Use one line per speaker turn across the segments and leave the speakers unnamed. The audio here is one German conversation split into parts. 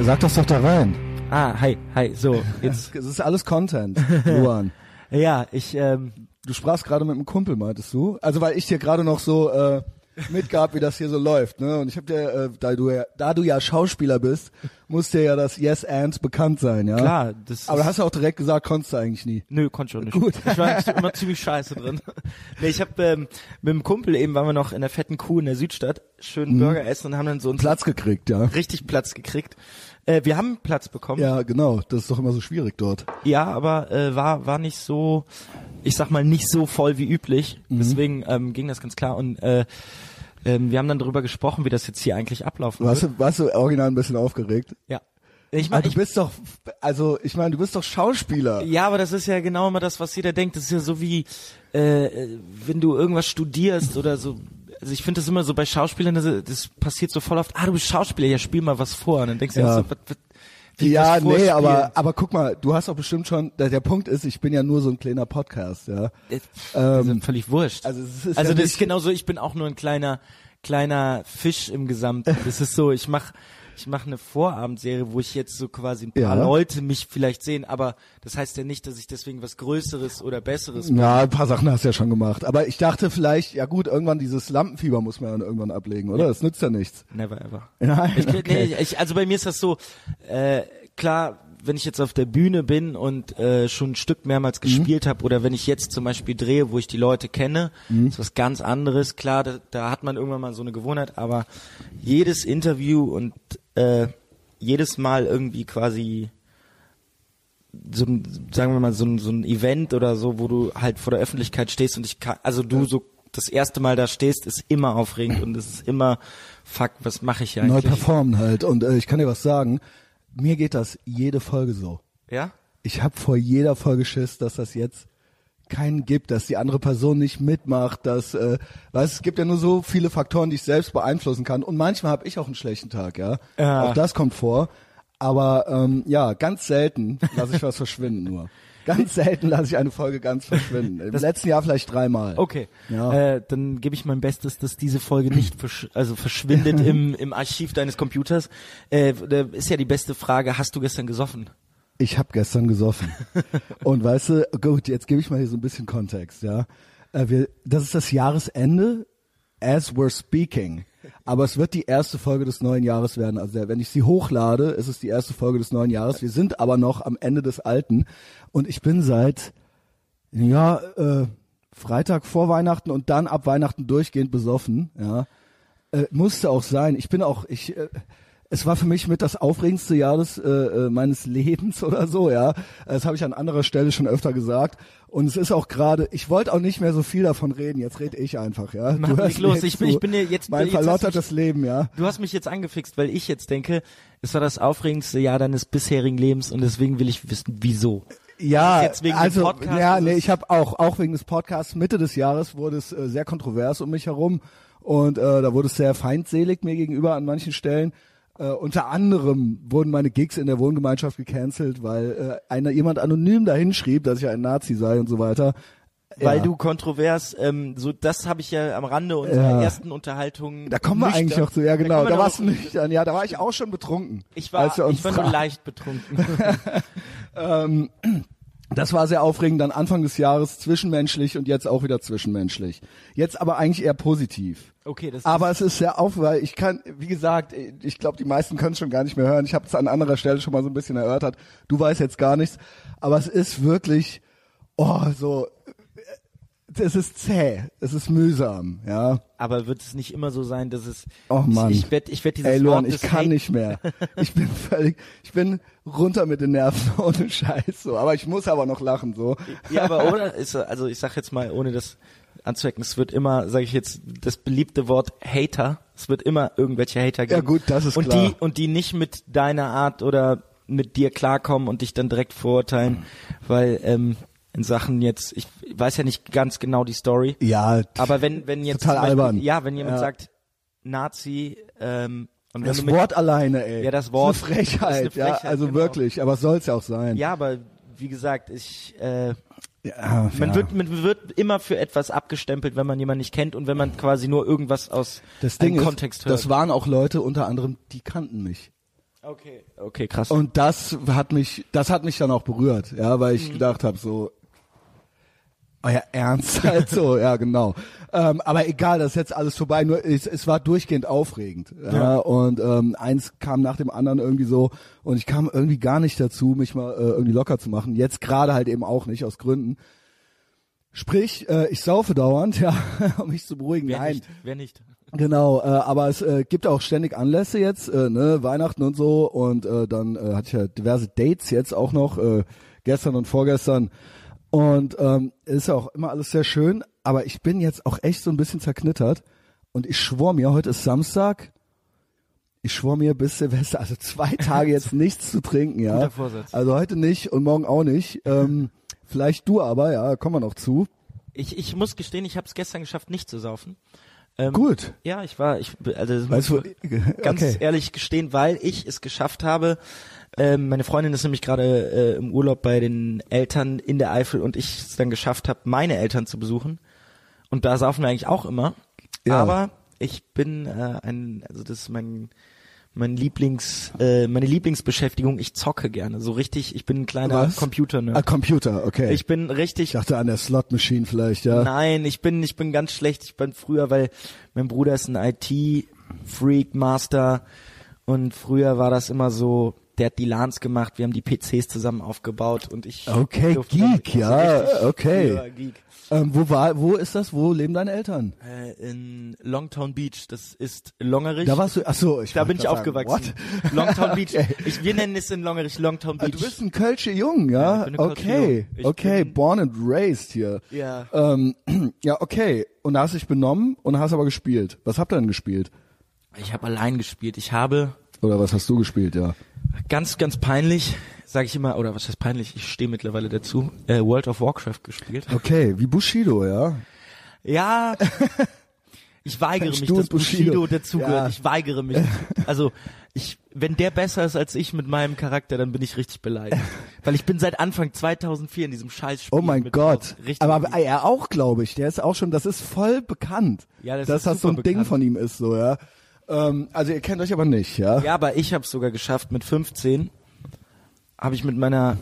Sag das doch da rein.
Ah, hi, hi, so, jetzt.
Es ist alles Content, Luan.
Ja, ich, ähm,
Du sprachst gerade mit einem Kumpel, meintest du? Also weil ich dir gerade noch so äh, mitgab, wie das hier so läuft, ne? Und ich habe dir, äh, da du ja, da du ja Schauspieler bist, muss dir ja das Yes and bekannt sein, ja?
klar, das
Aber
ist,
du hast ja auch direkt gesagt, konntest du eigentlich nie.
Nö, konnte schon nicht.
Gut.
Ich war eigentlich immer ziemlich scheiße drin. Nee, ich hab ähm, mit dem Kumpel eben, waren wir noch in der fetten Kuh in der Südstadt, schön Burger essen und haben dann so einen
Mhm. Platz gekriegt, ja.
richtig Platz gekriegt. Äh, wir haben Platz bekommen, ja,
Ja, genau. Das ist doch immer so schwierig dort.
aber äh, war, war nicht so, ich sag mal, nicht so voll wie üblich.
Mhm.
Deswegen ähm, ging das ganz klar und äh, ähm, wir haben dann darüber gesprochen, wie das jetzt hier eigentlich ablaufen
Warst
wird.
du, warst du original ein bisschen aufgeregt?
Ja. Ich
Ah,
meine,
du
ich
bist doch, also ich meine, du bist doch Schauspieler.
Ja, aber das ist ja genau immer das, was jeder denkt. Das ist ja so wie, äh, äh, wenn du irgendwas studierst oder so. Also ich finde das immer so bei Schauspielern, das, das passiert so voll oft. Ah, du bist Schauspieler, ja, spiel mal was vor. Und dann denkst du
Ja.
ja so, was, was, wie
Ja,
was
nee,
vorspielen?
aber, aber guck mal, du hast doch bestimmt schon, der, der Punkt ist, ich bin ja nur so ein kleiner Podcast, ja.
Das ist
Ähm,
ja völlig wurscht.
also es ist
also
ja
das
nicht-
ist genauso, ich bin auch nur ein kleiner, kleiner Fisch im Gesamten. Das ist so, ich mach, ich mach eine Vorabendserie, wo ich jetzt so quasi ein paar
Ja.
Leute mich vielleicht sehen, aber das heißt ja nicht, dass ich deswegen was Größeres oder Besseres
Na, ein paar Sachen hast du ja schon gemacht. Aber ich dachte vielleicht, ja gut, irgendwann dieses Lampenfieber muss man ja dann irgendwann ablegen, oder? Das nützt ja nichts.
Never ever.
Nein,
ich,
okay.
nee, ich, also bei mir ist das so, äh, klar, wenn ich jetzt auf der Bühne bin und äh, schon ein Stück mehrmals
Mhm.
gespielt habe oder wenn ich jetzt zum Beispiel drehe, wo ich die Leute kenne,
Mhm.
ist was ganz anderes. Klar, da, da hat man irgendwann mal so eine Gewohnheit, aber jedes Interview und äh, jedes Mal irgendwie quasi so ein, sagen wir mal, so ein, so ein Event oder so, wo du halt vor der Öffentlichkeit stehst und ich kann, also du so das erste Mal da stehst, ist immer aufregend und es ist immer, fuck, was mache ich hier
Neu
eigentlich?
performen halt. Und äh, ich kann dir was sagen, mir geht das jede Folge so.
ja?
Ich habe vor jeder Folge Schiss, dass das jetzt keinen gibt, dass die andere Person nicht mitmacht, dass, äh, weißt, es gibt ja nur so viele Faktoren, die ich selbst beeinflussen kann. Und manchmal habe ich auch einen schlechten Tag, ja.
Ja.
Auch das kommt vor. Aber ähm, ja, ganz selten lasse ich was verschwinden nur. Ganz selten lasse ich eine Folge ganz verschwinden. Im letzten Jahr vielleicht dreimal.
Okay.
Ja.
Äh, dann gebe ich mein Bestes, dass diese Folge nicht versch also verschwindet im, im Archiv deines Computers. Äh, da ist ja die beste Frage, hast du gestern gesoffen?
ich habe gestern gesoffen. Und weißt du, gut, jetzt gebe ich mal hier so ein bisschen Kontext, ja. Äh, wir, das ist das Jahresende, as we're speaking. Aber es wird die erste Folge des neuen Jahres werden. Also der- wenn ich sie hochlade, ist es die erste Folge des neuen Jahres. Wir sind aber noch am Ende des alten. Und ich bin seit, ja, äh, Freitag vor Weihnachten und dann ab Weihnachten durchgehend besoffen, ja. Äh, musste auch sein. Ich bin auch, ich, äh, es war für mich mit das aufregendste Jahr des, äh, äh, meines Lebens oder so, ja. Das habe ich an anderer Stelle schon öfter gesagt. Und es ist auch gerade, ich wollte auch nicht mehr so viel davon reden. Jetzt rede ich einfach, ja.
Mach mich
mir
los.
jetzt
Ich bin-
zu.
ich bin hier jetzt-
mein
jetzt hast du
verlottertes Leben, ja.
Du hast mich jetzt angefixt, weil ich jetzt denke, es war das aufregendste Jahr deines bisherigen Lebens und deswegen will ich wissen, wieso.
Ja,
Ist es jetzt wegen dem
also
Podcast?
ja,
Ist
nee,
es-
ich habe auch auch wegen des Podcasts Mitte des Jahres wurde es äh, sehr kontrovers um mich herum und äh, da wurde es sehr feindselig mir gegenüber an manchen Stellen. Äh, unter anderem wurden meine Gigs in der Wohngemeinschaft gecancelt, weil äh, einer jemand anonym dahin schrieb, dass ich ein Nazi sei und so weiter.
weil
ja.
du kontrovers, ähm, so das habe ich ja am Rande unserer
Ja.
ersten Unterhaltung.
da kommen wir
nüchtern-
eigentlich noch zu. Ja, genau.
kommen wir
Da
noch-
warst du nicht an. Ja, da war ich auch schon betrunken.
Ich war,
als wir uns
ich war nur
trafen.
leicht betrunken.
Das war sehr aufregend dann Anfang des Jahres zwischenmenschlich und jetzt auch wieder zwischenmenschlich. Jetzt aber eigentlich eher positiv.
Okay, das
aber es ist sehr auf, weil ich kann, wie gesagt, ich glaube, die meisten können es schon gar nicht mehr hören. Ich habe es an anderer Stelle schon mal so ein bisschen erörtert. Du weißt jetzt gar nichts, aber es ist wirklich, oh, so, äh, es ist zäh, es ist mühsam, ja.
Aber wird es nicht immer so sein, dass es.
Oh Mann.
Ich werde ich werd dieses
Ey, Luan,
Wort
ich
des
kann
Hate-
nicht mehr. Ich bin völlig, ich bin runter mit den Nerven ohne Scheiß, so. Aber ich muss aber noch lachen, so.
Ja, aber oder? Ist, also ich sag jetzt mal, ohne das anzuecken, es wird immer, sage ich jetzt, das beliebte Wort Hater. Es wird immer irgendwelche Hater geben.
Ja, gut, das ist
und
klar.
Die, und die nicht mit deiner Art oder mit dir klarkommen und dich dann direkt verurteilen,
Mhm.
weil ähm, in Sachen jetzt, ich weiß ja nicht ganz genau die Story.
Ja,
Aber wenn, wenn jetzt
Total
zum Beispiel,
albern.
ja, wenn jemand
Ja.
sagt Nazi, ähm, und wenn
Das
du mit,
Wort alleine, ey.
Ja, das
Ist
Wort.
Eine Frechheit,
Ist eine Frechheit,
ja. Also
genau.
wirklich, aber es soll's ja auch sein.
ja, aber wie gesagt, ich äh,
Ja,
Man,
ja.
wird, man wird immer für etwas abgestempelt, wenn man jemanden nicht kennt und wenn man quasi nur irgendwas aus
das
einem
Ding ist,
Kontext hört.
das waren auch Leute unter anderem, die kannten mich.
Okay, okay, krass.
Und das hat mich, das hat mich dann auch berührt, ja, weil
Mhm.
ich gedacht habe, so, euer Ernst halt so, ja, genau. Ähm, aber egal, das ist jetzt alles vorbei, nur es, es war durchgehend aufregend. Ja, Und ähm, eins kam nach dem anderen irgendwie so und ich kam irgendwie gar nicht dazu, mich mal äh, irgendwie locker zu machen. Jetzt gerade halt eben auch nicht, aus Gründen. Sprich, äh, ich saufe dauernd, ja, um mich zu beruhigen.
wer
Nein,
nicht? Wer nicht?
Genau, äh, aber es äh, gibt auch ständig Anlässe jetzt, äh, ne, Weihnachten und so und äh, dann äh, hatte ich ja diverse Dates jetzt auch noch äh, gestern und vorgestern und ähm, ist auch immer alles sehr schön, aber ich bin jetzt auch echt so ein bisschen zerknittert und ich schwor mir, heute ist Samstag, ich schwor mir bis Silvester, also zwei Tage jetzt nichts zu trinken, ja.
Guter Vorsatz.
Also heute nicht und morgen auch nicht. Ähm, vielleicht du aber, ja, kommen wir noch zu.
Ich, ich muss gestehen, ich habe es gestern geschafft, nicht zu saufen. Ähm,
Gut.
Ja, ich war, ich, also das
Weißt
muss
du,
ich ganz
okay.
ehrlich gestehen, weil ich es geschafft habe. Ähm, meine Freundin ist nämlich gerade äh, im Urlaub bei den Eltern in der Eifel und ich es dann geschafft habe, meine Eltern zu besuchen. Und da saufen wir eigentlich auch immer.
Ja.
Aber ich bin äh, ein, also das ist mein mein Lieblings, äh, meine Lieblingsbeschäftigung, ich zocke gerne. So richtig, ich bin ein kleiner
Was?
Computer-Nerd.
Ah, Computer, okay.
ne? Ich bin richtig
Ich dachte an der Slot Machine vielleicht, ja.
Nein, ich bin, ich bin ganz schlecht. Ich bin früher, weil mein Bruder ist ein IT-Freak, Master. Und früher war das immer so, der hat die LANs gemacht, wir haben die PCs zusammen aufgebaut und ich.
Okay,
durfte
Geek,
dann-
ja,
richtig
okay.
früher Geek.
Ähm, wo war, wo ist das? Wo leben deine Eltern?
Äh, in Longtown Beach, das ist Longerich.
Da warst du, ach so, ich
da
wollte
bin ich
gerade
aufgewachsen.
Sagen, what?
Longtown Beach.
Okay.
Ich, wir nennen es in Longerich Longtown
Ah,
Beach.
du bist ein Kölsche Jung, ja?
Ja, ich bin ein
okay,
Kölsche Jung. Ich
okay,
bin-
born and raised hier.
Ja.
Ähm, ja, okay. Und da hast du dich benommen und hast aber gespielt. Was habt ihr denn gespielt?
ich habe allein gespielt. Ich habe
Oder was hast du gespielt, ja?
ganz, ganz peinlich, sage ich immer, oder was heißt peinlich, ich stehe mittlerweile dazu, äh, World of Warcraft gespielt.
Okay, wie Bushido, ja?
Ja, ich weigere mich,
Du und
dass Bushido,
Bushido.
dazugehört.
Ja.
Ich weigere mich. Also, ich, wenn der besser ist als ich mit meinem Charakter, dann bin ich richtig beleidigt. Weil ich bin seit Anfang 2004 in diesem scheiß Spiel.
Oh mein
mit
Gott.
drauf. Richtig.
aber er auch, glaube ich. Der ist auch schon, das ist voll bekannt.
Ja, das
dass
ist
das so ein
super
Ding
bekannt.
von ihm ist, so, ja? Ähm, also ihr kennt euch aber nicht, ja?
ja, aber ich habe es sogar geschafft. Mit 15 habe ich mit meiner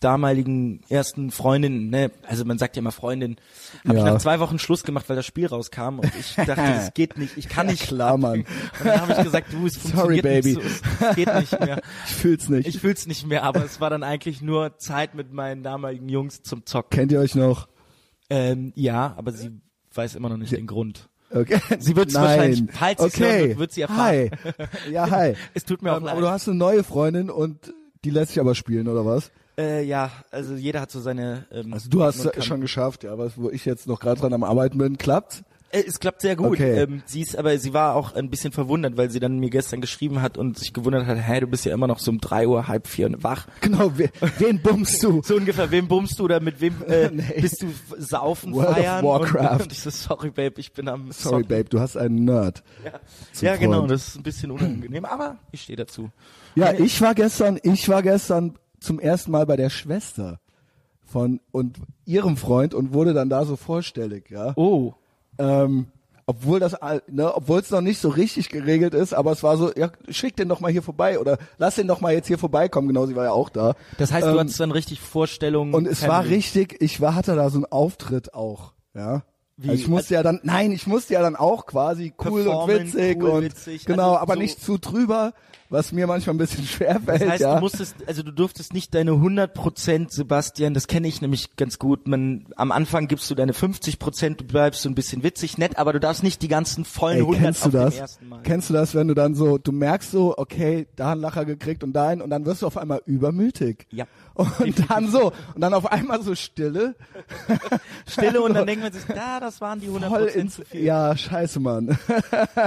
damaligen ersten Freundin, ne, also man sagt ja immer Freundin, habe ich
Ja.
nach zwei Wochen Schluss gemacht, weil das Spiel rauskam und ich dachte, das geht nicht, ich kann
Ja,
nicht.
klar, Ah, Mann.
Und dann habe ich gesagt, du, es
Sorry,
funktioniert nicht,
Baby.
so, es geht nicht mehr.
Ich fühl's nicht.
Ich fühl's nicht mehr, aber es war dann eigentlich nur Zeit mit meinen damaligen Jungs zum Zocken.
Kennt ihr euch noch?
Ähm, ja, aber sie weiß immer noch nicht den Grund.
Okay.
Sie wird's
Nein.
wahrscheinlich- falls sie's
okay.
hören wird, wird sie erfahren.
Hi. Ja, hi.
Es tut mir auch
ähm,
leid.
aber du hast eine neue Freundin und die lässt sich aber spielen, oder was?
Äh, ja, also jeder hat so seine. Ähm,
Also du hast
man kann-
es schon geschafft, ja, was, wo ich jetzt noch gerade dran am Arbeiten bin, klappt.
Äh, es klappt sehr gut.
Okay.
Ähm, sie ist, aber sie war auch ein bisschen verwundert, weil sie dann mir gestern geschrieben hat und sich gewundert hat, hey, du bist ja immer noch so um drei Uhr, halb vier wach.
Genau, we, wen bummst du?
So ungefähr, wem bummst du oder mit wem äh,
Nee.
bist du f- saufen,
World of
feiern? Und,
Warcraft.
und ich so, sorry, Babe, ich bin am
Sorry,
Zocken.
Babe, du hast einen Nerd.
Ja,
Freund.
genau, das ist ein bisschen unangenehm, aber ich stehe dazu.
Ja, ich war gestern, ich war gestern zum ersten Mal bei der Schwester von und ihrem Freund und wurde dann da so vorstellig, ja.
Oh.
Ähm, obwohl das, all- ne, obwohl es noch nicht so richtig geregelt ist, aber es war so, ja, schick den doch mal hier vorbei oder lass den doch mal jetzt hier vorbeikommen. Genau, sie war ja auch da.
Das heißt,
Ähm,
du hattest dann richtig Vorstellungen.
und es war
Family.
richtig, ich war, hatte da so einen Auftritt auch, ja.
Wie?
Also ich musste ja dann, nein, ich musste ja dann auch quasi cool und
Performen,
witzig
cool,
und
witzig,
genau,
also
aber
so-
nicht zu drüber, was mir manchmal ein bisschen schwer fällt.
Das heißt,
ja.
du musstest, also du durftest nicht deine 100% Sebastian, das kenne ich nämlich ganz gut. Man, am Anfang gibst du deine 50%, du bleibst so ein bisschen witzig, nett, aber du darfst nicht die ganzen vollen
Ey,
100
kennst du
auf
das?
dem ersten Mal.
Kennst du das, wenn du dann so, du merkst so, okay, da einen Lacher gekriegt und da einen und dann wirst du auf einmal übermütig.
Ja.
Und dann so, und dann auf einmal so Stille,
Stille und dann denkt man sich, da, das waren die 100%
voll ins,
zu viel.
ja, scheiße, Mann.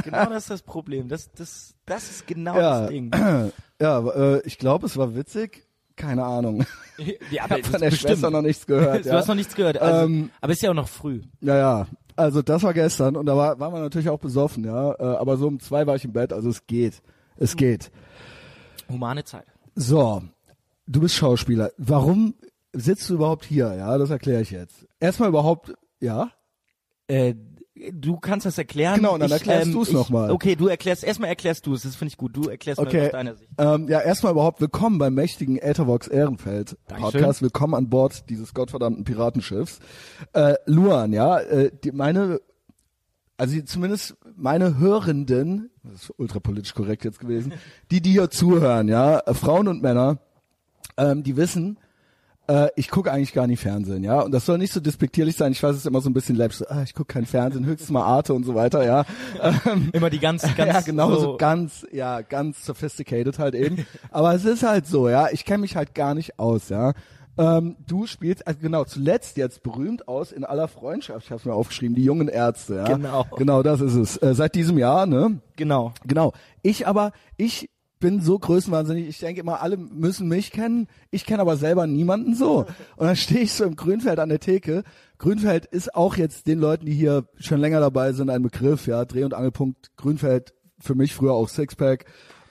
Genau das ist das Problem. Das, das, das ist genau
Ja,
das Ding.
ja äh, ich glaube, es war witzig, keine Ahnung.
Ja,
Ich hab von der Schwester noch nichts gehört.
Du
ja.
hast noch nichts gehört. Also,
Ähm,
aber ist ja auch noch früh.
Naja, also das war gestern und da war, waren wir natürlich auch besoffen, ja, äh, aber so um zwei war ich im Bett, also es geht, es geht.
Humane Zeit.
So, du bist Schauspieler. Warum sitzt du überhaupt hier? Ja, das erkläre ich jetzt. Erstmal überhaupt, ja,
Äh, Du kannst das erklären.
Genau, und dann
Ich,
erklärst
ähm,
du's
ich-
noch mal.
Okay, du erklärst, erstmal erklärst du es, das finde ich gut. Du erklärst mal aus
Okay.
deiner Sicht.
Ähm, ja, erstmal überhaupt willkommen beim mächtigen Äthervox Ehrenfeld
Dankeschön.
Podcast. Willkommen an Bord dieses gottverdammten Piratenschiffs. Äh, Luan, ja, äh, die, meine, also die- zumindest meine Hörenden, das ist ultrapolitisch korrekt jetzt gewesen, die, die hier zuhören, ja, äh, Frauen und Männer, ähm, die wissen, äh, ich gucke eigentlich gar nicht Fernsehen, ja. Und das soll nicht so despektierlich sein. Ich weiß, es ist immer so ein bisschen läppisch. So, ah, ich gucke kein Fernsehen, höchstens mal Arte und so weiter, ja.
Immer die ganz, ganz
ja, genau, so,
so
ganz, ja, ganz sophisticated halt eben. Aber es ist halt so, ja, ich kenne mich halt gar nicht aus, ja. Ähm, du spielst, also genau, zuletzt jetzt berühmt aus in aller Freundschaft, ich habe mir aufgeschrieben, die jungen Ärzte, ja.
Genau.
Genau, das ist es. Äh, seit diesem Jahr, ne?
genau.
Genau. Ich aber, ich bin so größenwahnsinnig, ich denke immer, alle müssen mich kennen, ich kenne aber selber niemanden so. Und dann stehe ich so im Grünfeld an der Theke. Grünfeld ist auch jetzt den Leuten, die hier schon länger dabei sind, ein Begriff, ja, Dreh- und Angelpunkt Grünfeld, für mich früher auch Sixpack.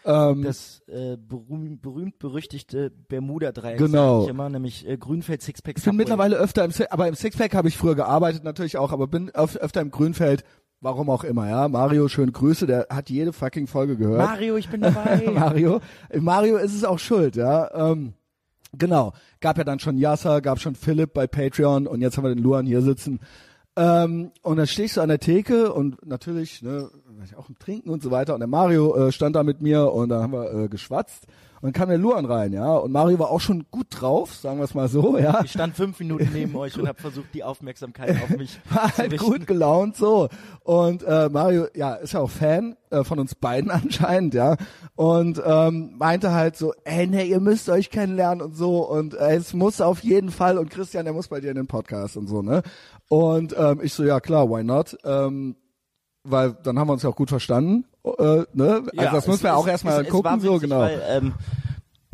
Das äh, berühmt, berühmt berüchtigte Bermuda-Dreieck.
Genau.
sag Ich immer, nämlich äh, Grünfeld Sixpack.
Ich bin mittlerweile öfter im, Si- aber im Sixpack habe ich früher gearbeitet natürlich auch, aber bin öf öfter im Grünfeld, warum auch immer, ja. Mario, schöne Grüße, der hat jede fucking Folge gehört.
Mario, ich bin dabei.
Mario. Mario ist es auch schuld, ja. Ähm, genau. Gab ja dann schon Yasser, gab schon Philipp bei Patreon und jetzt haben wir den Luan hier sitzen. Ähm, und dann stehe ich so an der Theke und natürlich, ne, war ich auch im Trinken und so weiter. Und der Mario äh, stand da mit mir und dann haben wir äh, geschwatzt. Und dann kam der Luan rein, ja. Und Mario war auch schon gut drauf, sagen wir es mal so, ja.
ich stand fünf Minuten neben euch und habe versucht, die Aufmerksamkeit auf mich
war
zu
halt
richten.
gut gelaunt so. Und äh, Mario, ja, ist ja auch Fan äh, von uns beiden anscheinend, ja. Und ähm, meinte halt so, ey, ne, ihr müsst euch kennenlernen und so. Und äh, es muss auf jeden Fall. Und Christian, der muss bei dir in den Podcast und so, ne? Und ähm, ich so, ja klar, why not? Ähm, weil dann haben wir uns ja auch gut verstanden. Äh, ne? Also das
es-
müssen wir
es-
auch erstmal
es- es
gucken,
war
so
witzig,
genau.
Weil, ähm,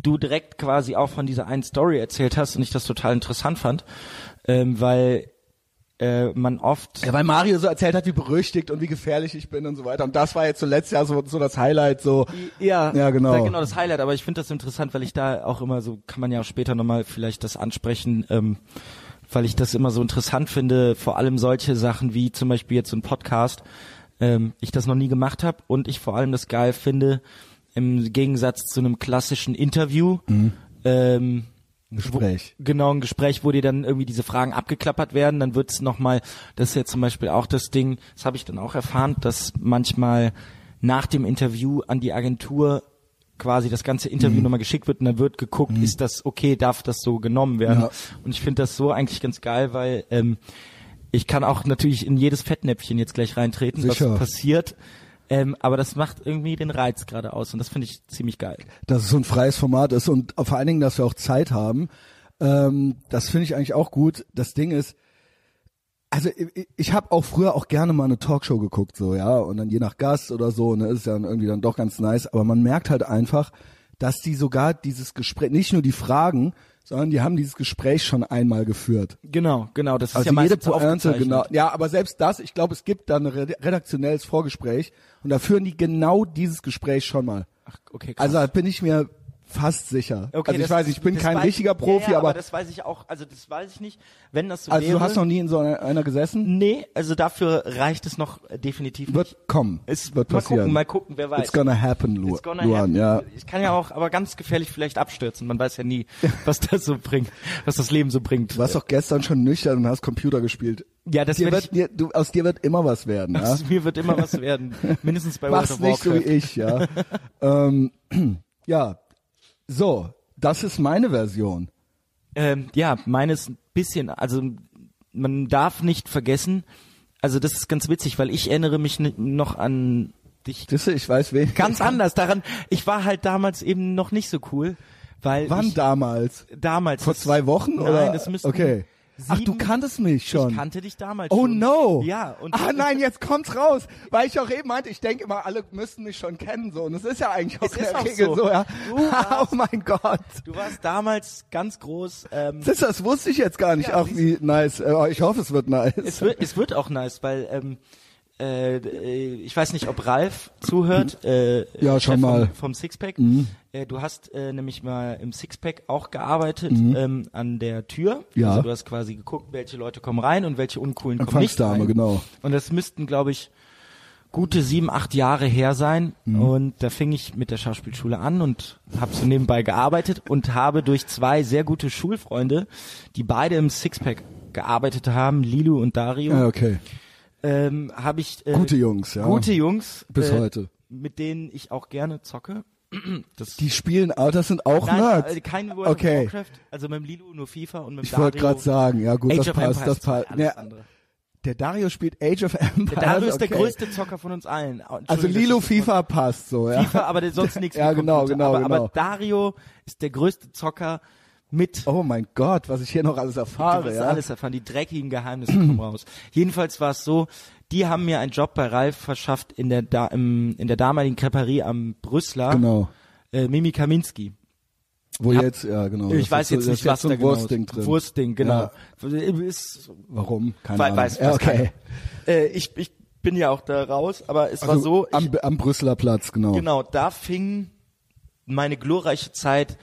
du direkt quasi auch von dieser einen Story erzählt hast und ich das total interessant fand, ähm, weil äh, man oft
Ja, weil Mario so erzählt hat, wie berüchtigt und wie gefährlich ich bin und so weiter. Und das war jetzt zuletzt ja so, so das Highlight, so. Ja, genau.
da- genau das Highlight, aber ich finde das interessant, weil ich da auch immer so, kann man ja auch später nochmal vielleicht das ansprechen, ähm, weil ich das immer so interessant finde, vor allem solche Sachen wie zum Beispiel jetzt so ein Podcast, ähm, ich das noch nie gemacht habe und ich vor allem das geil finde, im Gegensatz zu einem klassischen Interview, ähm,
Mhm. Gespräch.
Wo, genau, ein Gespräch, wo dir dann irgendwie diese Fragen abgeklappert werden, dann wird's nochmal, das ist ja zum Beispiel auch das Ding, das habe ich dann auch erfahren, dass manchmal nach dem Interview an die Agentur quasi das ganze Interview
Mhm.
nochmal geschickt wird und dann wird geguckt, ist das okay, darf das so genommen werden?
Ja.
Und ich finde das so eigentlich ganz geil, weil ähm, ich kann auch natürlich in jedes Fettnäpfchen jetzt gleich reintreten,
Sicher.
was passiert. Ähm, aber das macht irgendwie den Reiz gerade aus und das finde ich ziemlich geil.
dass es so ein freies Format ist und vor allen Dingen, dass wir auch Zeit haben. Ähm, das finde ich eigentlich auch gut. Das Ding ist, also ich, ich habe auch früher auch gerne mal eine Talkshow geguckt, so ja, und dann je nach Gast oder so, ne, ist ja dann irgendwie dann doch ganz nice. Aber man merkt halt einfach, dass die sogar dieses Gespräch, nicht nur die Fragen, sondern die haben dieses Gespräch schon einmal geführt.
Genau, genau, das ist
Also
ja
jede
meistens
Pointe,
aufgezeichnet.
genau. Ja, aber selbst das, ich glaube, es gibt dann ein red- redaktionelles Vorgespräch und da führen die genau dieses Gespräch schon mal.
Ach, okay, krass.
Also da bin ich mir fast sicher.
okay,
also ich
das-
weiß nicht, ich bin
das
kein
weiß-
richtiger Profi,
ja, ja,
aber,
das weiß ich auch, also das weiß ich nicht, wenn das so
also
wäre.
du hast noch nie in so einer, einer gesessen?
nee, also dafür reicht es noch äh, definitiv nicht.
Wird kommen.
Es
wird
mal
passieren.
gucken, mal gucken, wer weiß.
It's gonna happen, Lu
It's gonna
Luan,
happen.
ja.
Ich kann ja auch, aber ganz gefährlich vielleicht abstürzen. Man weiß ja nie, was das so bringt, was das Leben so bringt.
Du warst doch gestern schon nüchtern und hast Computer gespielt.
Ja, das werd
dir wird,
ich-
dir, du, aus dir wird immer was werden, ja?
Aus Mir wird immer was werden. Mindestens bei World
Mach's
of
nicht so wie
Warcraft.
ich, ja. ähm, ja. So, das ist meine Version.
Ähm, ja, meines ein bisschen, also man darf nicht vergessen, also das ist ganz witzig, weil ich erinnere mich ni- noch an dich
Siehst du, ich weiß wen.
ganz anders daran. Ich war halt damals eben noch nicht so cool, weil
Wann
ich
damals?
damals
Vor zwei Wochen
Nein,
oder?
das müssten
okay. Ach, du
sieben-
kanntest mich schon.
Ich kannte dich damals
Oh
schon.
no!
Ja, und
ah nein, jetzt kommt's raus, weil ich auch eben meinte, ich denke immer, alle müssten mich schon kennen so und es ist ja eigentlich auch
Es
in
ist
der
auch
Regel
so.
so, ja.
Du warst-
oh mein Gott.
du warst damals ganz groß ähm,
Das, das wusste Oh, ich jetzt gar nicht.
Ja,
Ach, wie nice. Äh, Ich hoffe, es wird nice.
es wird, es wird auch nice, weil ähm, äh, ich weiß nicht, ob Ralf zuhört. Äh,
Mhm. Ja,
Chef
schon mal. Mhm.
Vom, vom Sixpack. Äh, du hast äh, nämlich mal im Sixpack auch gearbeitet ähm, an der Tür.
Mhm. Ja.
Also du hast quasi geguckt, welche Leute kommen rein und welche uncoolen kommen nicht
Empfangsdame,
rein.
genau.
Und das müssten, glaube ich, gute sieben, acht Jahre her sein.
Mhm.
Und da fing ich mit der Schauspielschule an und habe so nebenbei gearbeitet und habe durch zwei sehr gute Schulfreunde, die beide im Sixpack gearbeitet haben, Lilu und Dario,
Ja, okay.
ähm, habe ich äh,
Gute Jungs, ja.
gute Jungs äh,
Bis heute.
mit denen ich auch gerne zocke. Das
Die spielen, aber das sind auch
Nein,
Nerds.
äh, kein World
okay.
of Warcraft, also mit dem Lilu nur FIFA und mit dem
Ich wollte
Dario
gerade sagen, ja gut,
Age
das
of
passt,
Empires
das passt.
2, alles
Ja,
andere.
der Dario spielt Age of Empires.
Der Dario ist der
okay.
größte Zocker von uns allen. Oh,
Also
Entschuldigung,
Lilo
das ist-
FIFA passt so, ja.
FIFA, aber der sonst nichts
Ja,
mit
genau,
Computer.
genau,
aber,
genau.
aber Dario ist der größte Zocker mit
Oh mein Gott, was ich hier noch alles
du
erfahre,
wirst
ja.
alles erfahren, die dreckigen Geheimnisse kommen raus. Jedenfalls war es so, die haben mir einen Job bei Ralf verschafft in der, da, im, in der damaligen Creperie am Brüsseler,
Genau.
äh, Mimi Kaminski.
Wo
Hab-
jetzt, ja genau. das
Ich
ist
weiß
so,
jetzt
da
nicht,
ist jetzt
was
so
da
ein
genau
Wurstding
ist.
drin.
Wurstding, genau.
Ja.
Ist,
Warum? Keine
wei-
Ahnung.
weiß,
ja,
weiß
okay.
keiner. Äh, ich, ich bin ja auch da raus, aber es war so, ich,
Also am, am Brüsseler Platz, genau.
Genau, da fing meine glorreiche Zeit,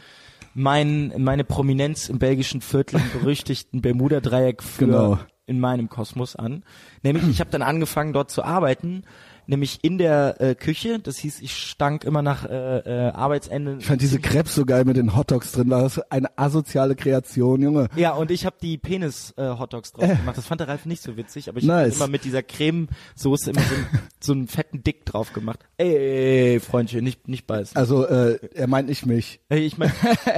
mein, meine Prominenz im belgischen Viertel, im berüchtigten Bermuda-Dreieck für
Genau.
in meinem Kosmos an. Nämlich, ich habe dann angefangen, dort zu arbeiten, nämlich in der äh, Küche. Das hieß, ich stank immer nach äh, äh, Arbeitsende.
Ich fand diese Krebs so geil mit den Hotdogs drin, war das eine asoziale Kreation, Junge.
Ja, und ich habe die Penis-Hotdogs drauf gemacht. Das fand der Ralf nicht so witzig, aber ich
Äh. Nice.
hab immer mit dieser Cremesoße immer so, einen- so einen fetten Dick drauf gemacht. Ey, ey, ey Freundchen, nicht, nicht beißen.
Also äh, er meint nicht mich,
Ey, ich meine,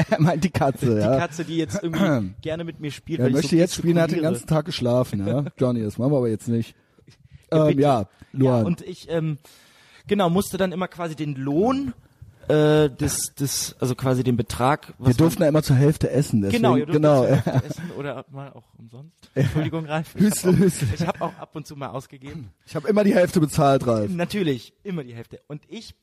er meint die Katze,
die
ja.
Katze, die jetzt irgendwie gerne mit mir spielt.
er
weil
möchte
ich so
jetzt spielen, er hat den
gestikuliere.
ganzen Tag geschlafen, ja. Johnny, das machen wir aber jetzt nicht.
Ja,
Ähm,
bitte.
ja, Luan.
Ja, und ich, ähm, genau, musste dann immer quasi den Lohn, äh, des, des, also quasi den Betrag, was
wir durften ja immer zur Hälfte essen, deswegen,
Genau, ihr dürft
genau.
jetzt öfter essen oder mal auch umsonst. Entschuldigung, Ralf. Ich
Hüstel,
habe
Hüstel.
auch, ich hab auch ab und zu mal ausgegeben.
Ich habe immer die Hälfte bezahlt, Ralf.
Natürlich, immer die Hälfte. Und ich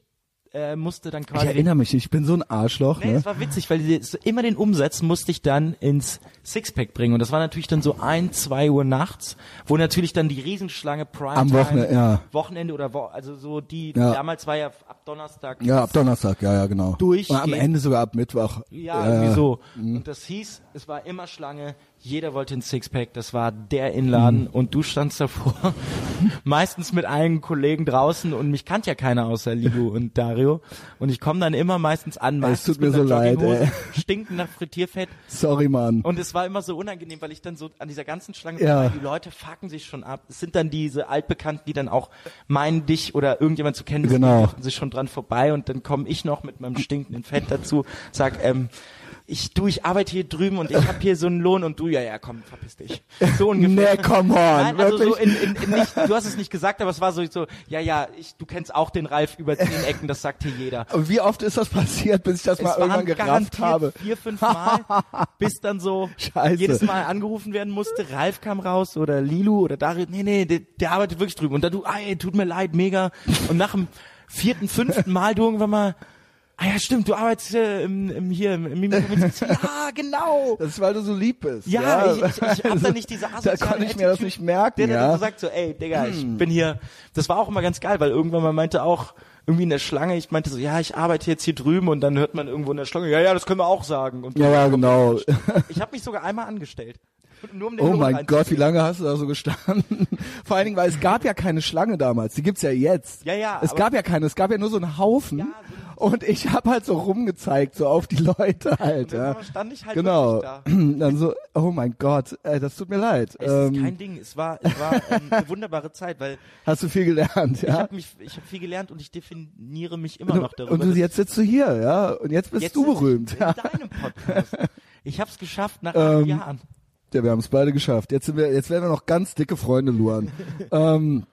äh, musste dann
Ich
quasi...
erinnere mich, nicht, ich bin so ein Arschloch,
Nee,
ne?
es war witzig, weil die, so immer den Umsatz musste ich dann ins Sixpack bringen. Und das war natürlich dann so ein, zwei Uhr nachts, wo natürlich dann die Riesenschlange Prime
Am Wochenende, ja.
Wochenende oder wo, also so die,
Ja.
damals war ja ab Donnerstag
Ja, ab Donnerstag, ja, ja, genau.
Durchgehend.
Und am Ende sogar ab Mittwoch.
ja,
Äh,
irgendwie so. Und das hieß, es war immer Schlange, jeder wollte ein Sixpack, das war der Inladen
Hm.
und du standst davor, meistens mit allen Kollegen draußen und mich kannte ja keiner außer Lilu und Dario. Und ich komme dann immer meistens an, meistens
tut mir
mit einer
so leid,
Jogginghose, stinkend nach Frittierfett.
Äh, Sorry, Mann.
Und es war immer so unangenehm, weil ich dann so an dieser ganzen Schlange
Ja.
die Leute fucken sich schon ab. Es sind dann diese Altbekannten, die dann auch meinen, dich oder irgendjemand zu kennen, deswegen
Genau.
laufen sie schon dran vorbei und dann komme ich noch mit meinem stinkenden Fett dazu, sag, ähm, ich, du, ich arbeite hier drüben und ich habe hier so einen Lohn und du, ja, ja, komm, verpiss dich. So ungefähr.
Nee, come on,
Nein, also so in,
wirklich?
in, in nicht, du hast es nicht gesagt, aber es war so, so ja, ja, ich, du kennst auch den Ralf über zehn Ecken, das sagt hier jeder.
Und wie oft ist das passiert, bis ich das mal
Es
irgendwann
waren
gerafft
garantiert
habe?
vier, fünf Mal, bis dann so
Scheiße.
jedes Mal angerufen werden musste. Ralf kam raus oder Lilu oder Dario. Nee, nee, der, der arbeitet wirklich drüben. Und dann du, ah, ey, tut mir leid, mega. Und nach dem vierten, fünften Mal du irgendwann mal, ah ja, stimmt, du arbeitest äh, im, im, hier im, im Mimikavitz. Ja, genau.
Das ist, weil du so lieb bist.
Ja, ich, ich, ich hab da
Also,
nicht diese
Da
asoziale
konnte ich mir das
Attitude,
nicht merken,
Der dann
ja. Hm.
so sagt so, ey, Digga, ich bin hier. Das war auch immer ganz geil, weil irgendwann man meinte auch, irgendwie in der Schlange, ich meinte so, ja, ich arbeite jetzt hier drüben und dann hört man irgendwo in der Schlange, ja, ja, das können wir auch sagen. Und
ja, ja, genau.
ich habe mich sogar einmal angestellt. Nur um den
Oh
Lohn
mein
reinzukriegen.
Gott, wie lange hast du da so gestanden? Vor allen Dingen, weil es gab ja keine Schlange damals. Die gibt's ja jetzt.
Ja, ja,
Es
aber-
gab ja keine. Es gab ja nur so einen Haufen.
Ja,
und ich habe halt so rumgezeigt, so auf die Leute halt.
Und dann
Ja.
stand ich halt
genau.
wirklich
Dann so, oh mein Gott, ey, das tut mir leid.
Es ist
Ähm,
kein Ding. Es war, es war ähm, eine wunderbare Zeit, weil
hast du viel
ich
gelernt, ja?
habe mich, ich habe viel gelernt und ich definiere mich immer
Du,
noch darüber.
und du,
dass-
jetzt sitzt du hier, ja? Und jetzt bist
jetzt
du
sitze ich
berühmt.
In
Ja.
deinem Podcast. Ich habe es geschafft nach acht
Ähm,
Jahren.
Ja, wir haben es beide geschafft. Jetzt sind wir, jetzt werden wir noch ganz dicke Freunde, Luan. ähm,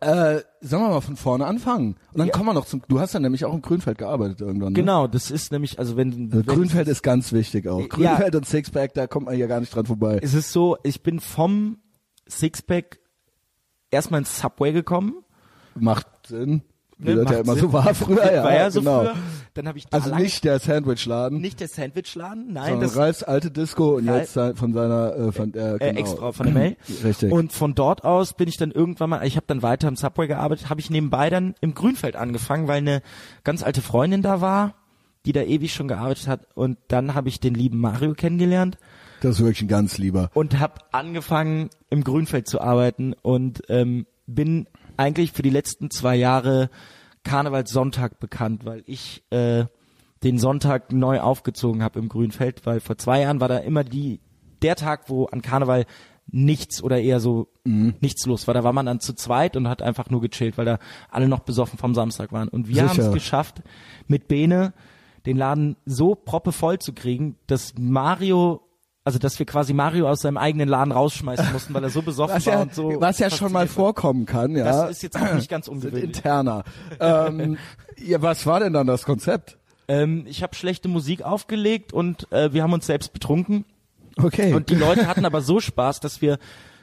äh, sollen wir mal von vorne anfangen? Und dann kommen wir noch zum. Du hast ja nämlich auch im Grünfeld gearbeitet irgendwann. Ne?
Genau, das ist nämlich, also wenn,
Also
wenn
Grünfeld ist ganz wichtig auch.
Ja.
Grünfeld und Sixpack, da kommt man ja gar nicht dran vorbei.
es ist so, ich bin vom Sixpack erstmal ins Subway gekommen.
Macht Sinn. Wie das ja immer so war früher, ja.
Ne, War ja so
genau.
früher. Dann habe ich da
Also
lang-
nicht der Sandwichladen,
nicht der Sandwichladen, nein,
sondern
das
Ralfs alte Disco und
Ralf-
jetzt sein- von seiner äh, von, äh, genau.
äh, extra von der Mail.
Richtig.
Und von dort aus bin ich dann irgendwann mal, ich habe dann weiter im Subway gearbeitet, habe ich nebenbei dann im Grünfeld angefangen, weil eine ganz alte Freundin da war, die da ewig schon gearbeitet hat. Und dann habe ich den lieben Mario kennengelernt
das ist wirklich ein ganz lieber.
und habe angefangen, im Grünfeld zu arbeiten und ähm, bin eigentlich für die letzten zwei Jahre Karnevalssonntag bekannt, weil ich äh, den Sonntag neu aufgezogen habe im Grünfeld, weil vor zwei Jahren war da immer die der Tag, wo an Karneval nichts oder eher so nichts los war. Da war man dann zu zweit und hat einfach nur gechillt, weil da alle noch besoffen vom Samstag waren. Und wir haben
Sicher.
es geschafft, mit Bene den Laden so proppe voll zu kriegen, dass Mario, also dass wir quasi Mario aus seinem eigenen Laden rausschmeißen mussten, weil er so besoffen
Was
war
ja,
und so.
was ja schon mal
fasziniert war.
vorkommen kann, ja.
Das ist jetzt auch nicht ganz
Das sind
ungewöhnlich.
interner. ähm, ja, was war denn dann das Konzept?
Ähm, ich habe schlechte Musik aufgelegt und äh, wir haben uns selbst betrunken.
Okay.
Und die Leute hatten aber so Spaß, dass wir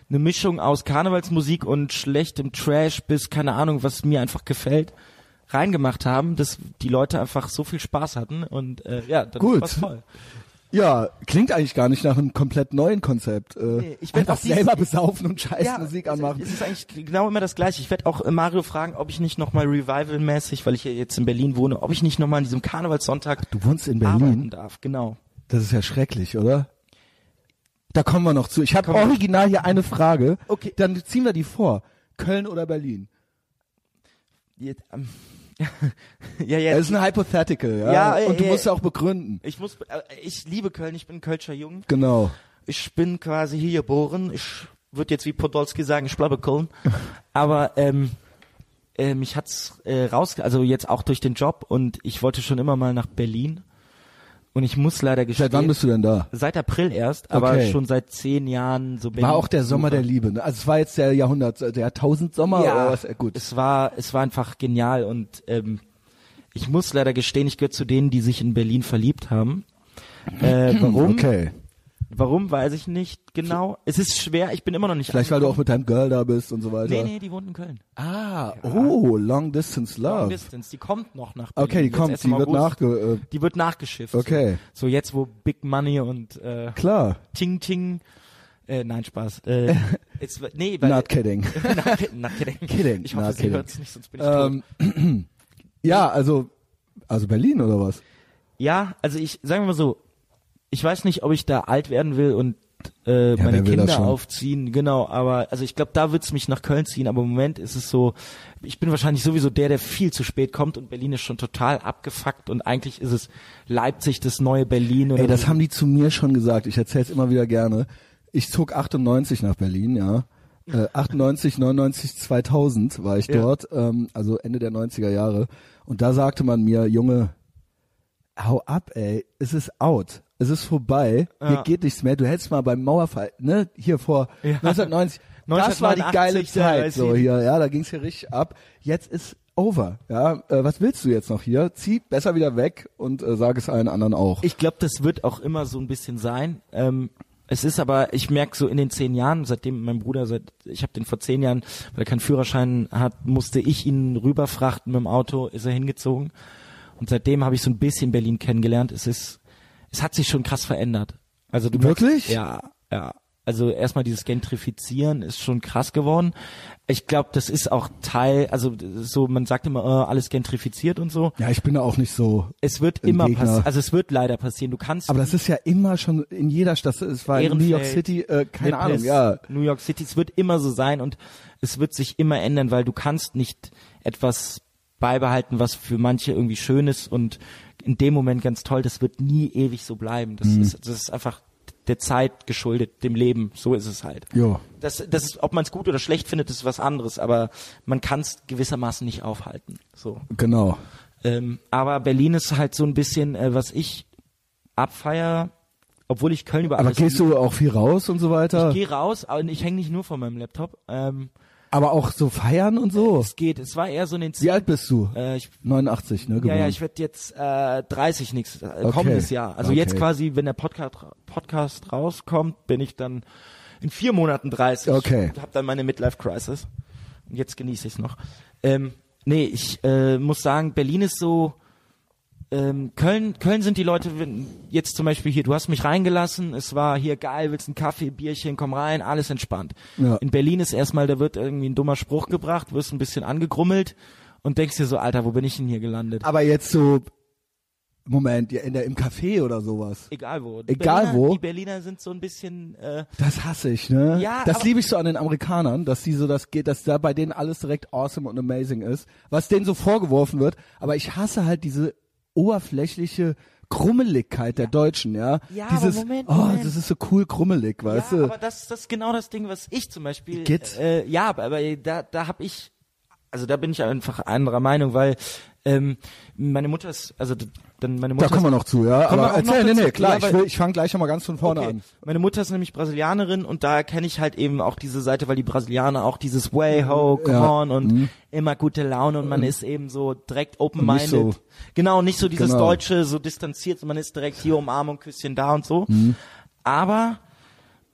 eine Mischung aus Karnevalsmusik und schlechtem Trash bis keine Ahnung, was mir einfach gefällt, reingemacht haben, dass die Leute einfach so viel Spaß hatten und äh, ja, dann
Gut.
war's voll.
ja, klingt eigentlich gar nicht nach einem komplett neuen Konzept. Äh,
Nee, ich werd
einfach
auch dieses-
selber besaufen und scheiß Musik
es-
anmachen.
Es ist eigentlich genau immer das gleiche. Ich werde auch äh, Mario fragen, ob ich nicht nochmal revivalmäßig, weil ich ja jetzt in Berlin wohne, ob ich nicht nochmal an diesem Karnevalssonntag
du wohnst in
arbeiten
Berlin?
darf. Genau.
Das ist ja schrecklich, oder? Da kommen wir noch zu. Ich habe
Kommen wir-
original hier eine Frage.
Okay.
Dann ziehen wir die vor. Köln oder Berlin?
Jetzt, ähm, ja, jetzt.
Das ist ein Hypothetical, Äh, ja.
Ja, äh,
Und du
äh,
musst ja auch begründen.
ich muss, äh, ich liebe Köln, ich bin Kölscher Jung.
Genau.
ich bin quasi hier geboren. Ich würde jetzt wie Podolski sagen, ich bleibe Köln. Aber ähm, äh, mich hat's äh, raus, also jetzt auch durch den Job und ich wollte schon immer mal nach Berlin. Und ich muss leider gestehen.
Seit wann bist du denn da?
Seit April erst, aber
Okay.
schon seit zehn Jahren so Berlin.
War auch der Sommer der Liebe. Ne? Also es war jetzt der Jahrhundert, der Jahrtausendsommer oder
ja,
was? Äh, Gut.
Es war, es war einfach genial und ähm, ich muss leider gestehen, ich gehöre zu denen, die sich in Berlin verliebt haben. Äh, warum?
Okay.
Warum weiß ich nicht genau. Es ist schwer. Ich bin immer noch nicht.
Vielleicht weil du auch mit deinem Girl da bist und so weiter.
Nee, nee, die wohnt in Köln.
Ah, oh, Long Distance Love.
Long Distance, die kommt noch nach Berlin.
Okay, die
Jetzt
kommt,
erst
die
im
wird
August.
nachge... äh,
Die wird nachgeschifft.
Okay.
So, so jetzt, wo Big Money und äh,
Äh, klar,
Ting Ting. Äh, nein, Spaß. Äh, jetzt, nee, weil,
not kidding.
not, kid- not kidding.
Kidding,
Ich hoffe,
not
sie
kidding.
hört's nicht, sonst bin ich tot.
ähm, ja, also, also Berlin oder was?
Ja, also ich, sagen wir mal so, ich weiß nicht, ob ich da alt werden will und äh,
wer
meine
will das
Kinder
schon?
aufziehen, genau, aber also ich glaube, da wird's mich nach Köln ziehen, aber im Moment ist es so, ich bin wahrscheinlich sowieso der, der viel zu spät kommt und Berlin ist schon total abgefuckt und eigentlich ist es Leipzig das neue Berlin oder
Ey, das
so.
haben die zu mir schon gesagt. Ich erzähle es immer wieder gerne. Ich zog 98 nach Berlin, ja. Äh, 98, 99, 2000 war ich
Ja.
dort, ähm, also Ende der 90er Jahre. Und da sagte man mir, Junge, hau ab, ey, es ist out. Es ist vorbei, hier
Ja.
geht nichts mehr. Du hättest mal beim Mauerfall, ne, hier vor
Ja.
1990, das war die geile
1989, da
Zeit,
ist
so
die-
hier, ja, da ging's hier richtig ab. Jetzt ist over, ja. Äh, was willst du jetzt noch hier? Zieh besser wieder weg und äh, sag es allen anderen auch.
Ich glaube, das wird auch immer so ein bisschen sein. Ähm, es ist aber, ich merke so in den zehn Jahren, seitdem mein Bruder, seit ich habe den vor zehn Jahren, weil er keinen Führerschein hat, musste ich ihn rüberfrachten mit dem Auto, ist er hingezogen. Und seitdem habe ich so ein bisschen Berlin kennengelernt. Es ist, es hat sich schon krass verändert. Also du merkst-
Wirklich?
ja, ja. Also erstmal dieses Gentrifizieren ist schon krass geworden. Ich glaube, das ist auch Teil, also das ist so, man sagt immer, äh, alles gentrifiziert und so.
Ja, ich bin da auch nicht so.
Es wird
Ein
immer
Gegner.
passieren, also es wird leider passieren. Du kannst
Aber das ist ja immer schon in jeder Stadt. Es war in New York
Ehrenfeld,
City, äh, keine Ahnung,
Memphis,
ja.
New York City, es wird immer so sein und es wird sich immer ändern, weil du kannst nicht etwas beibehalten, was für manche irgendwie schön ist und in dem Moment ganz toll, das wird nie ewig so bleiben.
Mhm.
Das, ist, das ist einfach der Zeit geschuldet, dem Leben, so ist es halt.
Jo.
Das, das ist, ob man es gut oder schlecht findet, ist was anderes, aber man kann es gewissermaßen nicht aufhalten. So.
Genau.
Ähm, aber Berlin ist halt so ein bisschen, äh, was ich abfeier, obwohl ich Köln über
Aber
alles
gehst du auch viel raus und so weiter?
Also ich gehe raus und ich hänge nicht nur von meinem Laptop. Ähm,
Aber auch so feiern und so?
es geht. Es war eher so ein
Wie
Ziel.
alt bist du?
Äh, ich,
89, ne?
ja,
Geboren.
ja, ich werde jetzt äh, 30 nächstes äh, kommendes Jahr. Also
Okay.
jetzt quasi, wenn der Podcast, Podcast rauskommt, bin ich dann in vier Monaten 30.
Okay.
Hab dann meine Midlife Crisis. Und jetzt genieße ich es noch. Ähm, Nee, ich äh, muss sagen, Berlin ist so. Ähm, Köln, Köln sind die Leute, wenn- jetzt zum Beispiel hier, du hast mich reingelassen, es war hier geil, willst einen Kaffee, Bierchen, komm rein, alles entspannt.
Ja.
In Berlin ist erstmal, da wird irgendwie ein dummer Spruch gebracht, wirst ein bisschen angegrummelt und denkst dir so, Alter, wo bin ich denn hier gelandet?
Aber jetzt so, Moment, ja, in der, im Café oder sowas.
Egal wo. Die
Egal
Berliner,
wo.
Die Berliner sind so ein bisschen, äh,
Das hasse ich, ne?
Ja,
das
aber-
liebe ich so an den Amerikanern, dass die so das geht, dass da bei denen alles direkt awesome und amazing ist, was denen so vorgeworfen wird. Aber ich hasse halt diese oberflächliche Krummeligkeit der Deutschen, ja?
Ja, aber
Dieses,
Moment,
oh,
Moment.
das ist so cool krummelig, weißt
ja,
du?
aber das, das ist genau das Ding, was ich zum Beispiel.
Geht.
Äh, ja, aber, aber da, da habe ich, also da bin ich einfach anderer Meinung, weil ähm, meine Mutter ist, also d- dann meine Mutter.
da kommen wir noch zu, ja?
Kommen
Aber
wir auch noch
erzähl, nee,
dazu?
nee, klar,
Ja,
ich,
weil-
will- ich fange gleich nochmal ganz von vorne
Okay.
an.
Meine Mutter ist nämlich Brasilianerin und da kenne ich halt eben auch diese Seite, weil die Brasilianer auch dieses Way ho, come
Mhm. Ja.
on
Mhm.
und immer gute Laune und man ist eben so direkt
nicht
open-minded.
so-
Genau, nicht so dieses
Genau.
Deutsche, so distanziert, man ist direkt hier Umarmung, Küsschen da und so.
Mhm.
Aber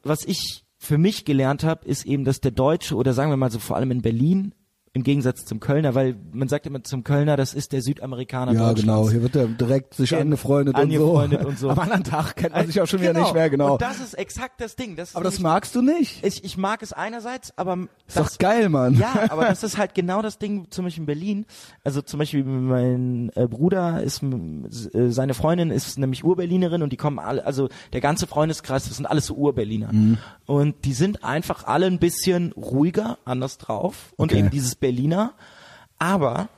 was ich für mich gelernt habe, ist eben, dass der Deutsche oder sagen wir mal so vor allem in Berlin im Gegensatz zum Kölner, weil man sagt immer zum Kölner, das ist der Südamerikaner
Ja,
Deutschlands.
genau. Hier wird er direkt sich
Genau.
angefreundet,
Angefreundet
und
und so.
so.
Äh,
Am anderen Tag kennt man sich auch schon wieder nicht mehr, genau.
Und das ist exakt das Ding. Das ist
aber das
nämlich-
magst du nicht.
ich, ich mag es einerseits, aber
Ist doch geil, Mann.
ja, aber das ist halt genau das Ding, zum Beispiel in Berlin. Also zum Beispiel mein äh, Bruder ist, m- s- äh, seine Freundin ist nämlich Urberlinerin und die kommen alle, also der ganze Freundeskreis, das sind alles so Urberliner.
Mhm.
Und die sind einfach alle ein bisschen ruhiger, anders drauf und
Okay.
eben dieses Berliner. Aber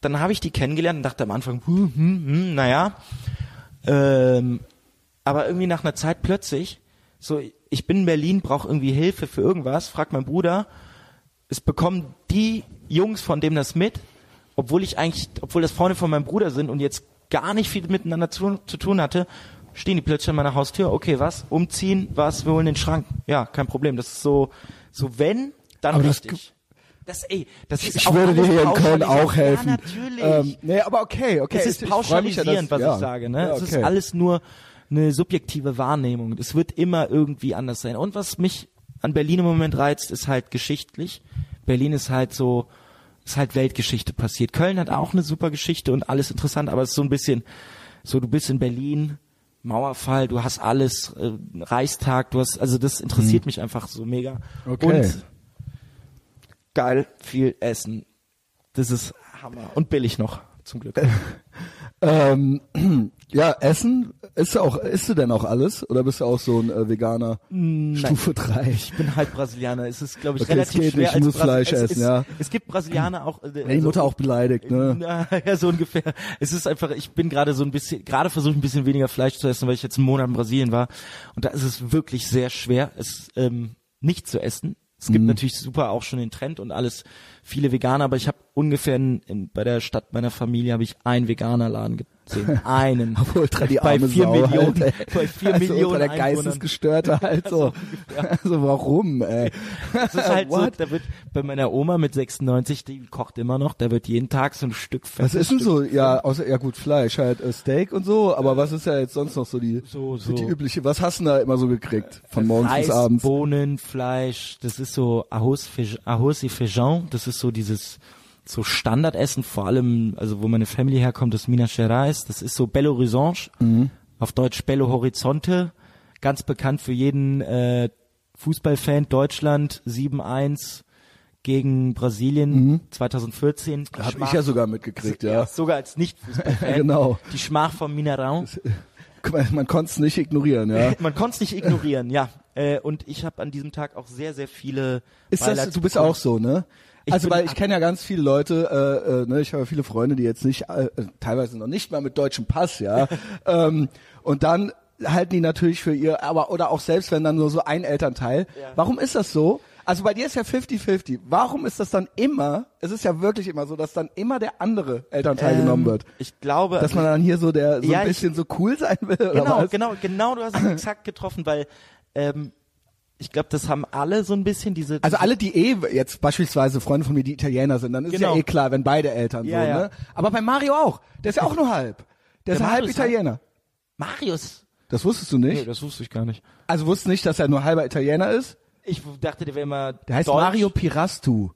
dann habe ich die kennengelernt und dachte am Anfang, hm, hm, hm, naja, ähm, aber irgendwie nach einer Zeit plötzlich, so, ich bin in Berlin, brauche irgendwie Hilfe für irgendwas, frag meinen Bruder, es bekommen die Jungs von dem das mit, obwohl ich eigentlich, obwohl das Freunde von meinem Bruder sind und jetzt gar nicht viel miteinander zu, zu tun hatte, stehen die plötzlich an meiner Haustür, okay, was, umziehen, was, wir holen den Schrank. Ja, kein Problem, das ist so, so wenn, dann
Aber das
richtig. Das, ey, das ist
Ich
auch
würde dir
alles
hier in Köln
pauschalisiert.
auch helfen.
Ja, natürlich.
Ähm, nee, aber okay, okay.
Es
ich-
ist
ich freu mich ja,
pauschalisierend, was
dass- ja.
ich sage. Ne?
Ja,
Es ist
okay.
alles nur eine subjektive Wahrnehmung. Es wird immer irgendwie anders sein. Und was mich an Berlin im Moment reizt, ist halt geschichtlich. Berlin ist halt so, ist halt Weltgeschichte passiert. Köln hat auch eine super Geschichte und alles interessant, aber es ist so ein bisschen, so du bist in Berlin, Mauerfall, du hast alles, äh, Reichstag, du hast, also das interessiert mich einfach so mega.
Mhm. Okay.
Und geil, viel Essen. Das ist Hammer. Und billig noch, zum Glück.
Ähm, ja, Essen, isst du auch, isst du denn auch alles? Oder bist du auch so ein äh, Veganer? Stufe 3.
Ich bin halb Brasilianer. Es ist, glaube ich,
Okay,
relativ
es geht
schwer
nicht, ich
als
muss
Brasi-
Fleisch
es,
essen,
es,
ja.
Es gibt Brasilianer auch. Äh,
Die Mutter
also-
auch beleidigt, ne?
Na, ja, so ungefähr. Es ist einfach, ich bin gerade so ein bisschen, gerade versuche ich ein bisschen weniger Fleisch zu essen, weil ich jetzt einen Monat in Brasilien war. Und da ist es wirklich sehr schwer, es ähm, nicht zu essen. Es
Mhm.
gibt natürlich super auch schon den Trend und alles, viele Veganer, aber ich habe ungefähr in, in, bei der Stadt meiner Familie habe ich einen Veganerladen gesehen. Einen.
Ultra die
bei
arme
vier
Sau,
Millionen,
Halt, ey.
bei vier
also
Millionen
Ultra der
Einwohnern.
Geistesgestörte halt so. also warum, ey?
Das ist halt so,
What?
da wird bei meiner Oma mit 96, die kocht immer noch, da wird jeden Tag so ein Stück Fett.
Was ist denn so? Ja, außer ja gut, Fleisch, halt äh, Steak und so, aber was ist ja jetzt sonst noch so die
So, so.
die übliche? Was hast du denn da immer so gekriegt von morgens
Reis,
bis abends?
Bohnen, Fleisch, das ist so Arroz, Fej- Arroz et Feijão, das ist so dieses so Standardessen, vor allem, also wo meine Family herkommt, das Minas Gerais, das ist so Belo Horizonte,
Mhm.
auf Deutsch Belo Horizonte, ganz bekannt für jeden äh, Fußballfan Deutschland, 7-1 gegen Brasilien 2014.
Mhm. Hab ich
Schmach-
ja sogar mitgekriegt, ja.
Sogar als Nicht-Fußballfan.
Genau.
Die Schmach vom Minarão.
Guck mal, Man konnte es nicht ignorieren, ja.
Man konnte es nicht ignorieren, ja. Äh, und ich habe an diesem Tag auch sehr, sehr viele.
Ist das,
Beilags-
du bist auch so, ne?
Ich
also
bin
weil ich
ab-
kenne ja ganz viele Leute, äh, äh, ne, ich habe viele Freunde, die jetzt nicht, äh, äh, teilweise noch nicht mal mit deutschem Pass, ja. ähm, und dann halten die natürlich für ihr, aber oder auch selbst wenn dann nur so ein Elternteil.
Ja.
Warum ist das so? Also bei dir ist ja 50-50. Warum ist das dann immer, es ist ja wirklich immer so, dass dann immer der andere Elternteil
Ähm,
genommen wird?
Ich glaube,
Dass man dann hier so der so
Ja,
ein
ich-
bisschen so cool sein will oder
genau,
was?
genau, genau, du hast es exakt getroffen, weil ähm, ich glaube, das haben alle so ein bisschen diese.
Also alle, die eh jetzt beispielsweise Freunde von mir, die Italiener sind, dann ist
Genau.
ja eh klar, wenn beide Eltern
Ja,
so,
ja.
ne? Aber bei Mario auch. Der ist ja auch nur halb. Der, ist ja
Mario
halb
ist halb.
Italiener.
Marius.
Das wusstest du nicht?
das wusste ich gar nicht.
Also wusstest nicht, dass er nur halber Italiener ist?
Ich dachte, der wäre immer.
Der heißt
Deutsch.
Mario Pirastu.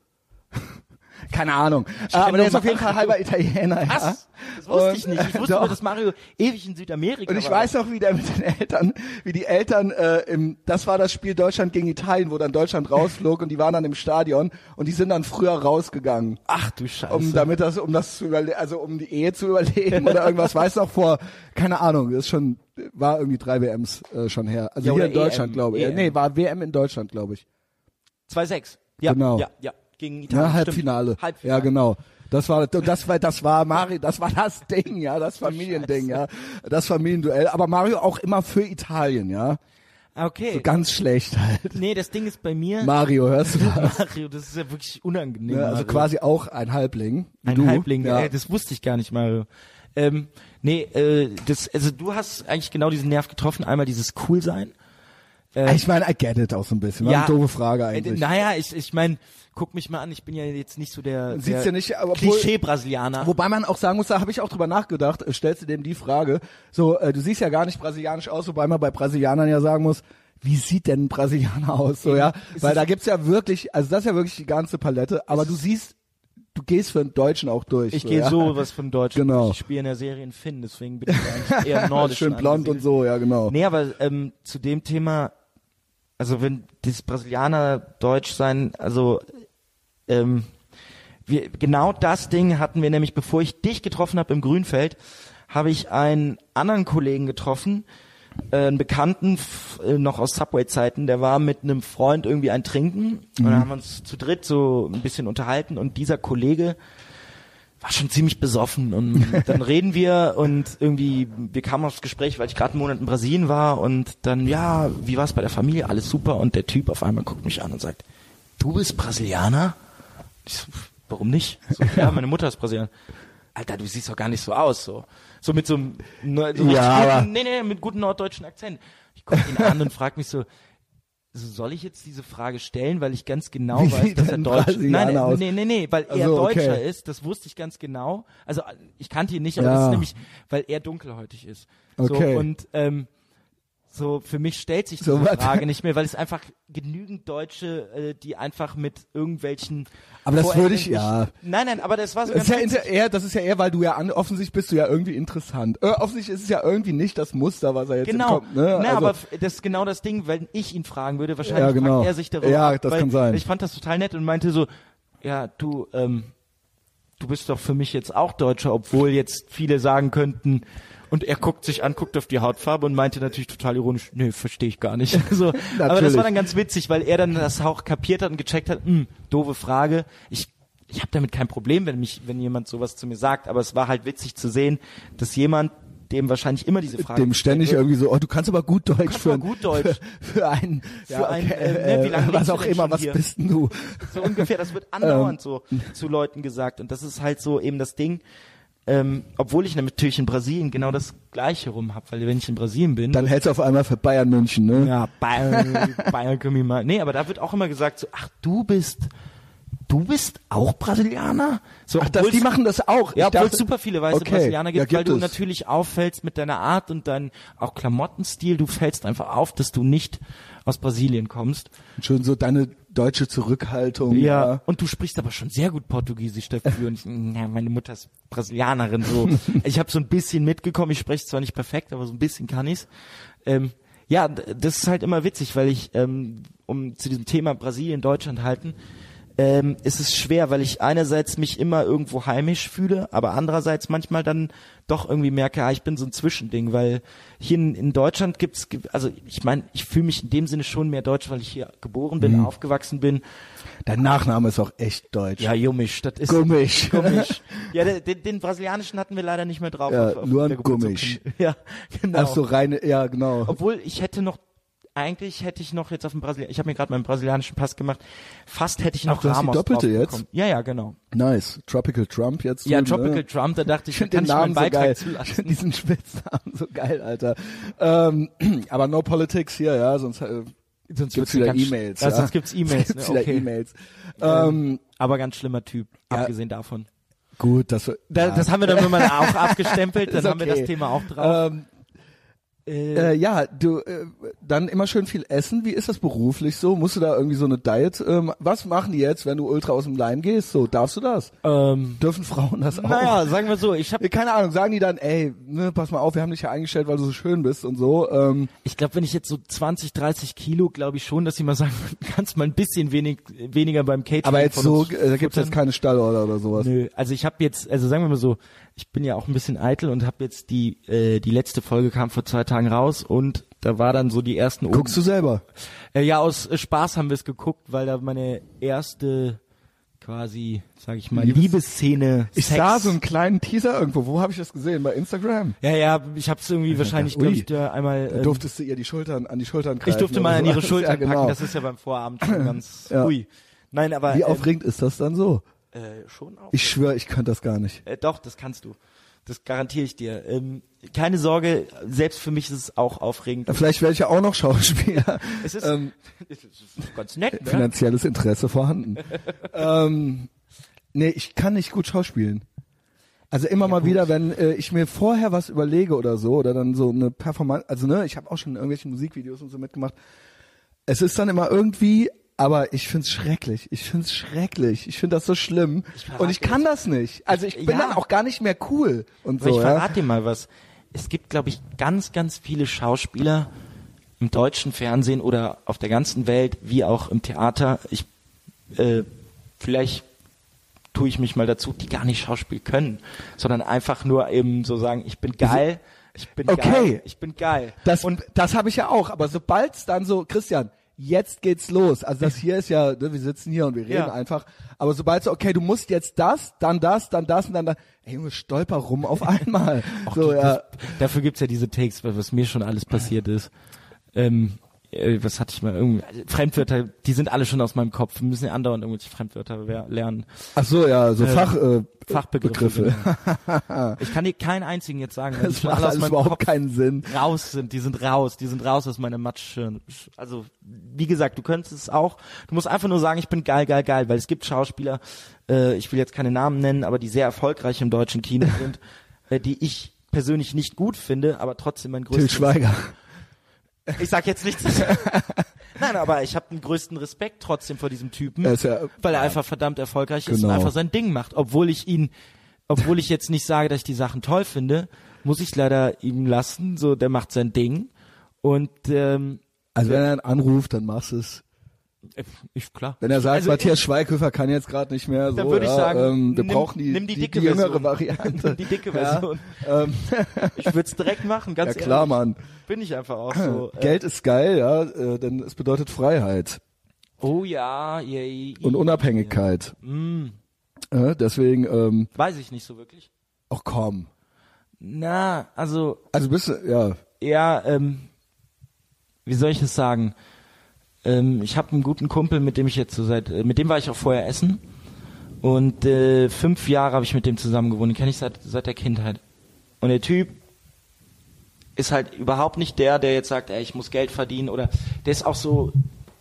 Keine Ahnung. Äh,
kenn
aber der
nur
ist auf jeden
Mario.
Fall halber Italiener. Ja.
Was? Das wusste
Und-
ich nicht. Ich wusste
Doch.
nur, dass Mario ewig in Südamerika
Und ich
war.
weiß noch, wie der mit den Eltern, wie die Eltern äh, im, das war das Spiel Deutschland gegen Italien, wo dann Deutschland rausflog und die waren dann im Stadion und die sind dann früher rausgegangen,
Ach du Scheiße.
um damit das, um das zu überle also um die Ehe zu überleben oder irgendwas. Weiß noch vor, keine Ahnung, das ist schon war irgendwie drei WMs äh, schon her. Also
Ja,
hier
oder E
in Deutschland,
EM.
glaube ich.
EM.
Nee, war WM in Deutschland, glaube ich.
2-6. Ja,
Genau.
ja, ja. Gegen Italien.
Ja,
stimmt.
Halbfinale.
Halbfinale.
Ja, genau. Das war, das war, das war Mario, das war das Ding, ja, das Familiending, ja, das Familienduell. Aber Mario auch immer für Italien, ja.
Ah, Okay.
So ganz schlecht halt.
nee, das Ding ist bei mir.
Mario, hörst du das?
Mario, das ist ja wirklich unangenehm.
Ne, also
Mario.
quasi auch ein Halbling. wie
Ein
du.
Halbling,
Ja.
ey, das wusste ich gar nicht, Mario. Ähm, nee, äh, das, also du hast eigentlich genau diesen Nerv getroffen. Einmal dieses Coolsein.
ich meine, I get it auch so ein bisschen. War eine doofe Frage
Äh,
eigentlich.
Naja, ich, ich meine, guck mich mal an, ich bin ja jetzt nicht so der,
Sieht's
der
ja nicht, aber obwohl-
Klischee-Brasilianer.
Wobei man auch sagen muss, da habe ich auch drüber nachgedacht, äh, stellst du dem die Frage, so, äh, du siehst ja gar nicht brasilianisch aus, wobei man bei Brasilianern ja sagen muss, wie sieht denn ein Brasilianer aus, so, ja? Weil da gibt's ja wirklich, also das ist ja wirklich die ganze Palette, aber du siehst, du gehst für einen Deutschen auch durch.
Ich
so,
gehe
ja?
so was von Deutschland.
Genau.
durch. Ich spiele in der Serie in Finn, deswegen bin ich eigentlich eher nordisch. also
Schön blond und so, ja, genau.
Nee, aber ähm, zu dem Thema, also wenn das Brasilianer deutsch sein, also ähm, wir, genau das Ding hatten wir nämlich, bevor ich dich getroffen habe im Grünfeld, habe ich einen anderen Kollegen getroffen, äh, einen Bekannten f- äh, noch aus Subway-Zeiten, der war mit einem Freund irgendwie ein Trinken und dann haben wir uns zu dritt so ein bisschen unterhalten und dieser Kollege war schon ziemlich besoffen und dann reden wir und irgendwie, wir kamen aufs Gespräch, weil ich gerade einen Monat in Brasilien war und dann, ja, wie war es bei der Familie? Alles super und der Typ auf einmal guckt mich an und sagt, du bist Brasilianer? Ich so, warum nicht? So, ja, meine Mutter ist Brasilianerin. Alter, du siehst doch gar nicht so aus, so. So mit so einem, ne, so
Ja,
richtig
aber-
guten, nee, nee, mit gutem norddeutschen Akzent. Ich gucke ihn an und frage mich so, so, soll ich jetzt diese Frage stellen, weil ich ganz genau
Wie
weiß,
sieht
dass er
denn
Deutsch ist?
Brasilianer
Nein, nein,
aus?
nee, nee, nee, weil er
Also, okay.
Deutscher ist, das wusste ich ganz genau. Also ich kannte ihn nicht, aber
Ja.
das ist nämlich, weil er dunkelhäutig ist.
Okay.
So, und ähm, so für mich stellt sich
So,
diese
warte.
Frage nicht mehr, weil es einfach genügend Deutsche, äh, die einfach mit irgendwelchen
Aber das würde ich-
voreigenen-
ja.
Nein, nein, aber das war so
Das ist, ja
ganz
inter- eher, das ist ja eher, weil du ja an, offensichtlich bist du ja irgendwie interessant. Äh, offensichtlich ist es ja irgendwie nicht das Muster, was er jetzt
Genau,
kommt. Ne?
Na,
also,
aber f- das ist genau das Ding, wenn ich ihn fragen würde, wahrscheinlich
Ja, genau.
fragt er sich darüber.
Ja,
ab,
das
weil
kann sein.
Ich fand das total nett und meinte so, ja, du, ähm, du bist doch für mich jetzt auch Deutscher, obwohl jetzt viele sagen könnten, und er guckt sich an, guckt auf die Hautfarbe und meinte natürlich total ironisch, nee, verstehe ich gar nicht. So, aber das
Natürlich.
war dann ganz witzig, weil er dann das auch kapiert hat und gecheckt hat, hm, doofe Frage. Ich, ich habe damit kein Problem, wenn mich, wenn jemand sowas zu mir sagt, aber es war halt witzig zu sehen, dass jemand, dem wahrscheinlich immer diese Frage
dem ständig irgendwie so, oh, du kannst aber gut Deutsch
kannst
für,
aber
ein-
gut Deutsch.
für, für einen, ja,
Für einen,
okay,
äh, ne, wie lange lebst
was
du
auch
denn
immer,
schon
was
hier?
bist denn du?
So ungefähr, das wird
Ähm.
andauernd so zu Leuten gesagt. Und das ist halt so eben das Ding, ähm, obwohl ich natürlich in Brasilien genau das Gleiche rum habe, weil wenn ich in Brasilien bin,
Dann hältst du auf einmal für Bayern München, ne?
ja, Bayern, Bayern können wir mal. Nee, aber da wird auch immer gesagt, so, ach, du bist, du bist auch Brasilianer? So,
Ach, das,
obwohl's-
die machen das auch.
ja,
Ich
obwohl
dachte-
es super viele weiße
okay,
Brasilianer gibt,
ja, gibt
weil du
es.
natürlich auffällst mit deiner Art und deinem auch Klamottenstil. Du fällst einfach auf, dass du nicht aus Brasilien kommst.
Schon so deine deutsche Zurückhaltung.
Ja. Und du sprichst aber schon sehr gut Portugiesisch dafür. Und ich, na, meine Mutter ist Brasilianerin. So, ich habe so ein bisschen mitgekommen. Ich spreche zwar nicht perfekt, aber so ein bisschen kann ich's. Ähm, ja, d- das ist halt immer witzig, weil ich ähm, um zu diesem Thema Brasilien, Deutschland halten. Ähm, ist es ist schwer, weil ich einerseits mich immer irgendwo heimisch fühle, aber andererseits manchmal dann doch irgendwie merke, ah, ich bin so ein Zwischending, weil hier in, in Deutschland gibt's, gibt- also ich meine, ich fühle mich in dem Sinne schon mehr deutsch, weil ich hier geboren bin, aufgewachsen bin
Dein Nachname ist auch echt deutsch.
ja, Jummisch, das ist
Gummisch.
Gummisch. Ja, den, den, den brasilianischen hatten wir leider nicht mehr drauf.
Ja, nur
der
ein
Geburtsurkunde. Ja, genau.
Ach so, reine, ja, genau.
Obwohl ich hätte noch eigentlich hätte ich noch jetzt auf dem Brasilian, ich habe mir gerade meinen brasilianischen Pass gemacht. Fast hätte ich noch
Ach, du hast die
Ramos
doppelte
drauf
jetzt?
bekommen. Ja, ja, genau.
nice. Tropical Trump jetzt.
Ja,
so,
Tropical
ne?
Trump, da dachte ich,
Ich
da
finde
kann
den
ich meinen
Namen so
Beitrag
geil. Ich
zulassen.
finde diesen Spitznamen so geil, Alter. Ähm, aber no politics hier, ja, sonst, äh,
Sonst
gibt's
wird's
wieder
ganz-
E-Mails.
Ja,
Ja,
sonst gibt's E-Mails,
Sonst gibt's
ne,
wieder
okay.
E-Mails. Ähm,
Aber ganz schlimmer Typ,
Ja.
abgesehen davon.
gut, das,
Da, Das haben wir dann immer auch abgestempelt, dann
Ist
haben wir das
okay.
Thema auch drauf.
ähm, Äh, ja, du äh, dann immer schön viel essen. Wie ist das beruflich so? Musst du da irgendwie so eine Diet? Ähm, was machen die jetzt, wenn du ultra aus dem Leim gehst? So darfst du das?
Ähm,
Dürfen Frauen das auch?
naja, sagen wir so, ich habe,
Äh, Keine Ahnung. Sagen die dann, ey, ne, pass mal auf, wir haben dich ja eingestellt, weil du so schön bist und so. Ähm,
ich glaube, wenn ich jetzt so 20, 30 Kilo, glaube ich schon, dass sie mal sagen, würden, kannst mal ein bisschen wenig, weniger beim Catering.
aber jetzt
von
so,
uns
äh, da gibt's jetzt
futtern.
keine Stallorder oder sowas.
Nö, also ich habe jetzt, also sagen wir mal so, ich bin ja auch ein bisschen eitel und habe jetzt die äh, die letzte Folge kam vor zwei Tagen raus und da war dann so die ersten
Guckst du selber?
Äh, ja, aus äh, Spaß haben wir es geguckt, weil da meine erste quasi, sag ich mal,
Liebes-
Liebesszene.
Ich
Sex.
sah so einen kleinen Teaser irgendwo. Wo habe ich das gesehen? Bei Instagram.
Ja, ja, ich hab's irgendwie wahrscheinlich,
Ui.
glaube ich, da einmal.
Da
ähm,
durftest du ihr die Schultern an die Schultern greifen.
ich durfte
oder
mal an
so.
ihre Schulter
ja, genau.
packen, das ist ja beim Vorabend schon ganz
Ja.
hui. Nein, aber
Wie aufregend ist das dann so?
ähm, äh, schon auch.
Ich schwöre, ich könnte das gar nicht.
Äh, doch, das kannst du. Das garantiere ich dir. Ähm, keine Sorge, selbst für mich ist es auch aufregend.
Vielleicht wäre ich ja auch noch Schauspieler.
Es ist,
ähm,
es ist ganz nett, ne?
finanzielles Interesse vorhanden. ähm, nee, ich kann nicht gut Schauspielen. Also immer mal wieder, wenn äh, ich mir vorher was überlege oder so, oder dann so eine Performance, also ne, ich habe auch schon in irgendwelchen Musikvideos und so mitgemacht. Es ist dann immer irgendwie, aber ich find's schrecklich. Ich find's schrecklich. Ich find das so schlimm.
Ich verrate
und ich kann das nicht. Also ich bin
Ja.
dann auch gar nicht mehr cool und
Aber
so.
ich
ja.
verrate dir mal was. Es gibt, glaube ich, ganz, ganz viele Schauspieler im deutschen Fernsehen oder auf der ganzen Welt, wie auch im Theater. Ich, äh, vielleicht tue ich mich mal dazu, die gar nicht Schauspiel können, sondern einfach nur eben so sagen, ich bin geil, ich bin
Okay.
geil, ich bin geil.
Das, das habe ich ja auch, aber sobald's dann so, Christian, jetzt geht's los. Also das hier ist ja, ne, wir sitzen hier und wir reden
Ja.
einfach. Aber sobald so, okay, du musst jetzt das, dann das, dann das und dann das. Ey, Junge, stolper rum auf einmal. so,
Die-
ja.
das, dafür gibt's ja diese Takes, weil was mir schon alles passiert ist. Ähm, äh, was hatte ich mal? Irgendwie, also Fremdwörter, die sind alle schon aus meinem Kopf. Wir müssen ja andauernd irgendwelche Fremdwörter wer- lernen.
Ach so, ja, so Fach, äh,
Fachbegriffe. genau. Ich kann dir keinen einzigen jetzt sagen, weil die
Das
schon
macht
alle aus
alles
meinem
überhaupt
Kopf
keinen Sinn.
raus sind. Die sind raus. Die sind raus aus meiner Matschhirn. Also, wie gesagt, du könntest es auch. Du musst einfach nur sagen, ich bin geil, geil, geil, weil es gibt Schauspieler, äh, ich will jetzt keine Namen nennen, aber die sehr erfolgreich im deutschen Kino sind, äh, die ich persönlich nicht gut finde, aber trotzdem mein
Till
größtes
Schweiger.
ich sag jetzt nichts. Nein, aber ich habe den größten Respekt trotzdem vor diesem Typen,
Er ist ja-
weil er einfach verdammt erfolgreich ist und
Genau.
einfach sein Ding macht. Obwohl ich ihn, obwohl ich jetzt nicht sage, dass ich die Sachen toll finde, muss ich leider ihm lassen. So, der macht sein Ding und ähm,
Also wenn er einen anruft, dann machst es.
ich klar.
Wenn er sagt,
Also
Matthias Schweighöfer kann jetzt gerade nicht mehr, so,
Dann würde ich
ja,
sagen,
ähm, wir
nimm-
brauchen die,
nimm die dicke
die jüngere
Version.
Variante.
Nimm die dicke Version.
Ja, ähm,
ich würde es direkt machen, ganz
ja klar,
ehrlich.
Mann.
Bin ich einfach auch so. Äh,
Geld ist geil, ja, äh, denn es bedeutet Freiheit
oh ja, Mm. yay,
und Unabhängigkeit. Äh, deswegen, ähm,
weiß ich nicht so wirklich.
auch komm.
Na, also
Also bist du, ja,
eher, ähm, wie soll ich es sagen? Ähm, ich habe einen guten Kumpel, mit dem ich jetzt so seit, äh, mit dem war ich auch vorher essen. Und äh, fünf Jahre habe ich mit dem zusammen gewohnt. Den kenne ich seit, seit der Kindheit. Und der Typ ist halt überhaupt nicht der, der jetzt sagt, ey, ich muss Geld verdienen oder der ist auch so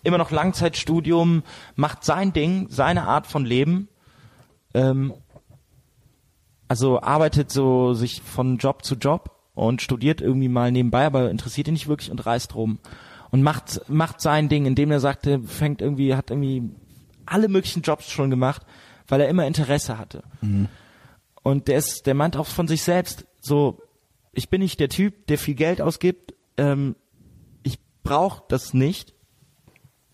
immer noch Langzeitstudium, macht sein Ding, seine Art von Leben. Ähm, also arbeitet so sich von Job zu Job und studiert irgendwie mal nebenbei, aber interessiert ihn nicht wirklich und reist rum und macht macht sein Ding, indem er sagte, fängt irgendwie hat irgendwie alle möglichen Jobs schon gemacht, weil er immer Interesse hatte.
Mhm.
Und der ist, der meint auch von sich selbst so, ich bin nicht der Typ, der viel Geld ausgibt, ähm, ich brauche das nicht,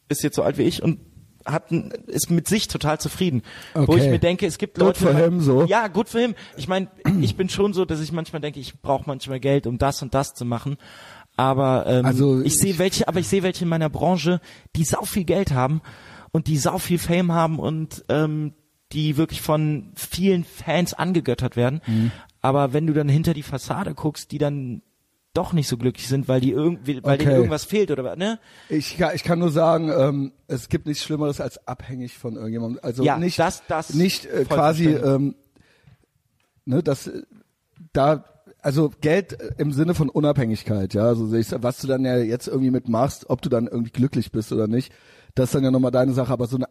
ist jetzt so alt wie ich und hat, ein- ist mit sich total zufrieden. Wo
Okay.
ich mir denke, es gibt
Good
Leute,
for
die- halt
him, so.
ja, gut für ihn. Ich meine, ich bin schon so, dass ich manchmal denke, ich brauche manchmal Geld, um das und das zu machen. Aber ähm,
Also,
ich sehe
ich-
welche, aber ich sehe welche in meiner Branche, die sau viel Geld haben und die sau viel Fame haben und ähm, die wirklich von vielen Fans angegöttert werden.
Mhm.
Aber wenn du dann hinter die Fassade guckst, die dann doch nicht so glücklich sind, weil die irgendwie, weil denen
Okay.
irgendwas fehlt oder was, ne?
ich, kann- ich kann nur sagen, ähm, es gibt nichts Schlimmeres als abhängig von irgendjemandem. Also
Ja,
nicht,
das- das
nicht äh,
voll
quasi,
verständlich.
ähm, ne, das, äh, da, also Geld äh, im Sinne von Unabhängigkeit, ja, so sehe ich Was du dann ja jetzt irgendwie mitmachst, ob du dann irgendwie glücklich bist oder nicht, das ist dann ja nochmal deine Sache, aber so eine,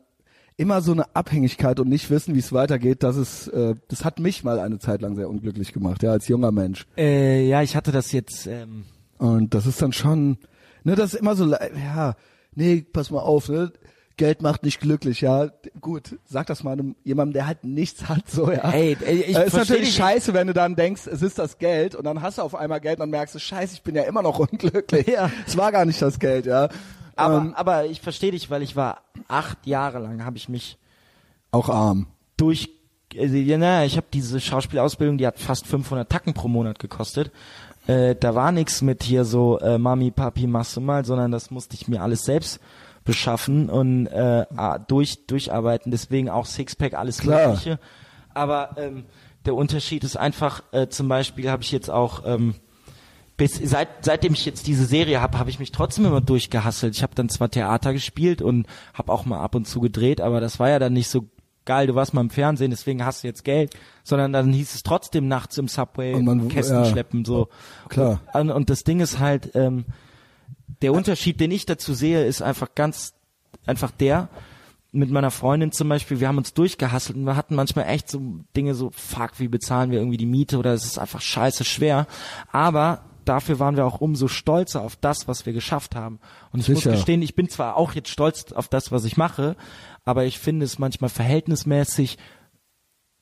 immer so eine Abhängigkeit und nicht wissen, wie es weitergeht, das ist, äh, das hat mich mal eine Zeit lang sehr unglücklich gemacht, ja, als junger Mensch.
Äh, ja, ich hatte das jetzt ähm,
Und das ist dann schon, ne, das ist immer so, le- ja, nee, pass mal auf, ne, Geld macht nicht glücklich, ja, gut, sag das mal einem, jemandem, der halt nichts hat, so, ja.
Ey, ey, ich
äh, ist
versteh
natürlich
dich.
scheiße, wenn du dann denkst, es ist das Geld und dann hast du auf einmal Geld und dann merkst du, scheiße, ich bin ja immer noch unglücklich.
Ja.
Es war gar nicht das Geld, ja.
Aber,
ähm,
aber ich verstehe dich, weil ich war acht Jahre lang, habe ich mich
auch arm.
durch, also, ja, naja, ich habe diese Schauspielausbildung, die hat fast 500 Tacken pro Monat gekostet. Äh, da war nichts mit hier so äh, Mami, Papi, machst du mal, sondern das musste ich mir alles selbst beschaffen und äh, ah, durch durcharbeiten. Deswegen auch Sixpack, alles
Klar.
Mögliche. Aber ähm, der Unterschied ist einfach, äh, zum Beispiel habe ich jetzt auch ähm, bis seit, seitdem ich jetzt diese Serie habe, habe ich mich trotzdem immer durchgehasselt. Ich habe dann zwar Theater gespielt und habe auch mal ab und zu gedreht, aber das war ja dann nicht so geil. Du warst mal im Fernsehen, deswegen hast du jetzt Geld, sondern dann hieß es trotzdem nachts im Subway
Und man-
Kästen
ja.
schleppen so.
Klar.
Und, und das Ding ist halt ähm, der Unterschied, den ich dazu sehe, ist einfach ganz einfach der. Mit meiner Freundin zum Beispiel, wir haben uns durchgehasselt und wir hatten manchmal echt so Dinge so, fuck, wie bezahlen wir irgendwie die Miete oder es ist einfach scheiße schwer. Aber dafür waren wir auch umso stolzer auf das, was wir geschafft haben. Und ich
Sicher.
muss gestehen, ich bin zwar auch jetzt stolz auf das, was ich mache, aber ich finde es manchmal verhältnismäßig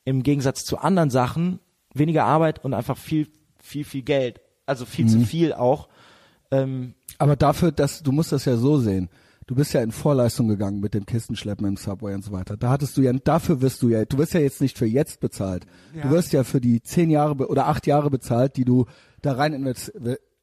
im Gegensatz zu anderen Sachen weniger Arbeit und einfach viel, viel, viel Geld. Also viel
Mhm.
zu viel auch. Ähm,
Aber dafür, dass du musst das ja so sehen. Du bist ja in Vorleistung gegangen mit dem Kistenschleppen im Subway und so weiter. Da hattest du ja, dafür wirst du ja, du wirst ja jetzt nicht für jetzt bezahlt. Du wirst ja für die zehn Jahre be- oder acht Jahre bezahlt, die du da rein, invest,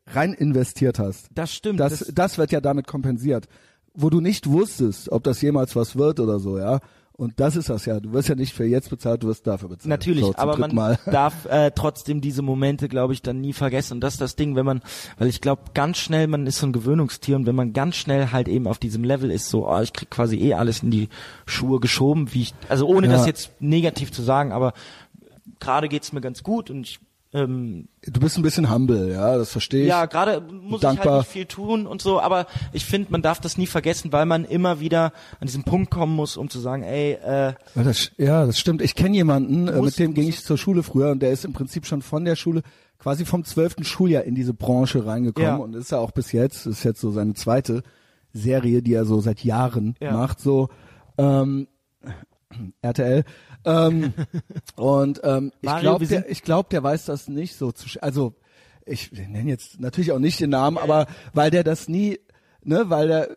rein investiert hast.
das stimmt.
Das, das, wird ja damit kompensiert. Wo du nicht wusstest, ob das jemals was wird oder so, ja. Und das ist das ja. Du wirst ja nicht für jetzt bezahlt, du wirst dafür bezahlt.
Natürlich,
Äh, so, zum
aber man
dritten Mal.
darf äh, trotzdem diese Momente, glaube ich, dann nie vergessen. Und das ist das Ding, wenn man, weil ich glaube, ganz schnell, man ist so ein Gewöhnungstier und wenn man ganz schnell halt eben auf diesem Level ist, so, oh, ich krieg quasi eh alles in die Schuhe geschoben, wie ich, also ohne
Ja.
das jetzt negativ zu sagen, aber gerade geht's mir ganz gut und ich, ähm,
Du bist ein bisschen humble, ja, das verstehe ich.
ja, gerade muss ich
dankbar.
halt nicht viel tun und so, aber ich finde, man darf das nie vergessen, weil man immer wieder an diesen Punkt kommen muss, um zu sagen, ey, äh,
Ja, das, ja, das stimmt. Ich kenne jemanden, äh,
Muss-
mit dem ging
muss-
ich zur Schule früher und der ist im Prinzip schon von der Schule, quasi vom zwölften Schuljahr in diese Branche reingekommen
Ja.
und ist ja auch bis jetzt, ist jetzt so seine zweite Serie, die er so seit Jahren
Ja.
macht, so ähm, RTL. Ähm, und ähm, ich
Mario,
glaube,
wir sind-
der, ich glaub, der weiß das nicht so zu sch- Also ich nenne jetzt natürlich auch nicht den
Äh.
Namen, aber weil der das nie, ne, weil der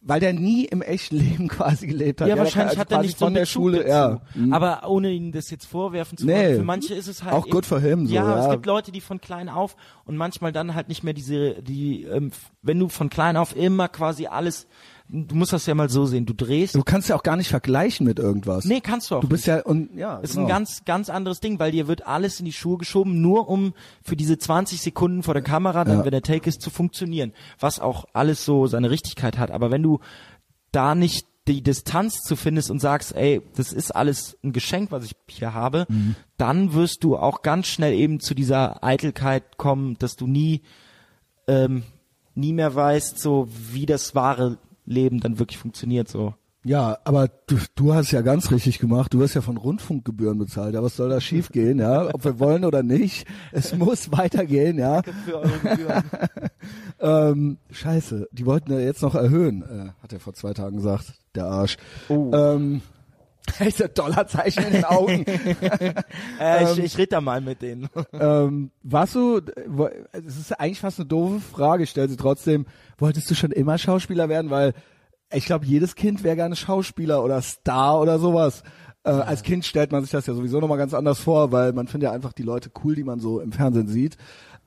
weil der nie im echten Leben quasi gelebt hat.
ja,
der
wahrscheinlich
also
hat er
quasi
nicht so
von
einen
der
Bezug
Schule, ja. Mhm.
dazu. Aber ohne ihnen das jetzt vorwerfen zu
Nee.
wollen, für manche ist es halt
Auch good for him, so,
ja,
ja.
es gibt Leute, die von klein auf und manchmal dann halt nicht mehr diese, die, ähm, f- wenn du von klein auf immer quasi alles, du musst das ja mal so sehen, du drehst,
Du kannst ja auch gar nicht vergleichen mit irgendwas.
nee, kannst du auch
du bist ja und ja,
ist
genau.
ein ganz, ganz anderes Ding, weil dir wird alles in die Schuhe geschoben, nur um für diese 20 Sekunden vor der Kamera, dann,
Ja.
wenn der Take ist, zu funktionieren. Was auch alles so seine Richtigkeit hat. Aber wenn du da nicht die Distanz zu findest und sagst, ey, das ist alles ein Geschenk, was ich hier habe,
Mhm.
dann wirst du auch ganz schnell eben zu dieser Eitelkeit kommen, dass du nie, ähm, nie mehr weißt, so wie das wahre Leben dann wirklich funktioniert, so.
ja, aber du, du hast ja ganz richtig gemacht. Du wirst ja von Rundfunkgebühren bezahlt. Ja, was soll da schiefgehen, ja? Ob wir wollen oder nicht, es muss weitergehen, ja.
Für eure Gebühren.
Ähm, scheiße, die wollten ja jetzt noch erhöhen, äh, hat er vor zwei Tagen gesagt, der Arsch.
Oh.
Ähm, diese Dollarzeichen in den Augen.
äh, ich, ich red da mal mit denen.
ähm, warst du, wo- es ist eigentlich fast eine doofe Frage, ich stell sie trotzdem, wolltest du schon immer Schauspieler werden? Weil ich glaube, jedes Kind wäre gerne Schauspieler oder Star oder sowas. Äh, Als Kind stellt man sich das ja sowieso nochmal ganz anders vor, weil man findet ja einfach die Leute cool, die man so im Fernsehen sieht.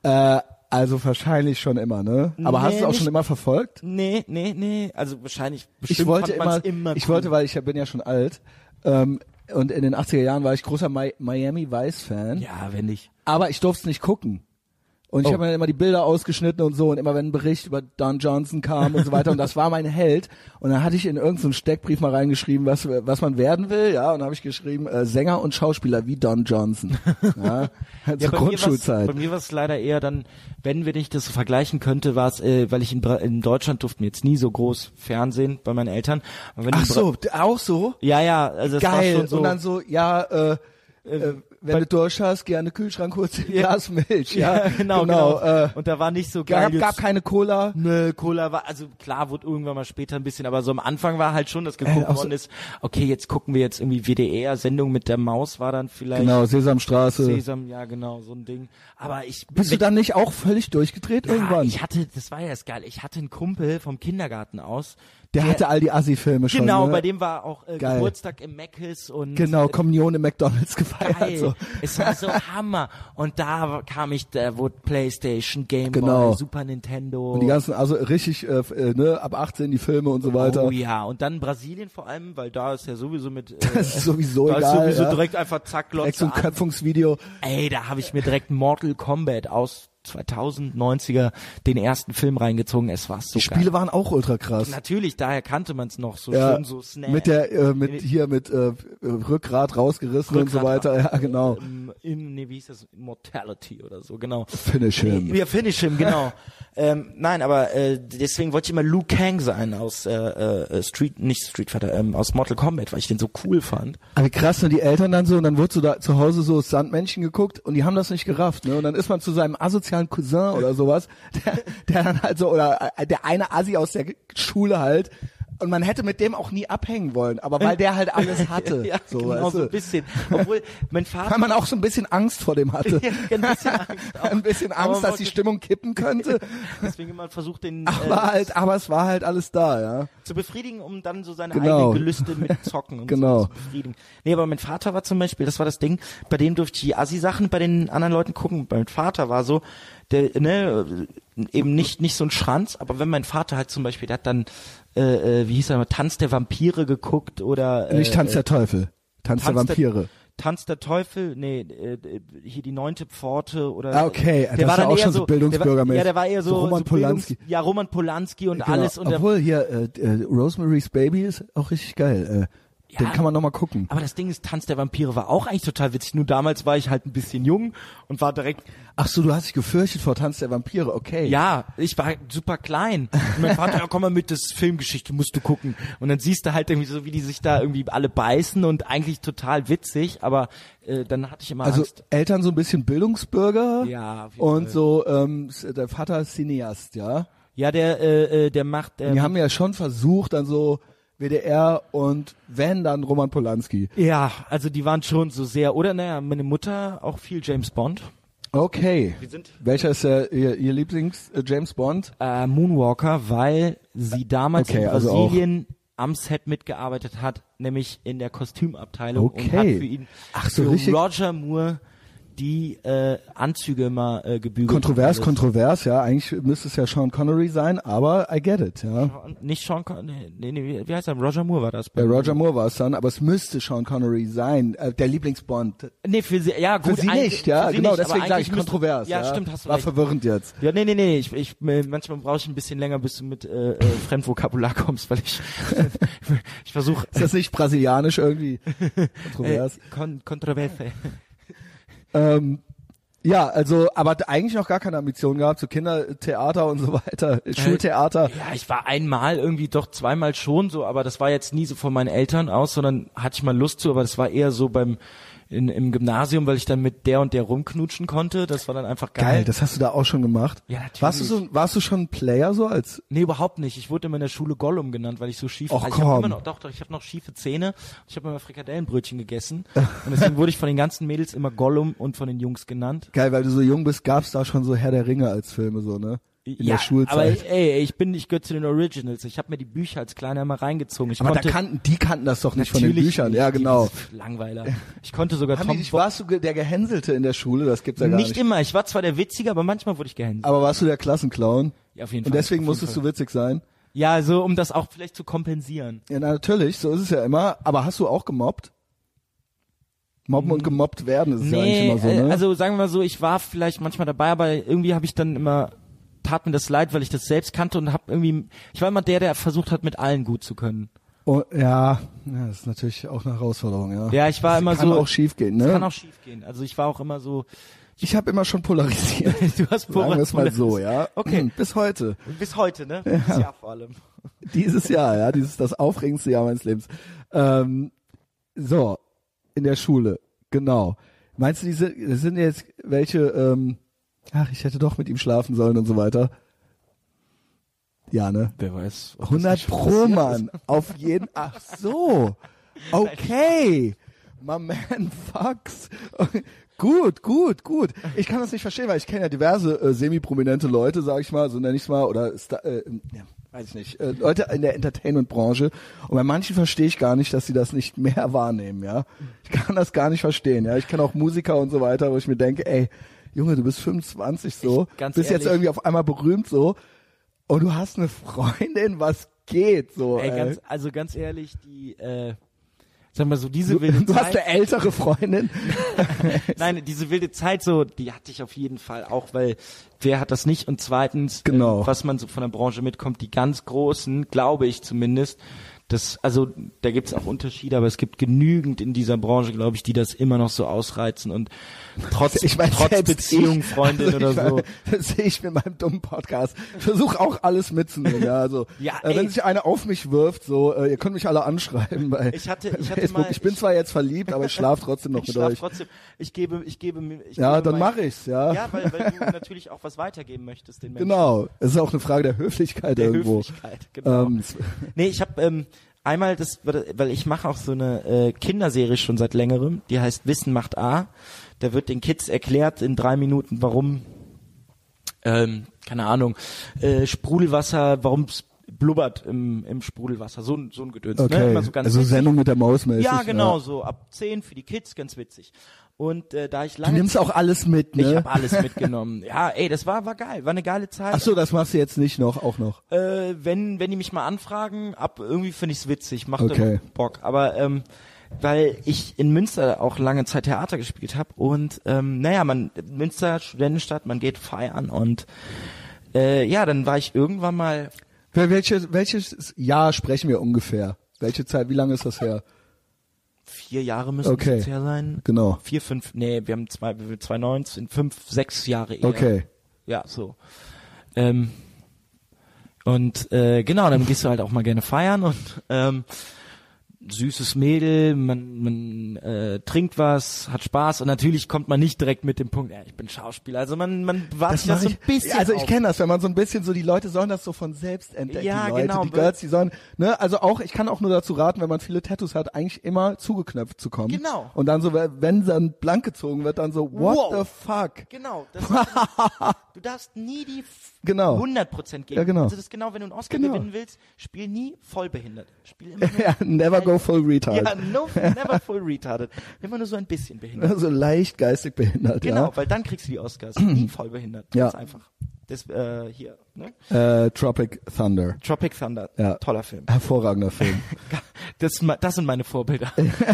Äh, also wahrscheinlich schon immer, ne? Aber
Nee,
hast du es auch schon
nicht-
immer verfolgt?
Nee, nee, nee. Also wahrscheinlich bestimmt
ich wollte
fand man's
immer,
immer
ich
cool.
wollte, weil ich ja- bin ja schon alt, ähm, und in den 80er Jahren war ich großer Mi Miami Vice Fan,
ja, wenn nicht.
aber ich durfte es nicht gucken. Und ich
Oh.
habe mir dann immer die Bilder ausgeschnitten und so und immer wenn ein Bericht über Don Johnson kam und so weiter und das war mein Held und dann hatte ich in irgendeinen Steckbrief mal reingeschrieben, was was man werden will, ja, und dann habe ich geschrieben äh, Sänger und Schauspieler wie Don Johnson. Ja,
Ja,
zur
bei mir war's-
Grundschulzeit.
Bei mir war es leider eher dann, wenn wir nicht das so vergleichen könnte, war es, äh, weil ich in, Bra in Deutschland durften wir jetzt nie so groß Fernsehen bei meinen Eltern. Aber wenn in
Ach
Bra-
so, d- auch so.
Ja, ja, also es war
Geil
schon so.
und dann so ja, äh Äh, wenn du durch hast, gerne Kühlschrank kurz ein Glas Milch. Ja,
Ja, genau, genau.
Äh,
und da war nicht so geil.
gab, gab
jetzt-
keine Cola.
Nö, Cola war, also klar, wurde irgendwann mal später ein bisschen, aber so am Anfang war halt schon, dass geguckt
Äh, auch so-
worden ist, okay, jetzt gucken wir jetzt irgendwie WDR-Sendung mit der Maus war dann vielleicht.
Genau, Sesamstraße.
Sesam, ja genau, so ein Ding. Aber ich
Bist du
ich-
dann nicht auch völlig durchgedreht
ja,
irgendwann?
Ich hatte, das war ja das geil. Ich hatte einen Kumpel vom Kindergarten aus.
der hatte all die Assi-Filme schon.
genau,
ne?
bei dem war auch äh,
Geil.
Geburtstag im Meckes und
Genau, also. Kommunion im McDonalds gefeiert.
geil.
So.
Es war so Hammer. Und da kam ich, da wurde PlayStation, Game
Genau.
Boy, Super Nintendo.
Und die ganzen, also richtig, äh, f- äh, ne, ab 18 die Filme und so weiter.
Oh ja, und dann Brasilien vor allem, weil da ist ja sowieso mit äh,
Das ist sowieso
da
egal.
ist sowieso
ja.
direkt einfach zack
direkt so
Glotze an.
ein Köpfungsvideo.
Ey, da habe ich mir direkt Mortal Kombat aus 2090er den ersten Film reingezogen. Es war so
Die
geil.
Spiele waren auch ultra krass.
Natürlich, daher kannte man es noch so
ja,
schön, so Snap.
mit der, äh, mit
Nee.
hier mit äh, Rückgrat rausgerissen und so
Rückgrat-
weiter. Ja, genau.
ähm, in, nee, wie hieß das? Mortality oder so, genau.
Finish him.
Ja, finish him, genau. ähm, nein, aber äh, deswegen wollte ich immer Liu Kang sein aus äh, äh, Street, nicht Street Fighter, ähm, aus Mortal Kombat, weil ich den so cool fand.
Aber krass, ne, die Eltern dann so, und dann wurdest du da zu Hause so Sandmännchen geguckt und die haben das nicht gerafft, ne? Und dann ist man zu seinem asozialen Cousin oder sowas, der, der dann halt so, oder äh, der eine Assi aus der Schule halt, und man hätte mit dem auch nie abhängen wollen, aber weil der halt alles hatte.
ja,
so,
genau
weißt
so ein
du?
bisschen. Obwohl, mein Vater
Weil man auch so ein bisschen Angst vor dem hatte.
Ja, genau, ein bisschen Angst auch.
ein bisschen
Aber
Angst, dass die
wirklich-
Stimmung kippen könnte.
deswegen immer versucht, den
Aber
äh,
halt, aber es war halt alles da, ja.
zu befriedigen, um dann so seine
Genau.
eigenen Gelüste mit Zocken und
Genau.
so zu befriedigen. Nee, aber mein Vater war zum Beispiel, das war das Ding, bei dem durfte ich die Assi-Sachen bei den anderen Leuten gucken. Mein Vater war so, der, ne, eben nicht, nicht so ein Schranz, aber wenn mein Vater halt zum Beispiel, der hat dann, äh, äh, wie hieß er, mal, Tanz der Vampire geguckt oder... Äh,
Nicht Tanz der Teufel. Tanz, der Vampire.
Tanz der Teufel, nee, äh, äh, hier die neunte Pforte oder.
Ah, okay. Das
der war
ist ja
dann
auch
eher
schon
so
so
Der war,
bildungsbürgermäßig.
ja, der war eher
So
so.
Roman Polanski. genau.
Bildungs- Ja, Roman Polanski und alles. Und der,
Obwohl hier äh, äh, Rosemary's Baby ist auch richtig geil. Äh,
Ja.
Den kann man nochmal gucken.
aber das Ding ist, Tanz der Vampire war auch eigentlich total witzig. Nur damals war ich halt ein bisschen jung und war direkt,
Ach so, du hast dich gefürchtet vor Tanz der Vampire, okay.
ja, ich war halt super klein. Und mein Vater, ja, komm mal mit, das ist Filmgeschichte, musst du gucken. Und dann siehst du halt irgendwie so, wie die sich da irgendwie alle beißen und eigentlich total witzig. Aber äh, dann hatte ich immer
Also
Angst.
Eltern so ein bisschen Bildungsbürger
Ja, auf jeden
und
Fall.
so ähm, s- der Vater ist Cineast, ja.
Ja, der, äh, äh, der macht. Ähm,
Die haben ja schon versucht, dann so WDR und wenn dann Roman Polanski.
Ja, also die waren schon so sehr, oder? Naja, meine Mutter auch viel James Bond.
Okay.
Wir sind-
Welcher ist äh, ihr, ihr Lieblings äh, James Bond?
Äh, Moonwalker, weil sie damals
Okay,
in
also auch.
Brasilien am Set mitgearbeitet hat, nämlich in der Kostümabteilung und
Okay.
hat für ihn
Ach so,
für
richtig-
Roger Moore die äh, Anzüge immer äh, gebügelt.
Kontrovers,
Und alles.
kontrovers, ja. Eigentlich müsste es ja Sean Connery sein, aber I get it, ja.
Nicht Sean Con nee, nee, nee, wie heißt er? Roger Moore war das.
Ja, Roger Moore war es dann, aber es müsste Sean Connery sein, äh, der Lieblingsbond.
Nee, ne, für sie, ja,
Für
gut,
sie
eigentlich-
nicht, ja,
für sie
genau,
nicht, aber
deswegen sage
eigentlich
ich
müsste-
kontrovers.
Ja, stimmt, hast du
War
recht.
verwirrend jetzt.
Ja, nee, nee, nee, ich, ich mir- manchmal brauche ich ein bisschen länger, bis du mit äh, äh, Fremdvokabular kommst, weil ich ich versuche
Ist das nicht brasilianisch irgendwie?
äh,
Kontrovers.
kon Kontroverse.
ähm, ja, also, aber hat eigentlich noch gar keine Ambition gehabt, so Kindertheater und so weiter, Schultheater.
Äh, Ja, ich war einmal irgendwie doch zweimal schon so, aber das war jetzt nie so von meinen Eltern aus, sondern hatte ich mal Lust zu, aber das war eher so beim in, im Gymnasium, weil ich dann mit der und der rumknutschen konnte, das war dann einfach geil.
Geil, das hast du da auch schon gemacht.
Ja, natürlich.
Warst du so, ein- warst du schon ein Player so als,
Nee, überhaupt nicht. Ich wurde immer in der Schule Gollum genannt, weil ich so schief
Och,
ich hab
komm.
immer noch, doch, doch, ich habe noch schiefe Zähne. Ich habe immer Frikadellenbrötchen gegessen und deswegen wurde ich von den ganzen Mädels immer Gollum und von den Jungs genannt.
geil, weil du so jung bist, gab's da schon so Herr der Ringe als Filme so, ne? In
ja,
der Schulzeit.
aber ey, ich bin nicht gehört zu den Originals. Ich habe mir die Bücher als kleiner immer reingezogen. Ich
aber da
konnte
kannten, die kannten das doch nicht von den
natürlich
Büchern,
nicht
ja
die-
genau.
pf, Langweiler. Ich konnte sogar
Haben
Tom
die dich,
Bo-
warst du ge- der Gehänselte in der Schule? Das gibt's ja gar
nicht,
nicht.
immer. Ich war zwar der Witzige, aber manchmal wurde ich gehänselt.
Aber warst du der Klassenclown?
Ja, auf jeden
Und
Fall,
deswegen
auf jeden
musstest du witzig sein?
Ja, so um das auch vielleicht zu kompensieren.
Ja, na, natürlich, so ist es ja immer. Aber hast du auch gemobbt? Mobben und gemobbt werden, das ist ja eigentlich immer so,
Hm. äh,
ne?
Also sagen wir mal so, ich war vielleicht manchmal dabei, aber irgendwie habe ich dann immer tat mir das leid, weil ich das selbst kannte und habe irgendwie ich war immer der, der versucht hat, mit allen gut zu können.
oh, ja, ja, das ist natürlich auch eine Herausforderung, ja.
Ja, ich war
das
immer
kann
so-
auch schief gehen,
Das kann
ne?
auch schief gehen. Also ich war auch immer so,
Ich habe immer schon polarisiert.
du hast
Sagen wir es mal
Polarisiert.
so, ja. Hm,
Okay.
Bis heute.
Bis heute, ne? Ja. Bis Jahr vor allem.
Dieses Jahr, ja, dieses das aufregendste Jahr meines Lebens. Ähm, so, in der Schule. Genau. Meinst du, diese das sind jetzt welche, ähm, ach, ich hätte doch mit ihm schlafen sollen und so weiter? Ja, ne?
Wer weiß. ob das
100
nicht schon
pro
passiert
Mann. Auf jeden, ach so. Okay. My man fucks. Gut, gut, gut. Ich kann das nicht verstehen, weil ich kenne ja diverse äh, semi-prominente Leute, sag ich mal, so nenn ich's mal, oder Sta äh, ja, weiß ich nicht, äh, Leute in der Entertainment-Branche. Und bei manchen verstehe ich gar nicht, dass sie das nicht mehr wahrnehmen, ja. Ich kann das gar nicht verstehen, ja. Ich kenne auch Musiker und so weiter, wo ich mir denke, ey, Junge, du bist 25 so,
Ich- ganz
bist jetzt
ehrlich.
irgendwie auf einmal berühmt so und du hast eine Freundin, was geht so,
Ey,
ey.
ganz, also ganz ehrlich, die, äh, sag mal so, diese wilde
du hast
Zeit,
eine ältere Freundin.
nein, diese wilde Zeit so, die hatte ich auf jeden Fall auch, weil wer hat das nicht? Und zweitens,
Genau.
ähm, was man so von der Branche mitkommt, die ganz Großen, glaube ich zumindest, das, also da gibt's auch Unterschiede, aber es gibt genügend in dieser Branche, glaube ich, die das immer noch so ausreizen und trotz,
Ich meine,
trotz
selbst
Beziehung,
ich,
Freundin
also
oder
ich
so.
meine, Das sehe ich mit meinem dummen Podcast. Ich versuche auch alles mitzunehmen. Ja, also,
Ja,
äh, wenn
ey.
sich einer auf mich wirft, so, äh, ihr könnt mich alle anschreiben bei,
Ich hatte-
bei
ich hatte
Facebook.
mal-
ich bin
ich-
zwar jetzt verliebt, aber ich schlafe trotzdem noch
Ich
mit
schlaf
euch.
trotzdem. Ich gebe, ich gebe mir. Ich
Ja,
gebe
dann
mein-
mache ich's, ja.
Ja, weil, weil du natürlich auch was weitergeben möchtest den Menschen.
Genau. Es ist auch eine Frage der Höflichkeit
Der
irgendwo.
Höflichkeit, genau.
Ähm, s-
Nee, ich habe ähm, einmal das, weil ich mache auch so eine äh, Kinderserie schon seit längerem, die heißt Wissen macht A. Da wird den Kids erklärt in drei Minuten, warum, ähm, keine Ahnung, äh, Sprudelwasser, warum es blubbert im, im Sprudelwasser. So, ein- so ein Gedöns. Ne?
okay.
Immer so ganz
also Sendung mit der Maus mäßig. ne?
ja, genau, so ab 10 für die Kids, ganz witzig. Und äh, da ich
Du
lange
nimmst auch alles mit, ne?
Ich habe alles mitgenommen. Ja, ey, das war war geil, war eine geile Zeit.
Ach so, das machst du jetzt nicht noch, auch noch.
Äh, wenn wenn die mich mal anfragen, ab irgendwie finde ich's witzig, macht
Okay.
immer Bock. Aber ähm, weil ich in Münster auch lange Zeit Theater gespielt habe und ähm, naja, man Münster Studentenstadt, man geht feiern und äh, ja, dann war ich irgendwann mal
Wel- Welches, welches Jahr sprechen wir ungefähr? Welche Zeit, wie lange ist das her?
vier Jahre müssen
Okay.
okay. es her sein.
Genau.
Vier, fünf, nee, wir haben zwei, wir haben 2019, fünf, sechs Jahre eher.
Okay.
Ja, so. Ähm, und äh, genau, dann gehst du halt auch mal gerne feiern und ähm, süßes Mädel, man, man äh, trinkt was, hat Spaß und natürlich kommt man nicht direkt mit dem Punkt, ja, ich bin Schauspieler. Also man, man wartet sich das so
mach
ein bisschen.
Also ich
auf.
kenne das, wenn man so ein bisschen so die Leute sollen das so von selbst entdecken.
Ja,
die Leute,
genau.
Die Girls, die sollen, ne, also auch, ich kann auch nur dazu raten, wenn man viele Tattoos hat, eigentlich immer zugeknöpft zu kommen.
Genau.
Und dann so, wenn dann blank gezogen wird, dann so, what
Wow.
the fuck?
Genau. Das du darfst nie die F-
Genau.
100% geben.
Ja, genau.
Also das ist genau, wenn du einen Oscar
Genau.
gewinnen willst, spiel nie vollbehindert. Spiel immer nur
ja, never go full retard.
Ja, no, never full retarded. Immer nur so ein bisschen behindert.
So leicht geistig behindert,
Genau, weil dann kriegst du die Oscars. Nie voll behindert.
Ja.
Ganz einfach. Das, äh, hier, ne?
ja. Äh, Tropic Thunder.
Tropic Thunder.
Ja.
Toller Film.
Hervorragender Film.
Das, ma- das sind meine Vorbilder.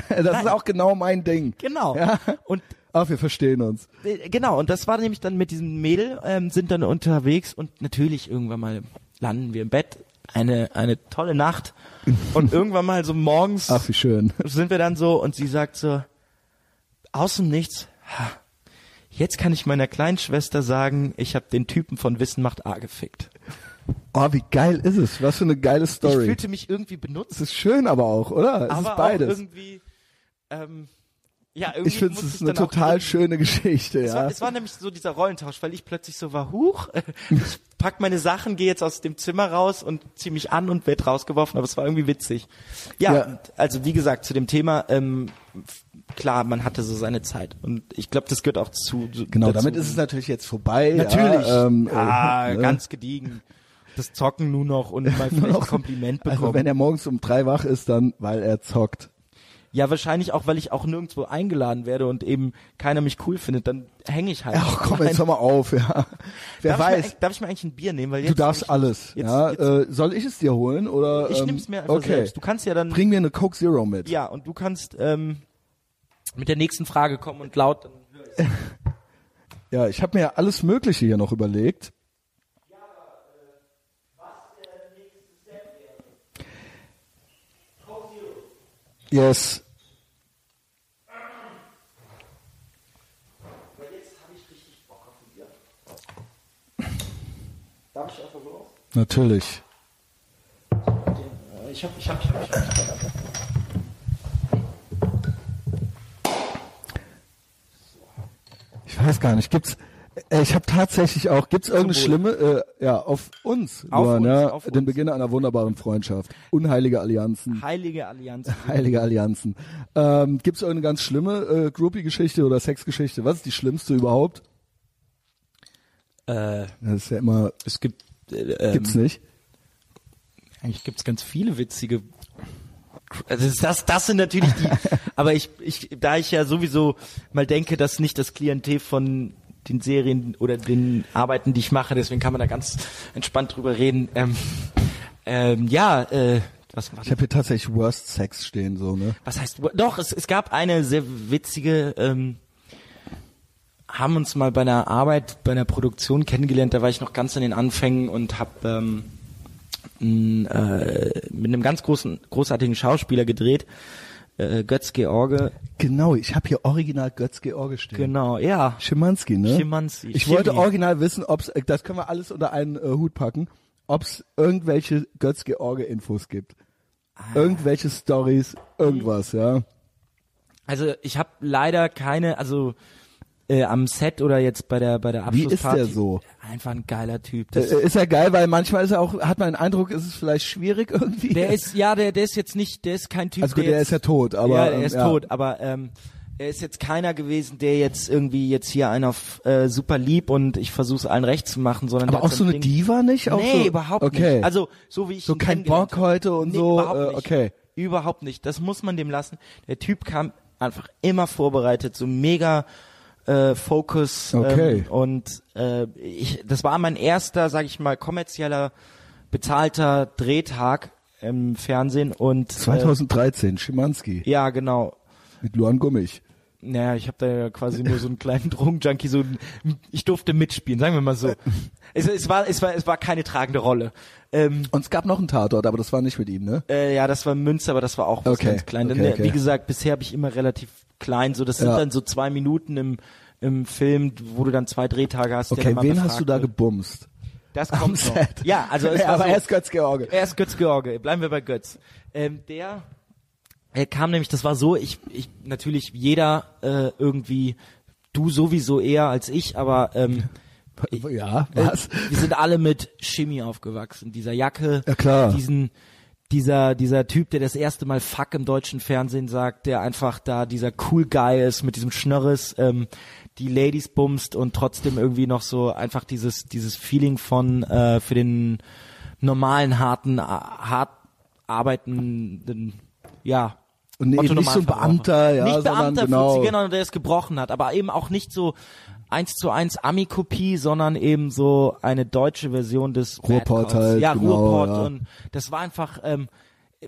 das ist auch genau mein Ding.
genau.
Ja.
Und
Ach, wir verstehen uns.
äh, genau, und das war nämlich dann mit diesem Mädel, ähm, sind dann unterwegs und natürlich irgendwann mal landen wir im Bett. Eine, eine tolle Nacht. Und irgendwann mal so morgens.
Ach, Ah, wie schön.
sind wir dann so und sie sagt so, aus dem Nichts, "Ha, jetzt kann ich meiner kleinen Schwester sagen, ich habe den Typen von Wissen macht A gefickt.
Oh, wie geil ist es? Was für eine geile
Ich
Story.
fühlte mich irgendwie
Es
benutzt,
ist schön aber auch, oder? Es
aber
ist
auch
beides.
irgendwie, ähm, ja, irgendwie
Ich finde,
musste
es ist
ich
eine
dann auch
total
irgendwie-
schöne Geschichte,
Es war,
ja.
es war nämlich so dieser Rollentausch, weil ich plötzlich so war, huch, ich pack meine Sachen, gehe jetzt aus dem Zimmer raus und zieh mich an und werd rausgeworfen, aber es war irgendwie witzig. Ja,
Ja.
und also wie gesagt, zu dem Thema, ähm, f- klar, man hatte so seine Zeit und ich glaube, das gehört auch zu. zu-
Genau,
dazu.
damit ist es natürlich jetzt vorbei.
natürlich.
Ja, ähm,
ah,
äh, ne?
ganz gediegen. Das Zocken nur noch und mal vielleicht ein Kompliment bekommen.
Also wenn er morgens um drei wach ist, dann, weil er zockt.
ja, wahrscheinlich auch, weil ich auch nirgendwo eingeladen werde und eben keiner mich cool findet, dann hänge ich halt.
Ach oh, komm, jetzt hör mal auf, ja. Wer
darf Ich
weiß,
mir, eigentlich- darf ich mir eigentlich ein Bier nehmen? Weil jetzt
du darfst
ich-
alles.
jetzt-
ja.
jetzt-
äh, soll ich es dir holen? Oder,
Ich
ähm,
nehm's mir einfach
okay.
selbst. Du kannst ja dann,
Bring mir eine Coke Zero mit.
ja, und du kannst ähm, mit der nächsten Frage kommen und laut. Dann hör ich's.
Ja, ich habe mir ja alles Mögliche hier noch überlegt. Yes.
Darf ich einfach so?
Natürlich.
Äh, Ich hab, ich hab, ich hab, ich hab.
ich weiß gar nicht, gibt's äh, ich habe tatsächlich auch, gibt's irgendeine
Wohl.
schlimme, äh, ja, auf uns,
Auf
nur,
uns,
ne?
auf
den
uns.
Beginn einer wunderbaren Freundschaft, unheilige Allianzen,
Heilige Allianz.
heilige Allianzen. Ähm, gibt's irgendeine ganz schlimme äh, Groupie-Geschichte oder Sexgeschichte? Was ist die schlimmste überhaupt?
äh,
Das ist ja immer,
es gibt, äh, ähm,
gibt's nicht.
Eigentlich gibt's ganz viele witzige. Also das- das, das sind natürlich die. aber ich, ich, da ich ja sowieso mal denke, dass nicht das Klientel von den Serien oder den Arbeiten, die ich mache, deswegen kann man da ganz entspannt drüber reden. Ähm, ähm, ja, äh, was war
Ich habe hier tatsächlich Worst Sex stehen, so, ne?
was heißt, doch, es, es gab eine sehr witzige, ähm, haben uns mal bei einer Arbeit, bei einer Produktion kennengelernt, da war ich noch ganz in den Anfängen und habe ähm, n, äh, mit einem ganz großen, großartigen Schauspieler gedreht, äh, Götz George.
Genau, ich habe hier original Götz-George stehen.
Genau, ja.
Schimanski, ne?
Schimanski.
Ich
Schimmi.
wollte original wissen, ob's, äh, das können wir alles unter einen äh, Hut packen, ob's irgendwelche Götz-George-Infos gibt.
Ah.
Irgendwelche Stories, irgendwas, ja.
Also ich habe leider keine, also äh, am Set oder jetzt bei der bei der
Wie ist
Abschlussparty.
der so?
Einfach ein geiler Typ.
Äh,
Das,
Ist ja geil, weil manchmal ist er auch, hat man den Eindruck, ist es vielleicht schwierig irgendwie.
der ist, ja, der, der ist jetzt nicht, der ist kein Typ,
also gut, der
jetzt-
ist ja tot, aber.
ja, er
ähm,
ist tot, aber ähm, er ist jetzt keiner gewesen, der jetzt irgendwie jetzt hier einer f- äh, super lieb und ich versuche es allen recht zu machen, sondern
Aber
der hat
auch so eine
ein Ding-
Diva nicht? Auch
Nee,
so?
überhaupt
okay.
nicht. Also so wie ich
So
ihn
kein
kennengelernt
Bock
hab.
heute und
nee,
so,
Überhaupt
äh,
nicht.
okay.
Überhaupt nicht. Das muss man dem lassen. Der Typ kam einfach immer vorbereitet, so mega äh, Focus.
Okay.
Ähm, und äh, ich, das war mein erster, sag ich mal, kommerzieller bezahlter Drehtag im Fernsehen und
2013, Schimanski.
Äh, ja genau
Mit Luan Gummich.
naja, ich habe da ja quasi nur so einen kleinen Drogenjunkie, so ein, ich durfte mitspielen, sagen wir mal so. Es, es war, es war, es war keine tragende Rolle. Ähm,
Und es gab noch einen Tatort, aber das war nicht mit ihm, ne?
äh, ja, das war Münster, aber das war auch was
Okay,
ganz klein. Denn,
okay,
äh,
okay.
Wie gesagt, bisher habe ich immer relativ klein, so das sind
Ja.
dann so zwei Minuten im im Film, wo du dann zwei Drehtage hast. der
Okay,
dann mal
wen hast
befragt
du da
wird.
gebumst?
Das
Am
kommt noch.
Set.
Ja, also es
Nee,
war
aber
so,
erst Götz-George.
Er ist Götz George, bleiben wir bei Götz. Ähm, der er kam nämlich, das war so, ich, ich natürlich jeder äh, irgendwie, du sowieso eher als ich, aber ähm, ich,
Ja, was?
äh, wir sind alle mit Chemie aufgewachsen, dieser Jacke,
Ja, klar.
diesen dieser dieser Typ, der das erste Mal Fuck im deutschen Fernsehen sagt, der einfach da dieser cool Guy ist mit diesem Schnörres, ähm, die Ladies bumst und trotzdem irgendwie noch so einfach dieses dieses Feeling von äh, für den normalen harten a- hart arbeitenden ja
Und nee, eben nicht so ein Beamter, ja,
nicht
sondern
Beamter,
genau.
40er, sondern der es gebrochen hat, aber eben auch nicht so eins zu eins Ami-Kopie, sondern eben so eine deutsche Version des Bad
Ruhrpott
Cops.
halt,
ja,
genau,
Ruhrpott
ja.
und das war einfach ähm,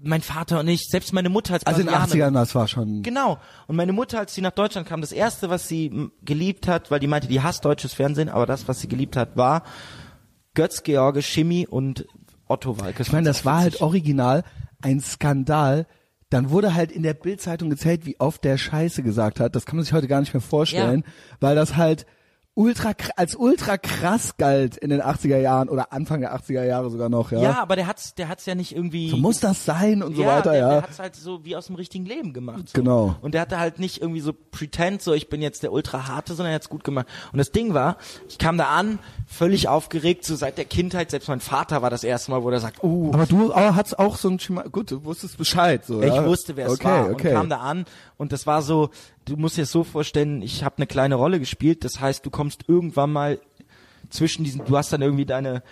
mein Vater und ich, selbst meine Mutter als
Also in den
Brasilianerin-
80ern, das war schon.
Genau. Und meine Mutter, als sie nach Deutschland kam, das erste, was sie m, geliebt hat, weil die meinte, die hasst deutsches Fernsehen, aber das, was sie geliebt hat, war Götz George Schimi und Otto Walkes.
Ich meine, das war halt original ein Skandal. Dann wurde halt in der Bildzeitung gezählt, wie oft der Scheiße gesagt hat. Das kann man sich heute gar nicht mehr vorstellen, weil das halt ultra kr- als ultra krass galt in den 80er Jahren oder Anfang der 80er Jahre sogar noch, ja.
Ja, aber der hat's, der hat's ja nicht irgendwie.
So muss das sein und so
ja,
weiter,
der,
ja.
Der hat's halt so wie aus dem richtigen Leben gemacht. So.
Genau.
Und der hatte halt nicht irgendwie so Pretend, so ich bin jetzt der ultra harte, sondern er hat's gut gemacht. Und das Ding war, ich kam da an, völlig aufgeregt, so seit der Kindheit, selbst mein Vater war das erste Mal, wo er sagt, uh,
aber du aber hat's auch so ein Schema gut, du wusstest Bescheid so, ja?
Ich wusste, wer es
okay,
war
Okay.
und kam da an und das war so, du musst dir das so vorstellen, ich habe eine kleine Rolle gespielt, das heißt, du kommst irgendwann mal zwischen diesen, du hast dann irgendwie deine,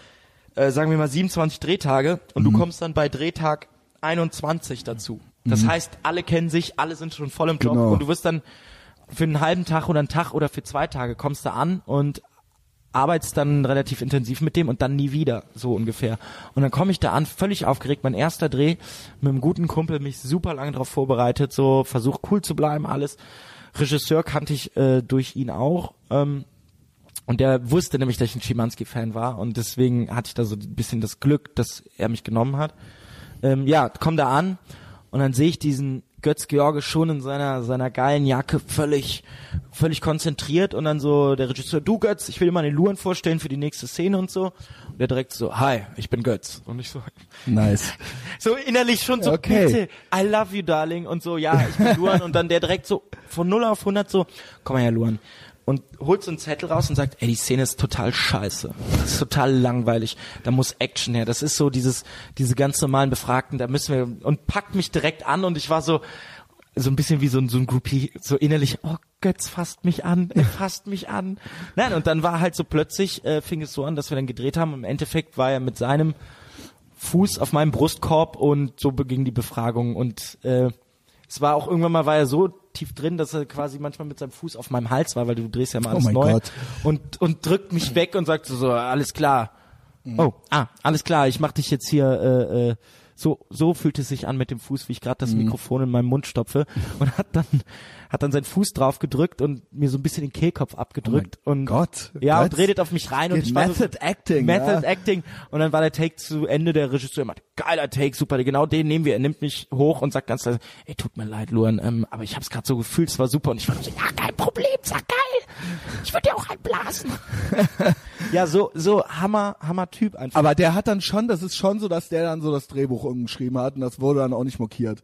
äh, sagen wir mal 27 Drehtage und du kommst dann bei Drehtag 21 dazu. Das heißt, alle kennen sich, alle sind schon voll im Job
Genau.
und du wirst dann für einen halben Tag oder einen Tag oder für zwei Tage kommst du an und arbeitest dann relativ intensiv mit dem und dann nie wieder, so ungefähr. Und dann komme ich da an, völlig aufgeregt, mein erster Dreh, mit einem guten Kumpel, mich super lange darauf vorbereitet, so versucht cool zu bleiben, alles. Regisseur kannte ich äh, durch ihn auch. Ähm, und der wusste nämlich, dass ich ein Schimanski-Fan war und deswegen hatte ich da so ein bisschen das Glück, dass er mich genommen hat. Ähm, ja, komm da an und dann sehe ich diesen Götz-George schon in seiner, seiner geilen Jacke völlig, völlig konzentriert und dann so der Regisseur, du Götz, ich will dir mal den Luan vorstellen für die nächste Szene und so. Und der direkt so, hi, ich bin Götz. Und ich so,
Nice.
so innerlich schon so,
Okay.
bitte, I love you, darling. Und so, ja, ich bin Luan. und dann der direkt so von 0 auf 100 so, komm mal her, Luan. und holt so einen Zettel raus und sagt, ey, die Szene ist total scheiße. Das ist total langweilig. Da muss Action her. Das ist so dieses, diese ganz normalen Befragten, da müssen wir, und packt mich direkt an und ich war so, so ein bisschen wie so ein, so ein Groupie, so innerlich, oh Götz, fasst mich an, er fasst mich an. Nein, und dann war halt so plötzlich, äh, fing es so an, dass wir dann gedreht haben. Im Endeffekt war er mit seinem Fuß auf meinem Brustkorb und so beging die Befragung. Und äh, es war auch irgendwann mal, war er so tief drin, dass er quasi manchmal mit seinem Fuß auf meinem Hals war, weil du drehst ja mal alles
Oh mein
neu.
Gott.
Und, und drückt mich weg und sagt so, so alles klar.
Mhm.
Oh, ah, alles klar, ich mach dich jetzt hier, äh, äh, so, so fühlt es sich an mit dem Fuß, wie ich gerade das
Mhm.
Mikrofon in meinen Mund stopfe und hat dann, hat dann seinen Fuß drauf gedrückt und mir so ein bisschen den Kehlkopf abgedrückt
Oh mein
und,
Gott,
ja,
Gott.
und redet auf mich rein und ich war so,
Method Acting.
Method
ja.
Acting. Und dann war der Take zu Ende, der Regisseur macht, geiler Take, super, genau den nehmen wir. Er nimmt mich hoch und sagt ganz leise, ey, tut mir leid, Luan, ähm, aber ich hab's gerade so gefühlt, es war super. Und ich war so, ja, kein Problem, sag geil. Ich würde dir auch einblasen. ja, so, so Hammer, Hammer Typ einfach.
Aber der hat dann schon, das ist schon so, dass der dann so das Drehbuch umgeschrieben hat und das wurde dann auch nicht mokiert.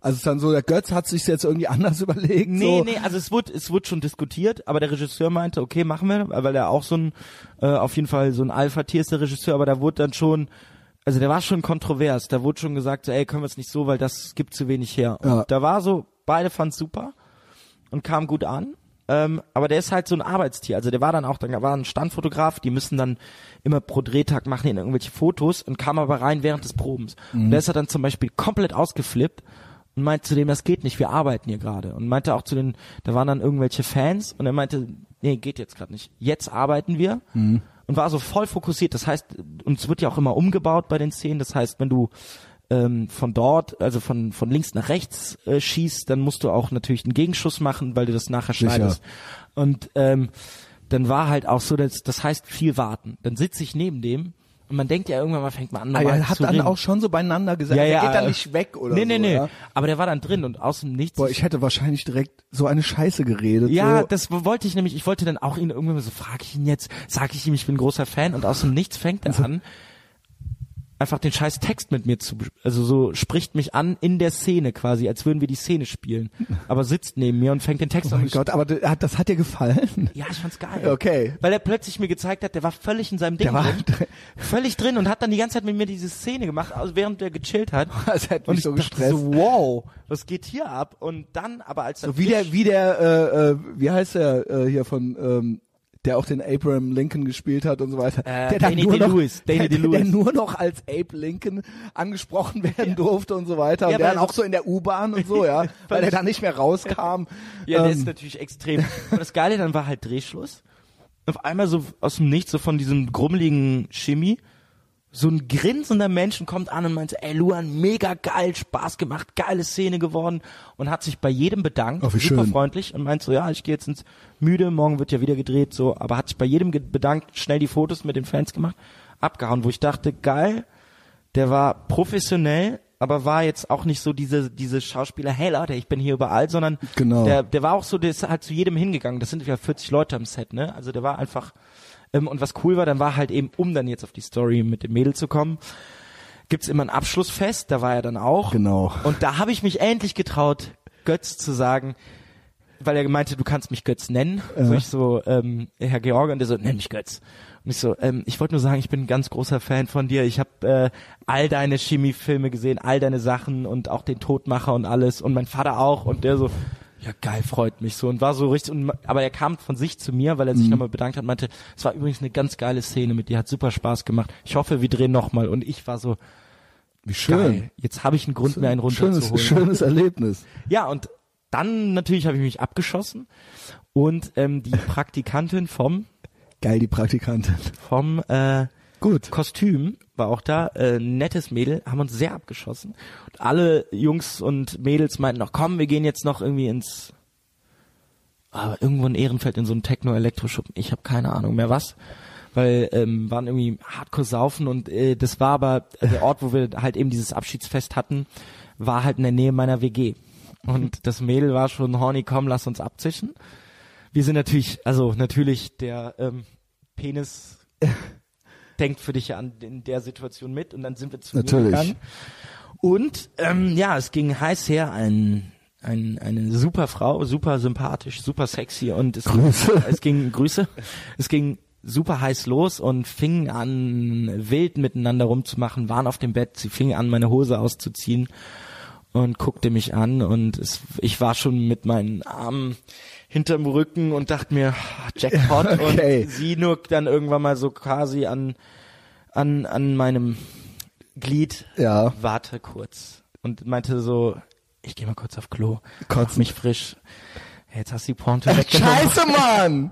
Also es ist dann so, der Götz hat sich jetzt irgendwie anders überlegt.
Mhm. Nee,
so.
nee, also es wurde, es wurde schon diskutiert, aber der Regisseur meinte, okay, machen wir, weil er auch so ein, äh, auf jeden Fall so ein Alpha-Tier ist, der Regisseur, aber da wurde dann schon, also der war schon kontrovers, da wurde schon gesagt, so, ey, können wir es nicht so, weil das gibt zu wenig her. Und
Ja.
da war so, beide fand's super und kam gut an. Ähm, aber der ist halt so ein Arbeitstier. Also der war dann auch, dann war ein Standfotograf, die müssen dann immer pro Drehtag machen ihn irgendwelche Fotos und kam aber rein während des Probens. Und der ist halt dann zum Beispiel komplett ausgeflippt und meinte zu dem, das geht nicht, wir arbeiten hier gerade. Und meinte auch zu den, da waren dann irgendwelche Fans und er meinte, nee, geht jetzt gerade nicht. Jetzt arbeiten wir. Und war so voll fokussiert. Das heißt, und es wird ja auch immer umgebaut bei den Szenen. Das heißt, wenn du ähm, von dort, also von, von links nach rechts äh, schießt, dann musst du auch natürlich einen Gegenschuss machen, weil du das nachher schneidest. Und ähm, dann war halt auch so, dass, das heißt viel warten. Dann sitze ich neben dem und man denkt ja irgendwann mal fängt man an,
Ah,
normal
er hat
zu
dann
reden.
auch schon so beieinander gesagt,
Ja,
der
ja,
geht dann
äh,
nicht weg oder
nee,
so.
nee, nee.
Ja?
Aber der war dann drin und aus dem Nichts.
Boah, ich hätte wahrscheinlich direkt so eine Scheiße geredet.
ja,
so.
das wollte ich nämlich. Ich wollte dann auch ihn irgendwann so, frage ich ihn jetzt, sage ich ihm, ich bin großer Fan und aus dem Nichts fängt
Also
er an, einfach den scheiß Text mit mir zu, also so spricht mich an in der Szene quasi, als würden wir die Szene spielen. Aber sitzt neben mir und fängt den Text
Oh
an.
mein
Ich-
Gott, aber der hat- das hat dir gefallen?
Ja, ich fand's geil.
Okay.
Weil er plötzlich mir gezeigt hat, der war völlig in seinem Ding
Der war-
drin. völlig drin und hat dann die ganze Zeit mit mir diese Szene gemacht, also während er gechillt hat.
Das hat mich
und ich
Oh, so
dachte
gestresst.
so, wow, was geht hier ab? Und dann aber als dann
So wie der, wie der, äh, äh, wie heißt der äh, hier von, ähm, der auch den Abraham Lincoln gespielt hat und so weiter.
Äh,
der dann
Danny
nur noch,
DeLewis, Danny
der, der, der
DeLewis.
nur noch als Abe Lincoln angesprochen werden durfte und so weiter. Und
Ja,
der
weil
dann
so-
auch so in der U-Bahn und so, ja, weil er da nicht mehr rauskam.
Ja, der
Ähm,
ist natürlich extrem. Und das Geile dann war halt Drehschluss. Auf einmal so aus dem Nichts, so von diesem grummeligen Chemie, so ein grinsender Menschen kommt an und meint, ey Luan, mega geil, Spaß gemacht, geile Szene geworden und hat sich bei jedem bedankt,
Oh, wie
super
schön.
freundlich und meint so, ja, ich gehe jetzt ins Müde, morgen wird ja wieder gedreht, so, aber hat sich bei jedem ge- bedankt, schnell die Fotos mit den Fans gemacht, abgehauen, wo ich dachte, geil, der war professionell, aber war jetzt auch nicht so diese, diese Schauspieler, hey Leute, ich bin hier überall, sondern
Genau.
der, der war auch so, der ist halt zu jedem hingegangen. Das sind ja 40 Leute am Set, ne? Also der war einfach, ähm, und was cool war, dann war halt eben, um dann jetzt auf die Story mit dem Mädel zu kommen, gibt's immer ein Abschlussfest, da war er dann auch.
Genau.
Und da habe ich mich endlich getraut, Götz zu sagen, weil er meinte, du kannst mich Götz nennen. So ich so, ähm, Herr George, und der so, nenn mich Götz. Und ich so, ähm, ich wollte nur sagen, ich bin ein ganz großer Fan von dir. Ich habe äh, all deine Chemiefilme gesehen, all deine Sachen und auch den Todmacher und alles und mein Vater auch und der so, ja geil, freut mich so und war so richtig, und, aber er kam von sich zu mir, weil er
Mhm.
sich nochmal bedankt hat, und meinte, es war übrigens eine ganz geile Szene mit dir, hat super Spaß gemacht. Ich hoffe, wir drehen nochmal und ich war so,
wie schön.
geil, jetzt habe ich einen Grund mehr, einen runterzuholen.
Schönes, schönes Erlebnis.
Ja, und dann natürlich habe ich mich abgeschossen und ähm, die Praktikantin vom
Geil, die Praktikantin.
vom äh,
Gut.
Kostüm war auch da, äh, nettes Mädel, haben uns sehr abgeschossen. Und alle Jungs und Mädels meinten noch, komm, wir gehen jetzt noch irgendwie ins aber irgendwo in Ehrenfeld in so einem Techno-Elektroschuppen. Ich habe keine Ahnung mehr was. Weil ähm, waren irgendwie hardcore saufen und äh, das war aber der Ort, wo wir halt eben dieses Abschiedsfest hatten, war halt in der Nähe meiner WG. Und das Mädel war schon horny, komm, lass uns abzischen. Wir sind natürlich, also natürlich der ähm, Penis denkt für dich ja an in der Situation mit und dann sind wir zu
Natürlich.
mir gegangen. Und ähm, ja, es ging heiß her, ein ein, eine super Frau, super sympathisch, super sexy und es,
Grüße.
es ging Grüße, es ging super heiß los und fingen an wild miteinander rumzumachen, waren auf dem Bett, sie fingen an meine Hose auszuziehen und guckte mich an und es, ich war schon mit meinen Armen hinterm Rücken und dachte mir Jackpot
Okay.
und sie nur dann irgendwann mal so quasi an an an meinem Glied
Ja.
warte kurz und meinte so, ich gehe mal kurz auf Klo,
Kotzen.
mach mich frisch. Jetzt hast du die Pointe weggenommen.
Scheiße, Mann!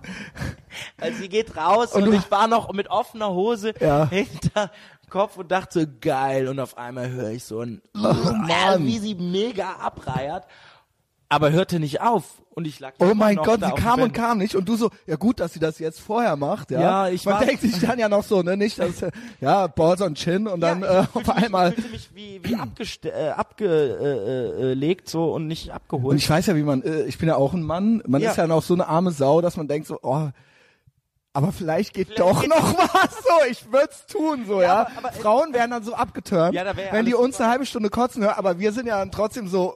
Also sie geht raus
Und
und,
du-
ich war noch mit offener Hose
Ja.
hinter Kopf und dachte so, geil und auf einmal höre ich so ein
Mann.
wie sie mega abreiert, aber hörte nicht auf und ich lag
Oh
immer
mein
noch
Gott,
da
sie
auf dem
kam und
Bett.
kam nicht und du so, ja gut, dass sie das jetzt vorher macht, ja.
Ja, ich
Man
war-
denkt sich dann ja noch so, ne, nicht, dass, ja, Balls on Chin und dann
ja, ich
äh, auf
fühlte mich,
einmal.
Ich fühlte mich wie, wie abgelegt äh, abge, äh, äh, äh, legt so und nicht abgeholt.
Und ich weiß ja, wie man, äh, ich bin ja auch ein Mann, man
Ja.
ist ja noch so eine arme Sau, dass man denkt so, oh, aber vielleicht geht
Vielleicht
doch
geht-
noch was, so, ich würd's tun, so, ja.
aber- aber-
Frauen wären dann so abgeturnt,
Ja, da wär ja
wenn die
alles
uns eine halbe Stunde kotzen hören, aber wir sind ja dann trotzdem so,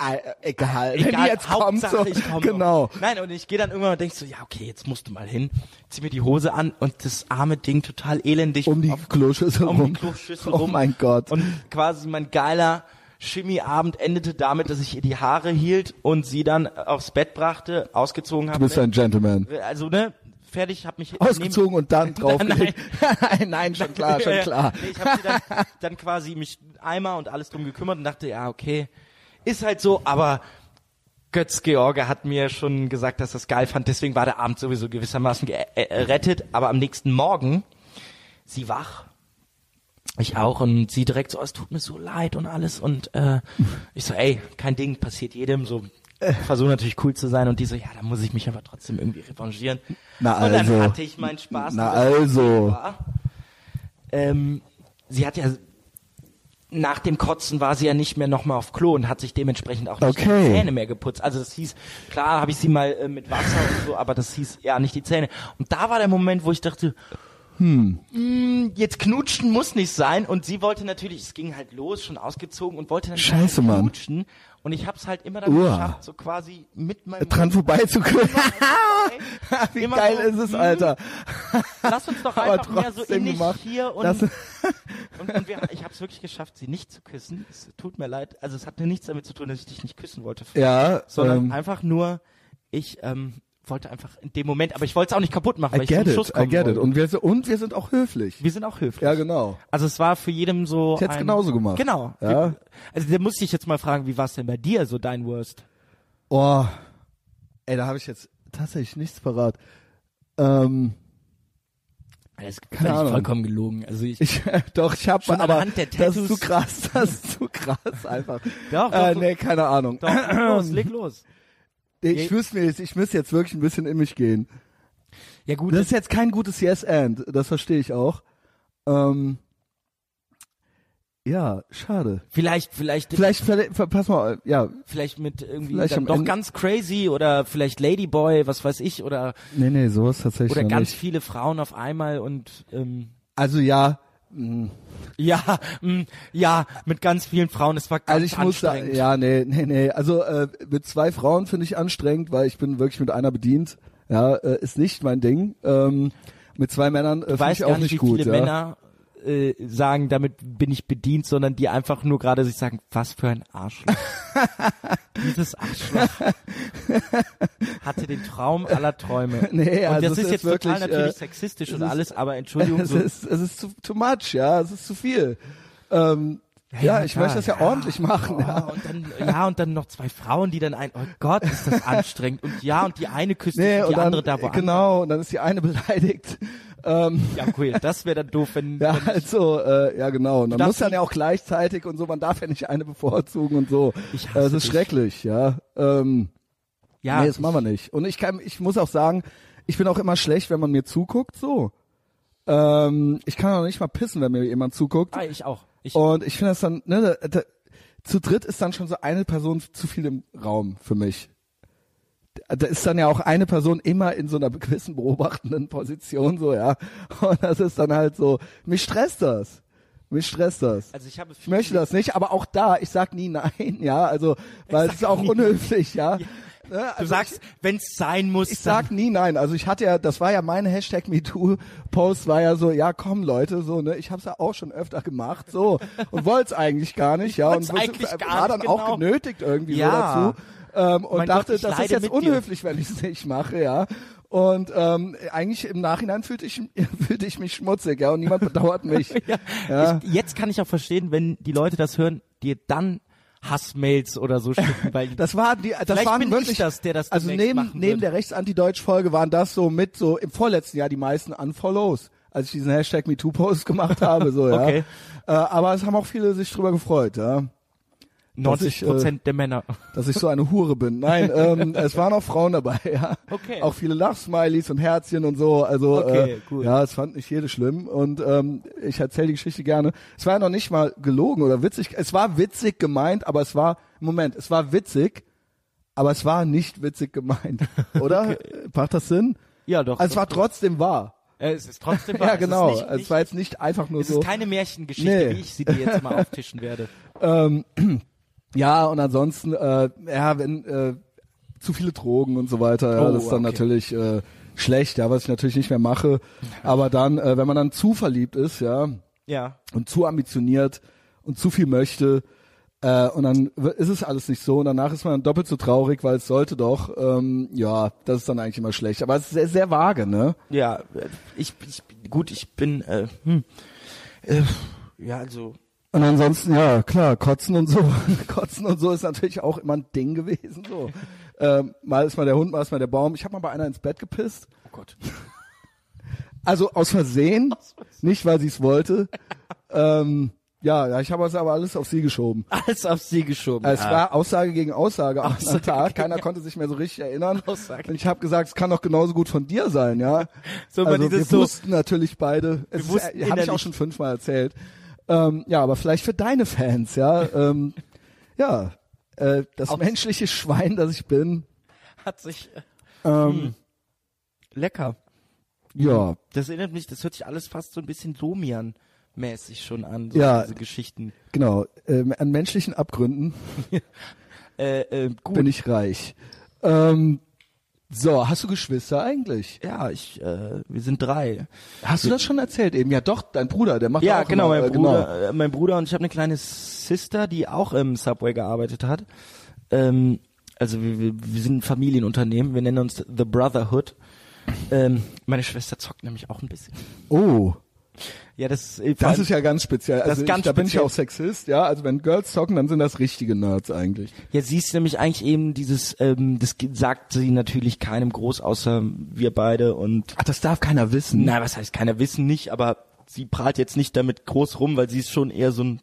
äh, egal, wenn
Egal,
die jetzt kommt,
Hauptsache,
so,
ich komm
genau.
Noch. Nein, und ich gehe dann irgendwann und denk so, ja, okay, jetzt musst du mal hin. Zieh mir die Hose an und das arme Ding total elendig
Um die
auf,
Kloschüssel
um die
rum.
Kloschüssel
oh
rum.
mein Gott.
Und quasi mein geiler Chemieabend endete damit, dass ich ihr die Haare hielt und sie dann aufs Bett brachte, ausgezogen
du bist
habe. ne?
ein Gentleman.
Also, ne, fertig, hab mich
Ausgezogen und dann draufgelegt. nein, nein, schon
neben-
klar, schon klar.
Nee, ich habe sie dann, dann quasi mich einmal und alles drum gekümmert und dachte, ja, okay, ist halt so, aber Götz George hat mir schon gesagt, dass das geil fand, deswegen war der Abend sowieso gewissermaßen gerettet, aber am nächsten Morgen, sie wach, ich auch und sie direkt so, oh, es tut mir so leid und alles und äh, ich so, ey, kein Ding, passiert jedem so. Versuche natürlich cool zu sein und die so, ja, da muss ich mich aber trotzdem irgendwie revanchieren.
Na
und
also.
dann hatte ich meinen Spaß.
Na
und das
also.
war. Ähm, sie hat ja nach dem Kotzen war sie ja nicht mehr nochmal auf Klo und hat sich dementsprechend auch nicht
Okay.
die Zähne mehr geputzt. Also das hieß, klar habe ich sie mal äh, mit Wasser und so, aber das hieß ja nicht die Zähne. Und da war der Moment, wo ich dachte, hm. mh, jetzt knutschen muss nicht sein. Und sie wollte natürlich, es ging halt los, schon ausgezogen und wollte dann
Scheiße, Mann.
knutschen. Und ich habe es halt immer dann
Uah.
geschafft, so quasi mit meinem
Dran vorbeizukommen. Wie
Immer
geil
so,
ist es,
hm,
Alter.
Lass uns doch
Aber
einfach mehr so
trotzdem
innig
gemacht.
hier und
Das,
Und, und wir, ich habe es wirklich geschafft, sie nicht zu küssen. Es tut mir leid. Also es hatte nichts damit zu tun, dass ich dich nicht küssen wollte,
ja,
sondern
ähm,
einfach nur, ich ähm, wollte einfach in dem Moment, aber ich wollte es auch nicht kaputt machen, weil
I
ich zum
get
Schuss
it, I
kommen
get it.
wollte.
Und wir, sind- und wir sind auch höflich.
wir sind auch höflich.
Ja, genau.
Also es war für jedem so.
Ich hätt's
ein-
genauso gemacht.
Genau.
Ja.
Also da musste ich jetzt mal fragen, wie war es denn bei dir, so dein Worst?
Oh, ey, da habe ich jetzt tatsächlich nichts parat. Ähm,
Das ist
Keine Ahnung.
vollkommen gelogen. Also ich,
ich, doch, ich habe,
Schon
aber
anhand der
das ist zu
Tattoos.
krass, das ist zu krass einfach.
Doch, doch,
äh,
du-
nee, keine Ahnung.
doch, leg los, leg los.
Ich müsste mir jetzt, ich müsste jetzt wirklich ein bisschen in mich gehen.
Ja gut,
Das ist jetzt kein gutes Yes and, das verstehe ich auch. Ähm, ja, schade.
vielleicht, vielleicht,
Vielleicht, verle- ver- pass mal, ja,
vielleicht mit irgendwie
Vielleicht am
dann doch
Ende-
ganz crazy oder vielleicht Ladyboy, was weiß ich, oder
nee, nee, sowas tatsächlich
Oder
noch
ganz
nicht.
viele Frauen auf einmal und ähm,
Also ja, hm, mh,
ja, mm, ja, mit ganz vielen Frauen. Es war ganz
also ich muss
anstrengend.
sagen, ja, nee, nee, nee. Also äh, mit zwei Frauen finde ich anstrengend, weil ich bin wirklich mit einer bedient. Ja, äh, ist nicht mein Ding. Ähm, mit zwei Männern äh,
ich
finde
weiß
ich
gar
auch
nicht,
nicht
wie
gut.
viele
ja.
Männer äh, sagen, damit bin ich bedient, sondern die einfach nur gerade sich sagen, was für ein Arschloch. Dieses Arschloch hatte den Traum aller Träume.
Nee,
und
also
das
es
ist
ist
jetzt
wirklich,
total natürlich
äh,
sexistisch
es
und
ist-
alles, aber Entschuldigung,
es
so,
ist, es ist zu, too much, ja, es ist zu viel. Ähm, ja,
ja,
ich
klar,
möchte das ja,
ja.
ordentlich machen. ja.
Oh, und dann, ja, und dann noch zwei Frauen, die dann ein, oh Gott, ist das anstrengend. Und ja, und die eine küsst dich und die
dann,
andere da woanders.
Genau, und dann ist die eine beleidigt. Ähm,
Ja, cool. Das wäre dann doof, wenn,
ja,
wenn
also, äh, ja genau. Und dann muss
darfst
dann
nicht-
ja auch gleichzeitig und so, man darf ja nicht eine bevorzugen und so.
Ich
äh,
hasse
es ist
dich.
schrecklich, ja. Ähm,
ja,
nee, das machen wir nicht. Und ich kann, ich muss auch sagen, ich bin auch immer schlecht, wenn man mir zuguckt, so. Ähm, ich kann auch nicht mal pissen, wenn mir jemand zuguckt.
ah, ich auch. Ich,
Und ich finde das dann, ne, da, da, zu dritt ist dann schon so eine Person zu viel im Raum für mich. Da- Da ist dann ja auch eine Person immer in so einer gewissen beobachtenden Position, so, ja. Und das ist dann halt so, mich stresst das. Mich stresst das.
Also ich habe
Ich möchte das nicht, aber auch da, ich sag nie nein, ja, also, weil es ist auch
nie
unhöflich, ja. Ne,
Du
also
sagst, wenn es sein muss,
ich sag nie nein. Also ich hatte ja, das war ja mein Hashtag MeToo-Post, war ja so, ja komm Leute, so, ne, ich hab's ja auch schon öfter gemacht, so, und wollt's eigentlich gar nicht, ja,
wollt's
und wusste-
eigentlich gar
war dann
nicht,
auch
genau.
genötigt irgendwie
Ja.
so dazu. Ähm, und
Mein
dachte,
Gott, ich
das ist
leide
jetzt
mit dir.
unhöflich, wenn ich's nicht mache, ja. Und ähm, eigentlich im Nachhinein fühlte ich, fühlte ich mich schmutzig, ja, und niemand bedauert mich.
Ja. Ich, jetzt kann ich auch verstehen, wenn die Leute das hören, dir dann Hassmails oder so schicken, weil
Das war die, das
Vielleicht
waren
bin ich
wirklich,
das, der das
also
demnächst
neben,
machen
neben
wird.
der Rechtsanti-Deutsch-Folge waren das so mit so im vorletzten Jahr die meisten Unfollows, als ich diesen Hashtag MeToo-Post gemacht habe, so, ja.
Okay.
Äh, aber es haben auch viele sich drüber gefreut, ja. äh,
90 Prozent der Männer.
Dass ich so eine Hure bin. Nein, ähm, es waren auch Frauen dabei, ja.
Okay.
Auch viele Lachsmileys und Herzchen und so, also,
Okay,
äh,
cool.
ja, es fand nicht jede schlimm und, ähm, ich erzähle die Geschichte gerne. Es war ja noch nicht mal gelogen oder witzig, es war witzig gemeint, aber es war, Moment, es war witzig, aber es war nicht witzig gemeint, oder? Macht das Sinn?
Ja, doch.
Also es
doch.
war trotzdem wahr.
Äh, es ist trotzdem wahr.
Ja, genau.
Es ist, nicht,
es war jetzt nicht einfach nur
es
so.
ist keine Märchengeschichte,
Nee.
wie ich sie dir jetzt mal auftischen werde.
Ja, und ansonsten, äh, ja, wenn äh, zu viele Drogen und so weiter, ja,
Oh,
das ist dann
okay.
natürlich äh, schlecht, ja, was ich natürlich nicht mehr mache. Aber dann, äh, wenn man dann zu verliebt ist, ja,
Ja.
und zu ambitioniert und zu viel möchte, äh, und dann w- ist es alles nicht so und danach ist man dann doppelt so traurig, weil es sollte doch, ähm, ja, das ist dann eigentlich immer schlecht. Aber es ist sehr, sehr vage, ne?
Ja, äh, ich, ich gut, ich bin äh, hm, äh, ja, also
Und ansonsten, ja, klar, Kotzen und so. Kotzen und so ist natürlich auch immer ein Ding gewesen. So. ähm, mal ist mal der Hund, mal ist mal der Baum. Ich habe mal bei einer ins Bett gepisst.
oh Gott.
Also aus Versehen, nicht weil sie es wollte. ähm, ja, ja, ich habe es aber alles auf sie geschoben.
Alles auf sie geschoben.
Es
Ah.
war Aussage gegen Aussage am
Aussage
Tag.
gegen-
Keiner konnte sich mehr so richtig erinnern.
Aussage.
Und ich habe gesagt, es kann doch genauso gut von dir sein, ja.
So, aber
also wir
dieses so-
wussten natürlich beide. Es
Wir wussten
ist, habe ich auch
innerlich-
schon fünfmal erzählt. Ähm, ja, aber vielleicht für deine Fans, ja. Ähm, ja, äh, das
Auch-
menschliche Schwein, das ich bin.
hat sich äh,
Ähm,
lecker.
ja,
Das erinnert mich, das hört sich alles fast so ein bisschen Domian mäßig schon an, so
Ja.
diese Geschichten.
genau. Ähm, an menschlichen Abgründen
Äh, äh, gut.
bin ich reich. Ähm, so, hast du Geschwister eigentlich?
ja, ich, äh, wir sind drei.
Hast du das schon erzählt eben? Ja, doch, dein Bruder, der macht
Ja,
auch
genau,
immer,
mein
äh,
Bruder, Äh, mein Bruder und ich habe eine kleine Sister, die auch im Subway gearbeitet hat. Ähm, also wir, wir, wir sind ein Familienunternehmen, wir nennen uns The Brotherhood. Ähm, meine Schwester zockt nämlich auch ein bisschen.
Oh,
Ja, das, äh, vor
das
allem-
ist ja ganz speziell. Also
ist ganz
ich, da bin ich
speziell.
auch Sexist, ja. Also wenn Girls zocken, dann sind das richtige Nerds eigentlich.
Ja, sie ist nämlich eigentlich eben dieses, ähm, das ge- sagt sie natürlich keinem groß, außer wir beide und
Ach, das darf keiner wissen.
na, was heißt keiner wissen nicht, aber sie prahlt jetzt nicht damit groß rum, weil sie ist schon eher so ein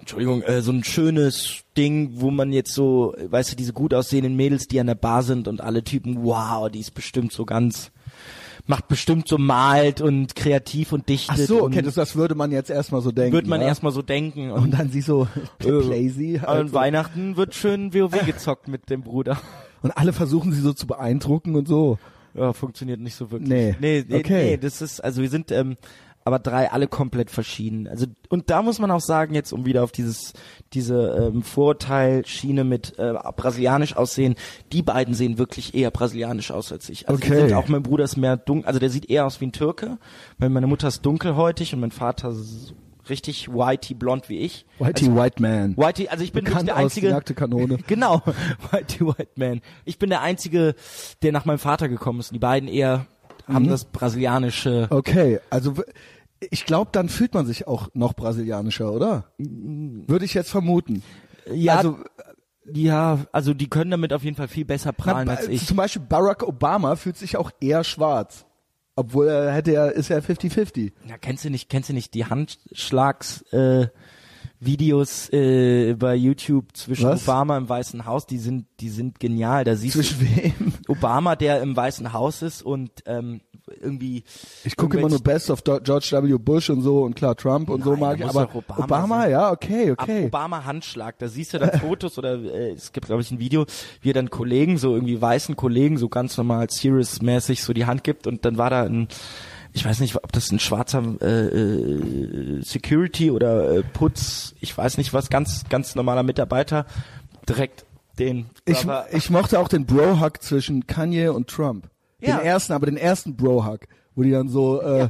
Entschuldigung, äh, so ein schönes Ding, wo man jetzt so, äh, weißt du, diese gut aussehenden Mädels, die an der Bar sind und alle Typen, wow, die ist bestimmt so ganz, macht bestimmt so malt und kreativ und
Ach
dichtet.
so,
und
okay, das, das würde man jetzt erstmal so denken.
wird man
ja? Äh,
erstmal so denken.
und dann sie so lazy
An
halt so.
Weihnachten wird schön WoW gezockt mit dem Bruder.
und alle versuchen sie so zu beeindrucken und so.
Ja, funktioniert nicht so wirklich.
Nee.
Nee, nee,
Okay.
nee das ist, also wir sind ähm, aber drei alle komplett verschieden. Also und da muss man auch sagen, jetzt um wieder auf dieses diese ähm, Vorurteilschiene mit äh, brasilianisch aussehen, die beiden sehen wirklich eher brasilianisch aus als ich. Also die
Okay.
sind auch mein Bruder ist mehr dunkel, also der sieht eher aus wie ein Türke, weil meine Mutter ist dunkelhäutig und mein Vater so richtig whitey blond wie ich.
Whitey White Man.
Whitey, also ich bin wirklich
Bekannt
der
aus
einzige
Die nackte Kanone.
genau, Whitey White Man. Ich bin der Einzige, der nach meinem Vater gekommen ist. Die beiden eher haben
Mhm.
das brasilianische.
Okay, also w- ich glaube, dann fühlt man sich auch noch brasilianischer, oder? Würde ich jetzt vermuten.
Ja,
also-
also, ja, also die können damit auf jeden Fall viel besser prahlen
Na,
als
ba-
ich.
Zum Beispiel Barack Obama fühlt sich auch eher schwarz. Obwohl er hätte ja, ist ja 50-50.
Na, kennst du nicht, kennst du nicht die Handschlags, äh, Videos äh, bei YouTube zwischen
Was?
Obama im Weißen Haus, die sind, die sind genial. Da siehst
Zwischen wem?
du Obama, der im Weißen Haus ist und ähm, irgendwie.
Ich gucke immer nur Best of Do- George W. Bush und so und klar Trump und so
Nein,
mag ich,
muss
aber
doch Obama sein.
ja, okay,
Ab
okay.
Obama Handschlag, da siehst du dann Fotos oder äh, es gibt glaube ich ein Video, wie er dann Kollegen, so irgendwie weißen Kollegen, so ganz normal serious-mäßig so die Hand gibt und dann war da ein, ich ich weiß nicht, ob das ein schwarzer äh, äh, Security oder äh, Putz, ich weiß nicht was, ganz, ganz normaler Mitarbeiter, direkt den.
Ich,
Körper-
ich mochte auch den Bro-Hug zwischen Kanye und Trump.
Ja.
Den ersten, aber den ersten Bro-Hug, wo die dann so, äh,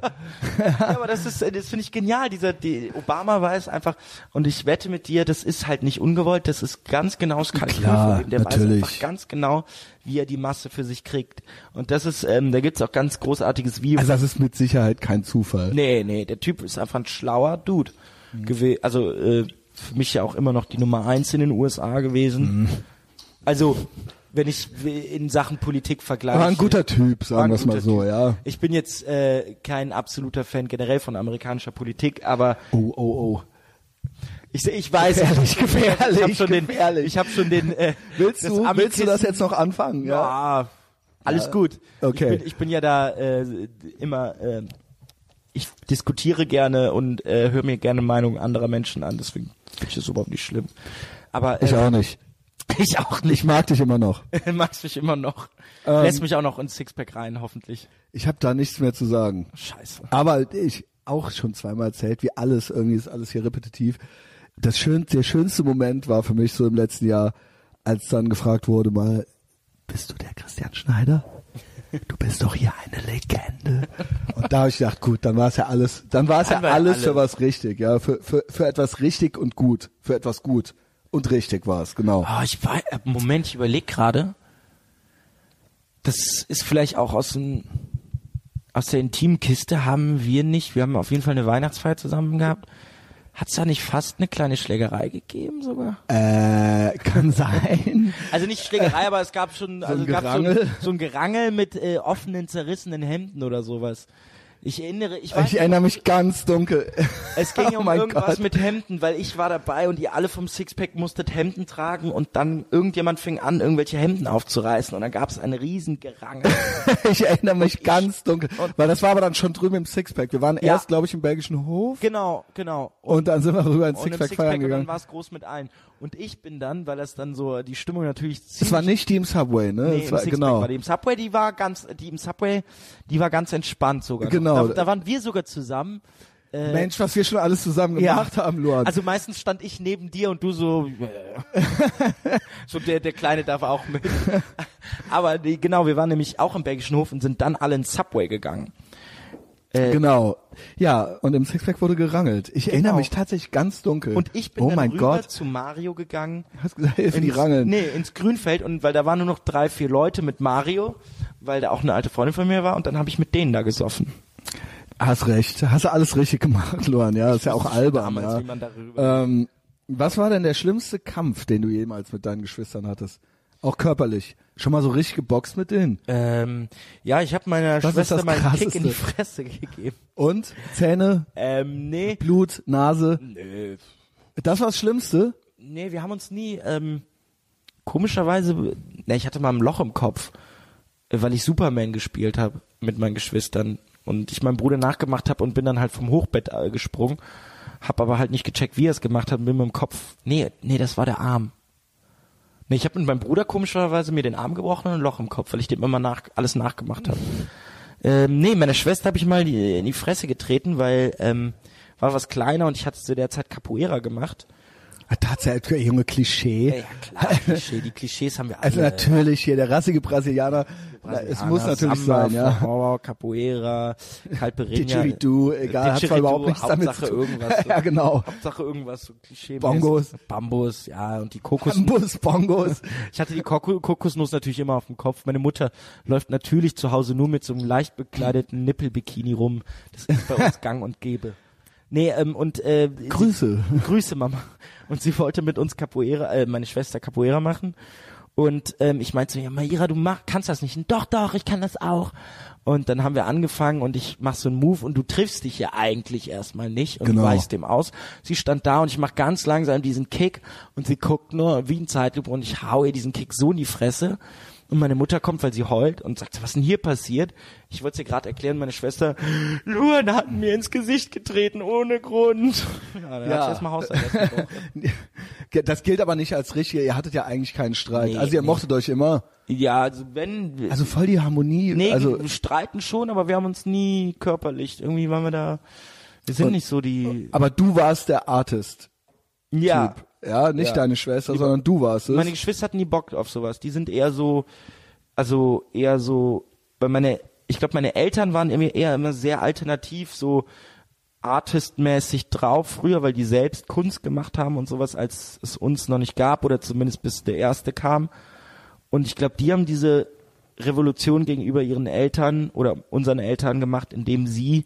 Ja, aber das ist, äh, das finde ich genial. Dieser, die, Obama weiß einfach, und ich wette mit dir, das ist halt nicht ungewollt, das ist ganz genau das Kalkül
Klar,
von ihm. Der
natürlich.
weiß einfach ganz genau, wie er die Masse für sich kriegt. Und das ist, ähm, da gibt's auch ganz großartiges Video.
also das ist mit Sicherheit kein Zufall.
nee, nee, der Typ ist einfach ein schlauer Dude.
Mhm.
gewe- Also, äh, für mich ja auch immer noch die Nummer eins in den USA gewesen.
Mhm.
Also, wenn ich w- in Sachen Politik vergleiche.
War ein guter Typ,
War ein
sagen wir es mal
guter
so,
Typ.
ja.
Ich bin jetzt äh, kein absoluter Fan generell von amerikanischer Politik, aber
Oh, oh, oh.
ich, ich weiß,
Gefährlich,
ich, ich habe
gefährlich,
schon den,
gefährlich.
ich habe schon den. Äh,
Willst
das
du, willst du das
Ami-Kissen-
jetzt noch anfangen? Ja.
Ja, alles gut.
Okay.
Ich bin, ich bin ja da äh, immer. Äh, ich diskutiere gerne und äh, höre mir gerne Meinungen anderer Menschen an. Deswegen finde ich das überhaupt nicht schlimm. Aber äh,
Ich auch nicht.
ich auch nicht.
Ich mag dich immer noch.
Magst mich immer noch.
Ähm.
Lässt mich auch noch ins Sixpack rein, hoffentlich.
Ich habe da nichts mehr zu sagen.
Scheiße.
Aber ich auch schon zweimal erzählt, wie alles, irgendwie ist alles hier repetitiv. Das schön, der schönste Moment war für mich so im letzten Jahr, als dann gefragt wurde mal, bist du der Christian Schneider? Du bist doch hier eine Legende. Und da habe ich gedacht, gut, dann war es ja alles, dann war es ja
Dann war ja
alles für
alles.
was richtig, ja, für, für, für etwas richtig und gut, für etwas gut und richtig war es, genau.
Ah, ich weiß, äh, Moment, ich überlege gerade. Das ist vielleicht auch aus dem aus der intimen Kiste haben wir nicht. Wir haben auf jeden Fall eine Weihnachtsfeier zusammen gehabt. Hat's da nicht fast eine kleine Schlägerei gegeben sogar?
Äh, kann sein.
Also nicht Schlägerei, aber es gab schon also
ein
es gab so, ein,
Gerangel.
so ein Gerangel mit äh, offenen, zerrissenen Hemden oder sowas. Ich erinnere, ich weiß
Ich erinnere mich ganz dunkel.
Es ging
Oh
um
mein
irgendwas
Gott.
mit Hemden, weil ich war dabei und ihr alle vom Sixpack musstet Hemden tragen und dann irgendjemand fing an, irgendwelche Hemden aufzureißen und dann gab es eine riesen Gerangel.
Ich erinnere mich ganz dunkel,
und-
weil das war aber dann schon drüben im Sixpack. Wir waren
Ja.
erst, glaube ich, im Belgischen Hof
genau, genau.
und dann sind wir rüber ins
Und im
Sixpack
Sixpack
feiern
und dann
gegangen.
war es groß mit allen. Und ich bin dann, weil das dann so die Stimmung natürlich
Es war
ziemlich
nicht die im Subway, ne?
Nee,
es
im
war,
Sixpack
genau.
war die im Subway, die war ganz, die im Subway, die war ganz entspannt sogar. noch.
Genau.
Da, da waren wir sogar zusammen. Äh,
Mensch, was wir schon alles zusammen
Ja.
gemacht haben, Luan.
Also meistens stand ich neben dir und du so, äh. so der, der Kleine darf auch mit. Aber die, genau, wir waren nämlich auch im Bergischen Hof und sind dann alle ins Subway gegangen. äh,
genau. Ja, und im Sixpack wurde gerangelt. Ich erinnere mich tatsächlich ganz dunkel.
Genau. Und ich bin
oh
dann
mein
rüber
Gott.
zu Mario gegangen.
Hast gesagt, helfen
ins,
die rangeln.
Nee, ins Grünfeld und weil da waren nur noch drei, vier Leute mit Mario, weil da auch eine alte Freundin von mir war und dann habe ich mit denen da gesoffen.
Hast recht. Hast du alles richtig gemacht, Luan. Ja, ist ja auch albern.
damals,
ja.
wie man darüber-
ähm, was war denn der schlimmste Kampf, den du jemals mit deinen Geschwistern hattest? Auch körperlich. Schon mal so richtig geboxt mit denen?
Ähm, ja, ich habe meiner
ist
Schwester
das
meinen Kick in die
Krasseste?
Fresse gegeben.
Und? Zähne?
Ähm, nee.
Blut, Nase.
Nö,
Das war das Schlimmste.
Nee, wir haben uns nie, ähm, komischerweise, ne, ich hatte mal ein Loch im Kopf, äh, weil ich Superman gespielt habe mit meinen Geschwistern und ich meinem Bruder nachgemacht habe und bin dann halt vom Hochbett äh, gesprungen, hab aber halt nicht gecheckt, wie er es gemacht hat und bin mit dem Kopf, nee, nee, das war der Arm. Nee, ich habe mit meinem Bruder komischerweise mir den Arm gebrochen und ein Loch im Kopf, weil ich dem immer nach, alles nachgemacht habe. Ähm, nee, meine Schwester habe ich mal die, in die Fresse getreten, weil ähm, war was kleiner und ich hatte zu der Zeit Capoeira gemacht.
Ah, Tatsächlich, junge Klischee.
Ja, ja, klar, Klischee, die Klischees haben wir alle.
also natürlich hier der rassige Brasilianer. Na,
Brasilianer,
es muss natürlich
Samba,
sein, ja.
Forró, Capoeira, Calperinia.
Didgeridoo, egal, hat zwar überhaupt nichts damit
Hauptsache
zu tun.
irgendwas. So,
Ja, genau.
Hauptsache irgendwas, so Klischee.
Bongos.
Bambus, ja, und die Kokos.
Bambus, Bongos.
Ich hatte die Koko- Kokosnuss natürlich immer auf dem Kopf. Meine Mutter läuft natürlich zu Hause nur mit so einem leicht bekleideten Nippelbikini rum. Das ist bei uns gang und gäbe. Nee, ähm, und äh, sie-
Grüße.
Grüße, Mama. Und sie wollte mit uns Capoeira, äh, meine Schwester Capoeira machen. Und ähm, ich meinte zu ihr, Maira, du mach, kannst das nicht. Und doch, doch, ich kann das auch. Und dann haben wir angefangen und ich mach so einen Move und du triffst dich ja eigentlich erstmal nicht und
Genau.
weichst dem aus. Sie stand da und ich mach ganz langsam diesen Kick und sie guckt nur wie ein Zeitlupe und ich hau ihr diesen Kick so in die Fresse. Und meine Mutter kommt, weil sie heult und sagt, was ist denn hier passiert? Ich wollte es ihr gerade erklären, meine Schwester, Luan hat mir ins Gesicht getreten, ohne Grund. Ja, dann
Ja.
hat sie erstmal Hausarrest bekommen.
Das gilt aber nicht als richtig. Ihr hattet ja eigentlich keinen Streit.
Nee,
also ihr
nee.
mochtet euch immer.
Ja, also wenn,
Also voll die Harmonie.
nee,
also
wir streiten schon, aber wir haben uns nie körperlich, irgendwie waren wir da, wir sind
Und-
nicht so die,
aber du warst der Artist.
ja.
Typ. Ja, nicht
Ja.
deine Schwester, sondern du warst es.
Meine Geschwister hatten nie Bock auf sowas. Die sind eher so, also eher so, weil meine, ich glaube, meine Eltern waren immer eher immer sehr alternativ, so artistmäßig drauf früher, weil die selbst Kunst gemacht haben und sowas, als es uns noch nicht gab oder zumindest bis der erste kam. Und ich glaube, die haben diese Revolution gegenüber ihren Eltern oder unseren Eltern gemacht, indem sie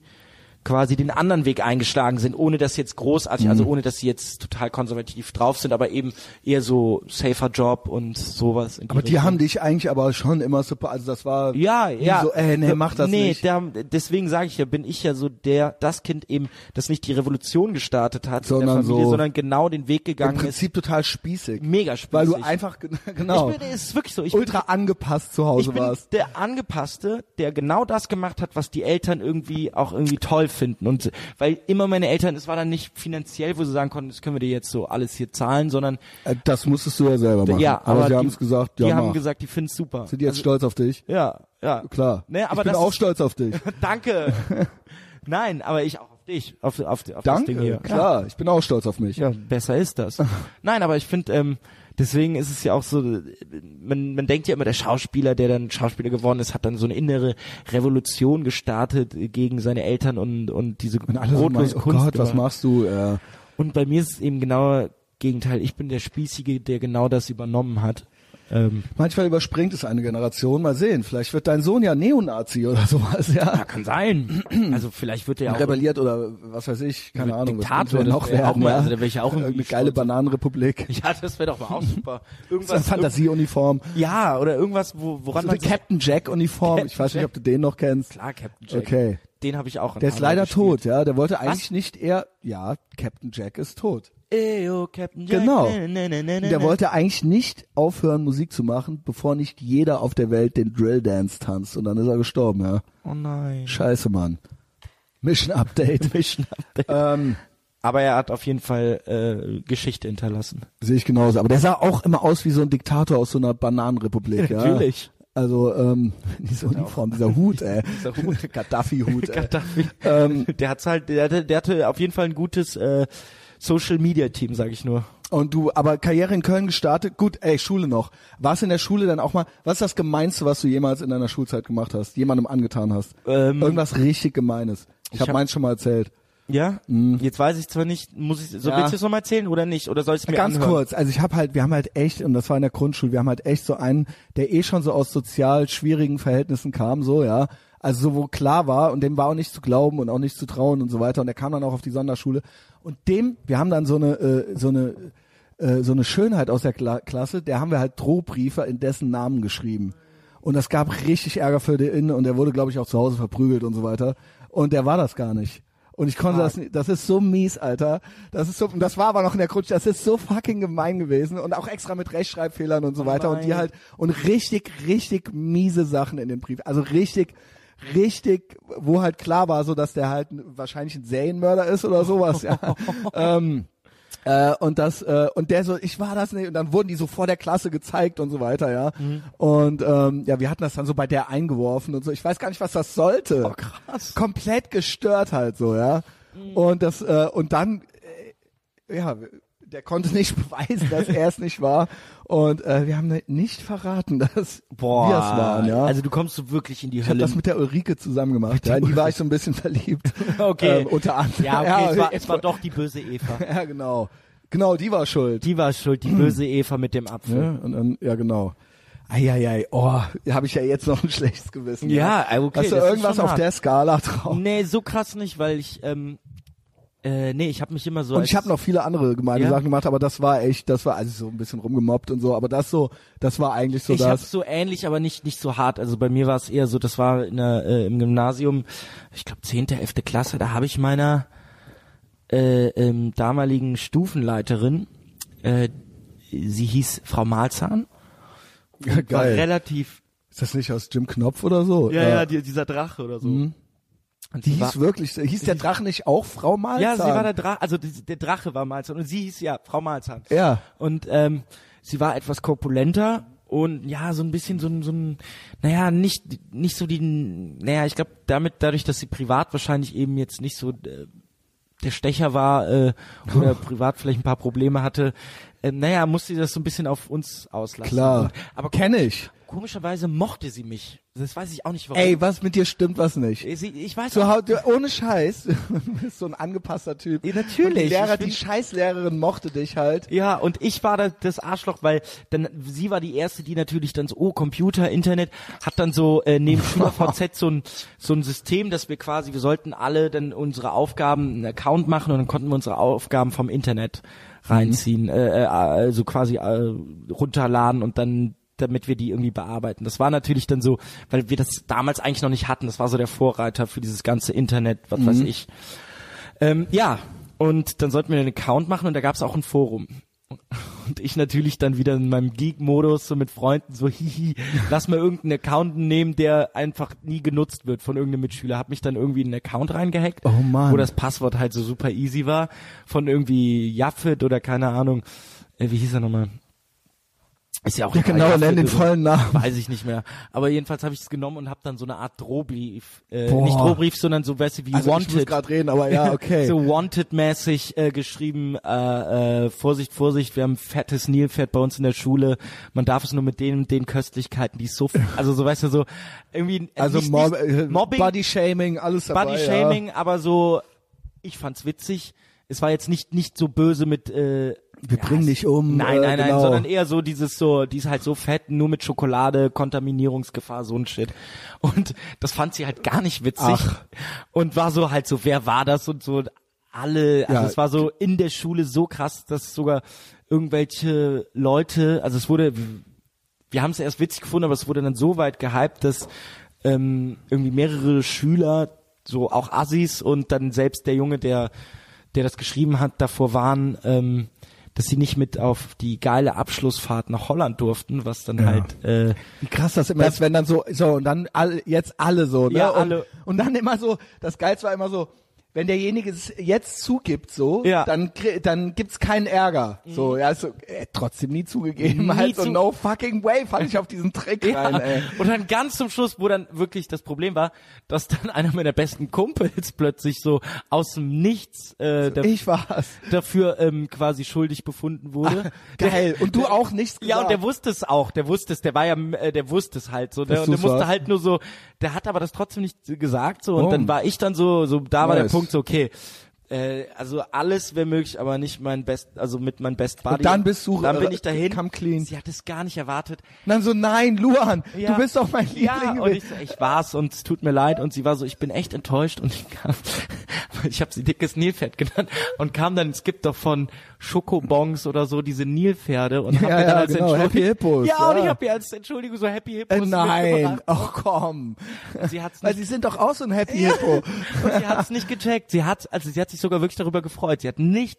quasi den anderen Weg eingeschlagen sind, ohne dass jetzt großartig,
Mhm.
also ohne dass sie jetzt total konservativ drauf sind, aber eben eher so safer Job und sowas. in
aber die
Richtung.
haben dich eigentlich aber schon immer super. Also das war
ja,
nie
ja.
so, ey, nee, mach das
nee,
nicht.
Da, deswegen sage ich ja, bin ich ja so der, das Kind eben, das nicht die Revolution gestartet hat in
Sondern
der Familie,
so-
sondern genau den Weg
Im
gegangen ist.
Prinzip total spießig.
Mega spießig.
Weil du einfach gen- genau
Ich bin, es ist wirklich so. Ich bin
ultra angepasst zu Hause
ich bin
warst.
der Angepasste, der genau das gemacht hat, was die Eltern irgendwie auch irgendwie toll finden. Und weil immer meine Eltern, es war dann nicht finanziell, wo sie sagen konnten, das können wir dir jetzt so alles hier zahlen, sondern
Äh, Das musstest du ja selber machen.
ja,
aber, sie
die-
haben also- es gesagt, ja,
die haben
mach.
gesagt, die finden's super.
Sind die jetzt stolz auf dich?
ja, ja.
Klar.
Nee, aber
ich bin
das
auch
ist-
stolz auf dich.
Danke. Nein, aber ich auch auf dich, auf, auf, auf das Ding
Danke.
hier.
Klar, ich bin auch stolz auf mich.
Ja, besser ist das. Nein, aber ich finde, ähm, deswegen ist es ja auch so, man, man denkt ja immer, der Schauspieler, der dann Schauspieler geworden ist, hat dann so eine innere Revolution gestartet äh, gegen seine Eltern und, und diese
Und alle so meinen,
brotlose
oh
Kunst.
Gott, was
gemacht.
machst du? Äh,
und bei mir ist es eben genau Gegenteil. Ich bin der Spießige, der genau das übernommen hat. Ähm,
manchmal überspringt es eine Generation. Mal sehen, vielleicht wird dein Sohn ja Neonazi oder sowas, ja.
kann sein. Also vielleicht wird er auch
Rebelliert oder was weiß ich, keine
Mit
Ahnung. was
Diktator,
könnte er
das
noch
wär
werden,
auch mal-
ja.
also da wär ich auch irgendwie
Eine geile
stolz.
Bananenrepublik.
ja, das wäre doch mal auch super.
Das
Irgendwas,
ist eine Fantasieuniform.
ja, oder irgendwas, wo, woran
So
man
eine
sich-
Captain Jack Uniform. ich
Captain
weiß nicht,
Jack.
ob du den noch kennst.
klar, Captain Jack.
Okay.
Den habe ich auch.
Der ist leider
gespielt.
tot, ja. Der wollte eigentlich nicht eher, ja, Captain Jack ist tot.
Eyo, oh, Captain Jack.
Genau.
Ne, ne, ne, ne, ne,
Der
ne.
wollte eigentlich nicht aufhören, Musik zu machen, bevor nicht jeder auf der Welt den Drill Dance tanzt. Und dann ist er gestorben, ja.
Oh nein.
Scheiße, Mann. Mission Update.
Mission Update.
ähm,
Aber er hat auf jeden Fall äh, Geschichte hinterlassen.
Sehe ich genauso. Aber der sah auch immer aus wie so ein Diktator aus so einer Bananenrepublik, ja.
Natürlich.
Also, ähm, diese Uniform, dieser Hut, ey. dieser Hut. Gaddafi-Hut, ey.
Gaddafi.
Ähm,
der hat's halt, der hatte, der hatte auf jeden Fall ein gutes äh, Social Media Team, sage ich nur.
Und du, aber Karriere in Köln gestartet, gut, ey, Schule noch. Warst du in der Schule dann auch mal, was ist das Gemeinste, was du jemals in deiner Schulzeit gemacht hast, jemandem angetan hast?
Ähm,
Irgendwas richtig Gemeines. Ich,
ich
hab habe
hab-
meins schon mal erzählt.
Ja. Jetzt weiß ich zwar nicht, muss ich, so
Ja.
willst du es nochmal erzählen oder nicht? Oder soll ich mir
Ganz
anhören?
kurz, also ich habe halt, wir haben halt echt, und das war in der Grundschule, wir haben halt echt so einen, der eh schon so aus sozial schwierigen Verhältnissen kam, so, ja. Also so, wo klar war, und dem war auch nicht zu glauben und auch nicht zu trauen und so weiter. Und der kam dann auch auf die Sonderschule. Und dem, wir haben dann so eine, äh, so eine, äh, so eine Schönheit aus der Kla Klasse, der haben wir halt Drohbriefe in dessen Namen geschrieben. Und das gab richtig Ärger für den Innen und der wurde, glaube ich, auch zu Hause verprügelt und so weiter. Und der war das gar nicht. Und ich konnte das nicht, das ist so mies, Alter. Das ist so, und das war aber noch in der Grundschule, das ist so fucking gemein gewesen und auch extra mit Rechtschreibfehlern und so weiter und die
nein.
halt, und richtig, richtig miese Sachen in dem Brief. Also richtig, richtig, wo halt klar war, so dass der halt n- wahrscheinlich ein Serienmörder ist oder sowas, ja. ähm, äh, und das äh, und der so ich war das nicht und dann wurden die so vor der Klasse gezeigt und so weiter ja
Mhm.
und ähm, ja wir hatten das dann so bei der eingeworfen und so ich weiß gar nicht was das sollte oh,
krass. Mhm.
komplett gestört halt so ja und das äh, und dann äh, ja der konnte nicht beweisen dass er es nicht war und äh, wir haben nicht verraten dass
Boah.
wir es waren ja
Also du kommst so wirklich in die
ich habe
Hölle.
das mit der Ulrike zusammen gemacht. Ja, in die war ich so ein bisschen verliebt.
Okay.
Ähm, unter anderem.
ja, okay, es, war, es war doch die böse Eva. Mhm.
ja, genau. Genau, die war schuld.
Die war schuld, die böse Eva mit dem Apfel.
Ne? Und dann, ja, genau. Eieiei, oh, habe ich ja jetzt noch ein schlechtes Gewissen.
Ja, okay,
Hast du
das ist
irgendwas
schon
auf
hart. Mhm.
der Skala drauf?
Nee, so krass nicht, weil ich, ähm, äh, nee, ich habe mich immer so.
Und
als,
ich habe noch viele andere gemeine
Ja.
Sachen gemacht, aber das war echt, das war also so ein bisschen rumgemobbt und so, aber das so, das war eigentlich so
ich habe
das.
so ähnlich, aber nicht nicht so hart. Also bei mir war es eher so, das war in der, äh, im Gymnasium, ich glaube 10., 11. Klasse, da habe ich meiner äh, ähm, damaligen Stufenleiterin, äh, sie hieß Frau Malzahn.
Ja,
und war
geil.
relativ,
Ist das nicht aus Jim Knopf oder so? Äh,
ja, ja, die, dieser Drache oder so. mhm. Und
Die
sie war,
hieß wirklich, hieß der Drache nicht auch Frau Malzahn?
ja, sie war der Drache, also die, der Drache war Malzahn und sie hieß ja Frau Malzahn.
Ja.
Und ähm, sie war etwas korpulenter und ja, so ein bisschen so ein, so ein naja, nicht, nicht so die, naja, ich glaube, damit, dadurch, dass sie privat wahrscheinlich eben jetzt nicht so äh, der Stecher war äh, oder privat vielleicht ein paar Probleme hatte, äh, naja, musste sie das so ein bisschen auf uns auslassen.
Klar.
Und, aber
kenne ich.
komischerweise mochte sie mich. Das weiß ich auch nicht warum. Äh,
Ey, was mit dir stimmt, was nicht?
Sie, ich weiß
Zu
auch
Hau- du- ohne Scheiß. Du bist so ein angepasster Typ.
Ja, natürlich.
Und die Lehrer,
Ich bin-
die Scheißlehrerin mochte dich halt.
Ja, und ich war da das Arschloch, weil dann sie war die erste, die natürlich dann so, oh, Computer, Internet, hat dann so äh, neben SchülerVZ so ein so ein System, dass wir quasi, wir sollten alle dann unsere Aufgaben einen Account machen und dann konnten wir unsere Aufgaben vom Internet reinziehen, äh, äh, also quasi äh, runterladen und dann damit wir die irgendwie bearbeiten. Das war natürlich dann so, weil wir das damals eigentlich noch nicht hatten. Das war so der Vorreiter für dieses ganze Internet, was weiß ich. Ähm, ja, und dann sollten wir einen Account machen und da gab es auch ein Forum. Und ich natürlich dann wieder in meinem Geek-Modus so mit Freunden so, hihi, lass mal irgendeinen Account nehmen, der einfach nie genutzt wird von irgendeinem Mitschüler. Hab mich dann irgendwie in einen Account reingehackt,
Oh Mann.
wo das Passwort halt so super easy war, von irgendwie Jaffet oder keine Ahnung, äh, wie hieß er nochmal? Ist ja auch egal,
genau,
Jaffet
nenn den
oder-
vollen Namen.
Weiß ich nicht mehr. Aber jedenfalls habe ich es genommen und habe dann so eine Art Drohbrief, äh,
Boah.
nicht Drohbrief, sondern so, weißt du, wie
Also ich muss
Wanted.
gerade reden, aber ja, okay.
So Wanted-mäßig äh, geschrieben, äh, äh, Vorsicht, Vorsicht, wir haben fettes Nilpferd bei uns in der Schule. Man darf es nur mit den und den Köstlichkeiten, die es so, also so weißt du so irgendwie äh,
also
nicht,
Mob
nicht, Mobbing,
Body Shaming, alles dabei.
Body Shaming, aber so ich fand's witzig. Es war jetzt nicht nicht so böse mit äh,
Wir bringen
es-
dich um,
Nein,
äh,
nein, nein,
genau.
sondern eher so dieses so, die ist halt so fett, nur mit Schokolade, Kontaminierungsgefahr, so ein Shit. Und das fand sie halt gar nicht witzig
Ach.
und war so halt so, wer war das und so alle, also
Ja.
es war so in der Schule so krass, dass sogar irgendwelche Leute, also es wurde wir haben es erst witzig gefunden, aber es wurde dann so weit gehypt, dass ähm, irgendwie mehrere Schüler, so auch Assis und dann selbst der Junge, der, der das geschrieben hat, davor waren, ähm, dass sie nicht mit auf die geile Abschlussfahrt nach Holland durften, was dann halt äh,
Wie krass das immer ist, wenn dann so, so und dann alle, jetzt alle so, ne?
Ja,
und,
alle.
und dann immer so, das Geilste war immer so, wenn derjenige es jetzt zugibt, so,
Ja. Mhm.
dann, kri- dann gibt's keinen Ärger. So, ja, also, äh, trotzdem nie zugegeben,
Nie
halt so,
zu-
no fucking way, fall ich auf diesen Trick rein, ey.
Und dann ganz zum Schluss, wo dann wirklich das Problem war, dass dann einer meiner besten Kumpels plötzlich so aus dem Nichts äh, da,
Ich war's.
dafür ähm, quasi schuldig befunden wurde.
Geil. Und du auch nichts gesagt.
Ja, und der wusste es auch, der wusste es, der war ja, äh, der wusste es halt so, ne?
Dass
und der
du's
musste
warst.
halt nur so, der hat aber das trotzdem nicht gesagt so, und
Oh.
dann war ich dann so, so da war der
Nice.
Punkt so, okay, äh, also alles wäre möglich, aber nicht mein Best, also mit meinem Best Buddy.
Und dann bist du-
dann bin
äh,
ich dahin.
come clean.
Sie hat es gar nicht erwartet.
Und dann so, nein, Luan,
Ja.
du bist doch mein Liebling.
Ja, und
gewesen.
ich, so, ich war's und es tut mir leid. Und sie war so, ich bin echt enttäuscht. Und ich kam, ich habe sie dickes Nilpferd genannt und kam dann, es gibt doch von Schokobons oder so diese Nilpferde und hab
Ja,
mir dann
ja,
als
genau,
Entschuldigung,
Happy Hippos,
ja, und
ja.
ich habe ihr als Entschuldigung so Happy Hippos
äh, nein,
mitgebracht.
ach komm.
Sie hat's
Weil
nicht,
sie sind doch auch so ein Happy Hippo.
und sie hat's nicht gecheckt. Sie hat, also sie hat sich sogar wirklich darüber gefreut. Sie hat nicht,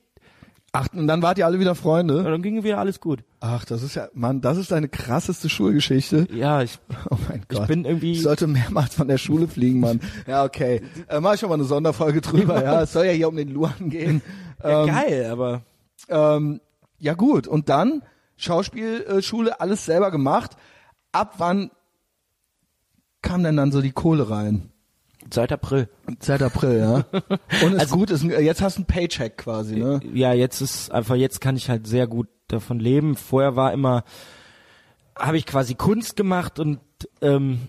Ach, und dann wart ihr alle wieder Freunde.
und dann ging wieder alles gut.
Ach, das ist ja, Mann, das ist deine krasseste Schulgeschichte.
Ja, ich,
Oh mein Gott.
bin irgendwie-
Ich sollte mehrmals von der Schule fliegen, Mann. Ja, okay. Äh, mach ich schon mal eine Sonderfolge drüber, ja. Es soll ja hier um den Luan gehen.
ja,
ähm,
geil, aber
Ähm, ja, gut. Und dann Schauspielschule, alles selber gemacht. Ab wann kam denn dann so die Kohle rein?
seit April.
Seit April, ja. Und ist
Also-
gut, ist ein, jetzt hast du einen Paycheck quasi, ne?
ja, jetzt ist einfach, jetzt kann ich halt sehr gut davon leben. Vorher war immer, habe ich quasi Kunst gemacht und ähm,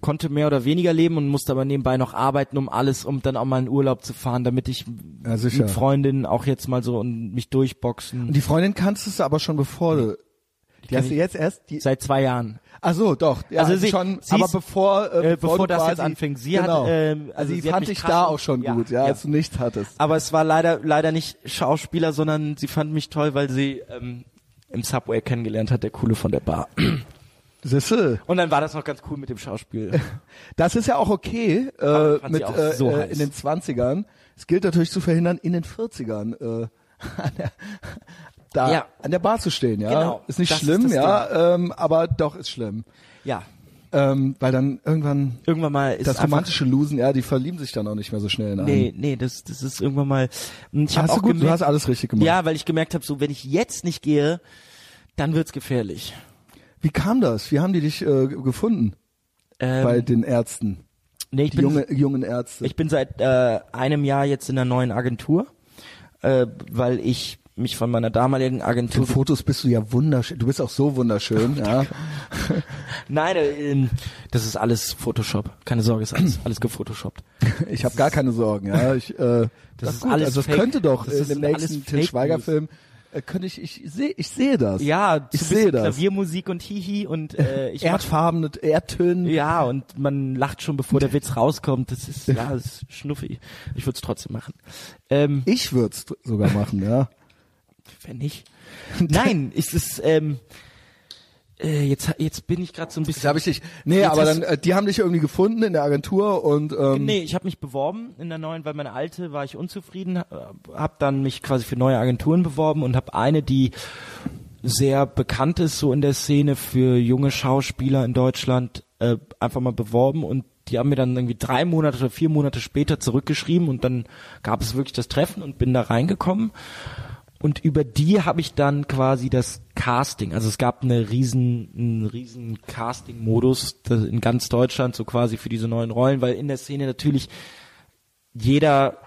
konnte mehr oder weniger leben und musste aber nebenbei noch arbeiten, um alles, um dann auch mal in Urlaub zu fahren, damit ich
Ja, sicher.
mit Freundinnen auch jetzt mal so und mich durchboxen.
Und die Freundin kanntest du aber schon bevor du. Die hast du jetzt erst, die,
Seit zwei Jahren.
Ach so, doch. Ja,
Also sie-
schon,
sie
aber
ist-
bevor, äh,
äh, bevor
du
das
quasi,
jetzt anfing. Sie hat,
genau.
ähm, also
also die
sie hat
fand
mich
ich
krass
da
und-
auch schon
ja,
gut, ja,
ja.
als du nichts hattest.
Aber es war leider leider nicht Schauspieler, sondern sie fand mich toll, weil sie ähm, im Subway kennengelernt hat, der Coole von der Bar.
Sisse,
Und dann war das noch ganz cool mit dem Schauspiel.
das ist ja auch okay
Aber ich
äh,
fand sie
mit
auch
äh,
so
äh,
heiß.
in den 20ern. Es gilt natürlich zu verhindern in den 40ern. Äh, an der- da
Ja.
an der Bar zu stehen, ja.
Genau,
Ist nicht
das ist
schlimm,
das
ja, ähm, aber doch ist schlimm.
Ja,
Ähm, weil dann irgendwann
irgendwann mal ist
das
einfach
romantische Losen, ja, die verlieben sich dann auch nicht mehr so schnell in einen.
Nee, nee, das, das ist irgendwann mal. Und Ich hab
Hast du
auch
gut,
gemerkt,
du hast alles richtig gemacht.
Ja, weil ich gemerkt habe, so wenn ich jetzt nicht gehe, dann wird's gefährlich.
Wie kam das? Wie haben die dich äh, gefunden
Ähm,
bei den Ärzten?
nee, ich
Die
bin,
junge, jungen Ärzte.
ich bin seit äh, einem Jahr jetzt in einer neuen Agentur, äh, weil ich mich von meiner damaligen
In
Agentur.
Fotos bist du ja wunderschön. Du bist auch so wunderschön, ja.
Nein, äh, ähm, das ist alles Photoshop. Keine Sorge, ist alles, alles gefotoshoppt.
Ich habe gar keine Sorgen, ja. Ich, äh,
Das ist
gut.
alles
also das
Fake.
könnte doch
Das
äh,
ist
in dem
alles
nächsten Til
Fake
Schweiger-Film äh, könnte ich, ich sehe, ich sehe das.
Ja,
ich
so ein bisschen
sehe das.
Klaviermusik und Hihi und äh, ich mach,
Erdfarben, Erdtönen.
ja und man lacht schon bevor der Witz rauskommt. Das ist ja das ist schnuffig. Ich würde es trotzdem machen. Ähm,
Ich würde es sogar machen, ja.
Wenn nicht. Nein, es ist ähm, äh, jetzt jetzt bin ich gerade so ein bisschen.
Das habe ich nicht. Nee,
Jetzt
aber
hast
dann, äh, die haben dich irgendwie gefunden in der Agentur und ähm,
Nee, ich habe mich beworben in der neuen, weil meine alte war ich unzufrieden, äh, habe dann mich quasi für neue Agenturen beworben und habe eine, die sehr bekannt ist so in der Szene für junge Schauspieler in Deutschland, äh, einfach mal beworben und die haben mir dann irgendwie drei Monate oder vier Monate später zurückgeschrieben und dann gab es wirklich das Treffen und bin da reingekommen und über die habe ich dann quasi das Casting, also es gab eine riesen, einen riesen Casting-Modus das in ganz Deutschland so quasi für diese neuen Rollen, weil in der Szene natürlich jeder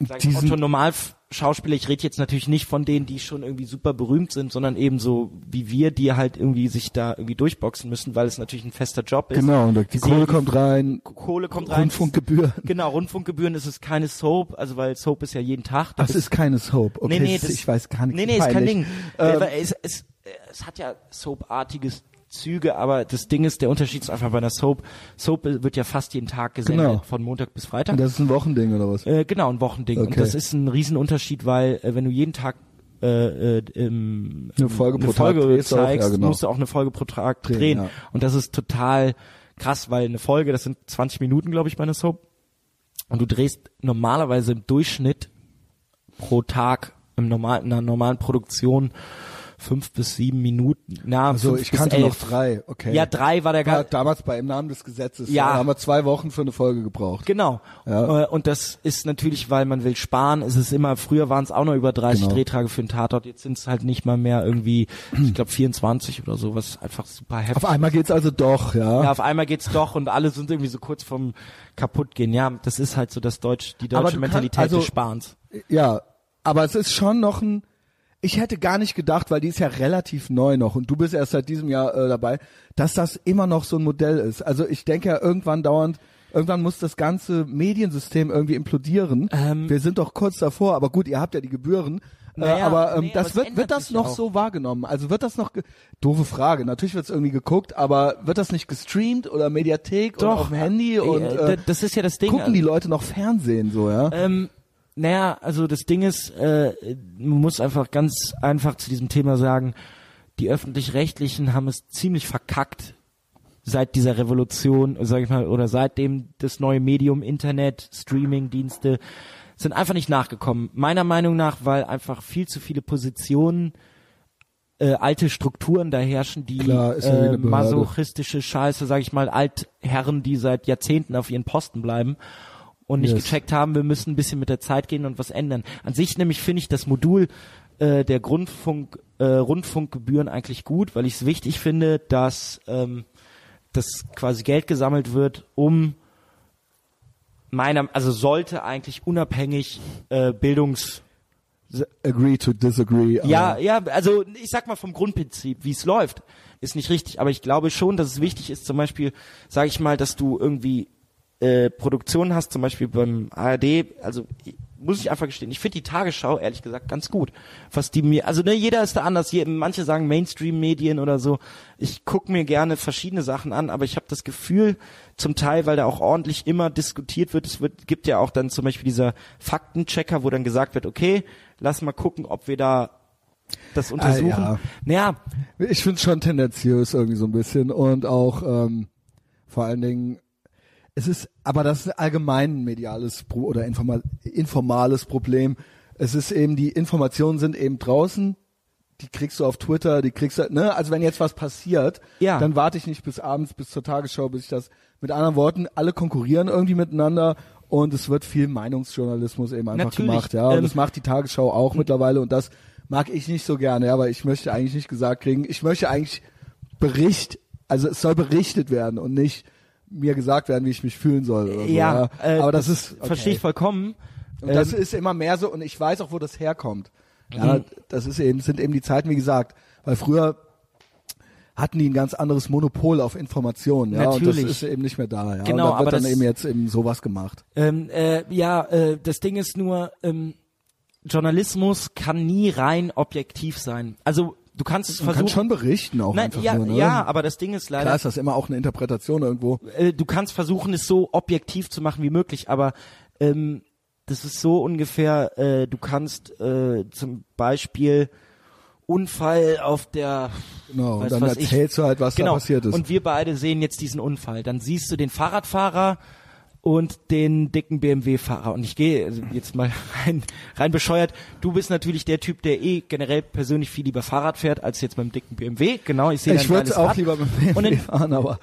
sag ich, mal,
Diesen-
Otto Normal Schauspieler, ich rede jetzt natürlich nicht von denen, die schon irgendwie super berühmt sind, sondern eben so wie wir, die halt irgendwie sich da irgendwie durchboxen müssen, weil es natürlich ein fester Job ist.
genau, und die
Sehr-
Kohle kommt rein,
Kohle kommt rein.
Rundfunkgebühren.
Genau, Rundfunkgebühren ist es keine Soap, also weil Soap ist ja jeden Tag. da
Das ist keine Soap. Okay,
Nee, nee,
das,
das,
ist- ich weiß gar nicht.
Nee, nee, ist kein
peinlich.
Ding. Äh,
Ähm,
Weil es, es, es hat ja soapartige Züge, aber das Ding ist, der Unterschied ist einfach bei einer Soap. Soap wird ja fast jeden Tag gesendet,
Genau.
von Montag bis Freitag.
und das ist ein Wochending oder was?
Äh, genau, ein Wochending.
Okay.
Und das ist ein Riesenunterschied, weil äh, wenn du jeden Tag äh, äh, ähm,
Eine Folge pro
eine
Tag
Folge
drehst du auch,
zeigst,
ja, genau.
musst du auch eine Folge pro Tag drehen.
ja.
Und das ist total krass, weil eine Folge, das sind 20 Minuten, glaube ich, bei einer Soap. Und du drehst normalerweise im Durchschnitt pro Tag im normal, in einer normalen Produktion fünf bis sieben Minuten. Na,
Also
fünf
ich
bis
kannte noch
elf.
drei, okay.
Ja, drei war der
Ja,
gar,
damals bei Im Namen des Gesetzes.
Ja.
Da haben wir zwei Wochen für eine Folge gebraucht.
Genau.
Ja.
Äh, Und das ist natürlich, weil man will sparen. Es ist immer, früher waren es auch noch über 30
Genau.
Drehtage für einen Tatort. Jetzt sind es halt nicht mal mehr irgendwie, ich glaube 24 oder so, was einfach super heftig.
Auf einmal geht's also doch, ja.
ja, auf einmal geht's doch und alle sind irgendwie so kurz vom kaputtgehen. Ja, das ist halt so das deutsche, die
Aber
deutsche
du
Mentalität
kannst- also-
des Sparens.
Ja, aber es ist schon noch ein. Ich hätte gar nicht gedacht, weil die ist ja relativ neu noch und du bist erst seit diesem Jahr äh, dabei, dass das immer noch so ein Modell ist. Also ich denke ja irgendwann dauernd, irgendwann muss das ganze Mediensystem irgendwie implodieren.
Ähm.
Wir sind doch kurz davor, aber gut, ihr habt ja die Gebühren. äh,
Naja,
aber ähm,
nee, aber
das
es
wird, wird
ändert
das
sich
noch
auch.
so wahrgenommen? Also wird das noch ge doofe Frage. Natürlich wird es irgendwie geguckt, aber wird das nicht gestreamt oder Mediathek oder auf dem Handy
äh,
und
d-
äh,
das ist ja das Ding. also.
gucken die Leute noch Fernsehen so, ja?
Ähm, naja, also das Ding ist, äh, man muss einfach ganz einfach zu diesem Thema sagen, die öffentlich-rechtlichen haben es ziemlich verkackt seit dieser Revolution, sage ich mal, oder seitdem das neue Medium Internet, Streaming-Dienste sind einfach nicht nachgekommen. Meiner Meinung nach, weil einfach viel zu viele Positionen, äh, alte Strukturen da herrschen, die
Klar, ist ja wie
äh,
eine Behörde.
masochistische Scheiße, sage ich mal, Altherren, die seit Jahrzehnten auf ihren Posten bleiben und nicht
Yes.
gecheckt haben, wir müssen ein bisschen mit der Zeit gehen und was ändern. An sich nämlich finde ich das Modul äh, der Grundfunk, äh, Rundfunkgebühren eigentlich gut, weil ich es wichtig finde, dass, ähm, dass quasi Geld gesammelt wird, um meiner, also sollte eigentlich unabhängig äh, Bildungs
Agree to disagree. aber-
ja, ja, also ich sag mal vom Grundprinzip, wie es läuft, ist nicht richtig. Aber ich glaube schon, dass es wichtig ist, zum Beispiel, sage ich mal, dass du irgendwie äh, Produktionen hast, zum Beispiel beim ARD, also ich- muss ich einfach gestehen, ich finde die Tagesschau, ehrlich gesagt, ganz gut. Was die mir, also ne, jeder ist da anders, Je- manche sagen Mainstream-Medien oder so. Ich guck mir gerne verschiedene Sachen an, aber ich habe das Gefühl, zum Teil, weil da auch ordentlich immer diskutiert wird, es wird, gibt ja auch dann zum Beispiel dieser Faktenchecker, wo dann gesagt wird, okay, lass mal gucken, ob wir da das untersuchen.
Ah, ja.
Naja,
Ich finde schon tendenziös irgendwie so ein bisschen und auch ähm, vor allen Dingen, es ist, aber das ist allgemein ein mediales Pro oder informa informales Problem. Es ist eben, die Informationen sind eben draußen, die kriegst du auf Twitter, die kriegst du, ne, also wenn jetzt was passiert,
Ja.
dann warte ich nicht bis abends, bis zur Tagesschau, bis ich das, mit anderen Worten, alle konkurrieren irgendwie miteinander und es wird viel Meinungsjournalismus eben einfach
Natürlich,
gemacht, ja, und
ähm,
das macht die Tagesschau auch mittlerweile und das mag ich nicht so gerne, ja, weil ich möchte eigentlich nicht gesagt kriegen, ich möchte eigentlich Bericht, also es soll berichtet werden und nicht mir gesagt werden, wie ich mich fühlen soll oder so,
ja, äh,
aber das, ist, okay.
verstehe ich vollkommen.
Und das
Ähm, mhm.
ist immer mehr so, und ich weiß auch, wo das herkommt. Ja, das ist eben, sind eben die Zeiten, wie gesagt, weil früher hatten die ein ganz anderes Monopol auf Informationen, ja, und
Natürlich.
das ist eben nicht mehr da, ja.
Genau,
und da
aber
wird dann
das-
eben jetzt eben sowas gemacht.
ähm, äh, ja, äh, das Ding ist nur, ähm, Journalismus kann nie rein objektiv sein. Also du kannst es
Man
versuchen.
kann schon berichten auch
Nein,
einfach
ja,
nur, ne?
ja, aber das Ding ist leider,
Klar ist das immer auch eine Interpretation irgendwo.
äh, du kannst versuchen, es so objektiv zu machen wie möglich, aber ähm, das ist so ungefähr, äh, du kannst äh, zum Beispiel Unfall auf der
Genau, und
weiß
dann
was ich-
erzählst du halt, was da
genau.
passiert ist.
Und wir beide sehen jetzt diesen Unfall. Dann siehst du den Fahrradfahrer und den dicken BMW-Fahrer. Und ich gehe also jetzt mal rein, rein bescheuert. Du bist natürlich der Typ, der eh generell persönlich viel lieber Fahrrad fährt, als jetzt mit dem dicken BMW. Genau, ich sehe
Ich
dein
würde
geiles
auch
Rad.
lieber mit
Und
BMW
dann-
fahren, aber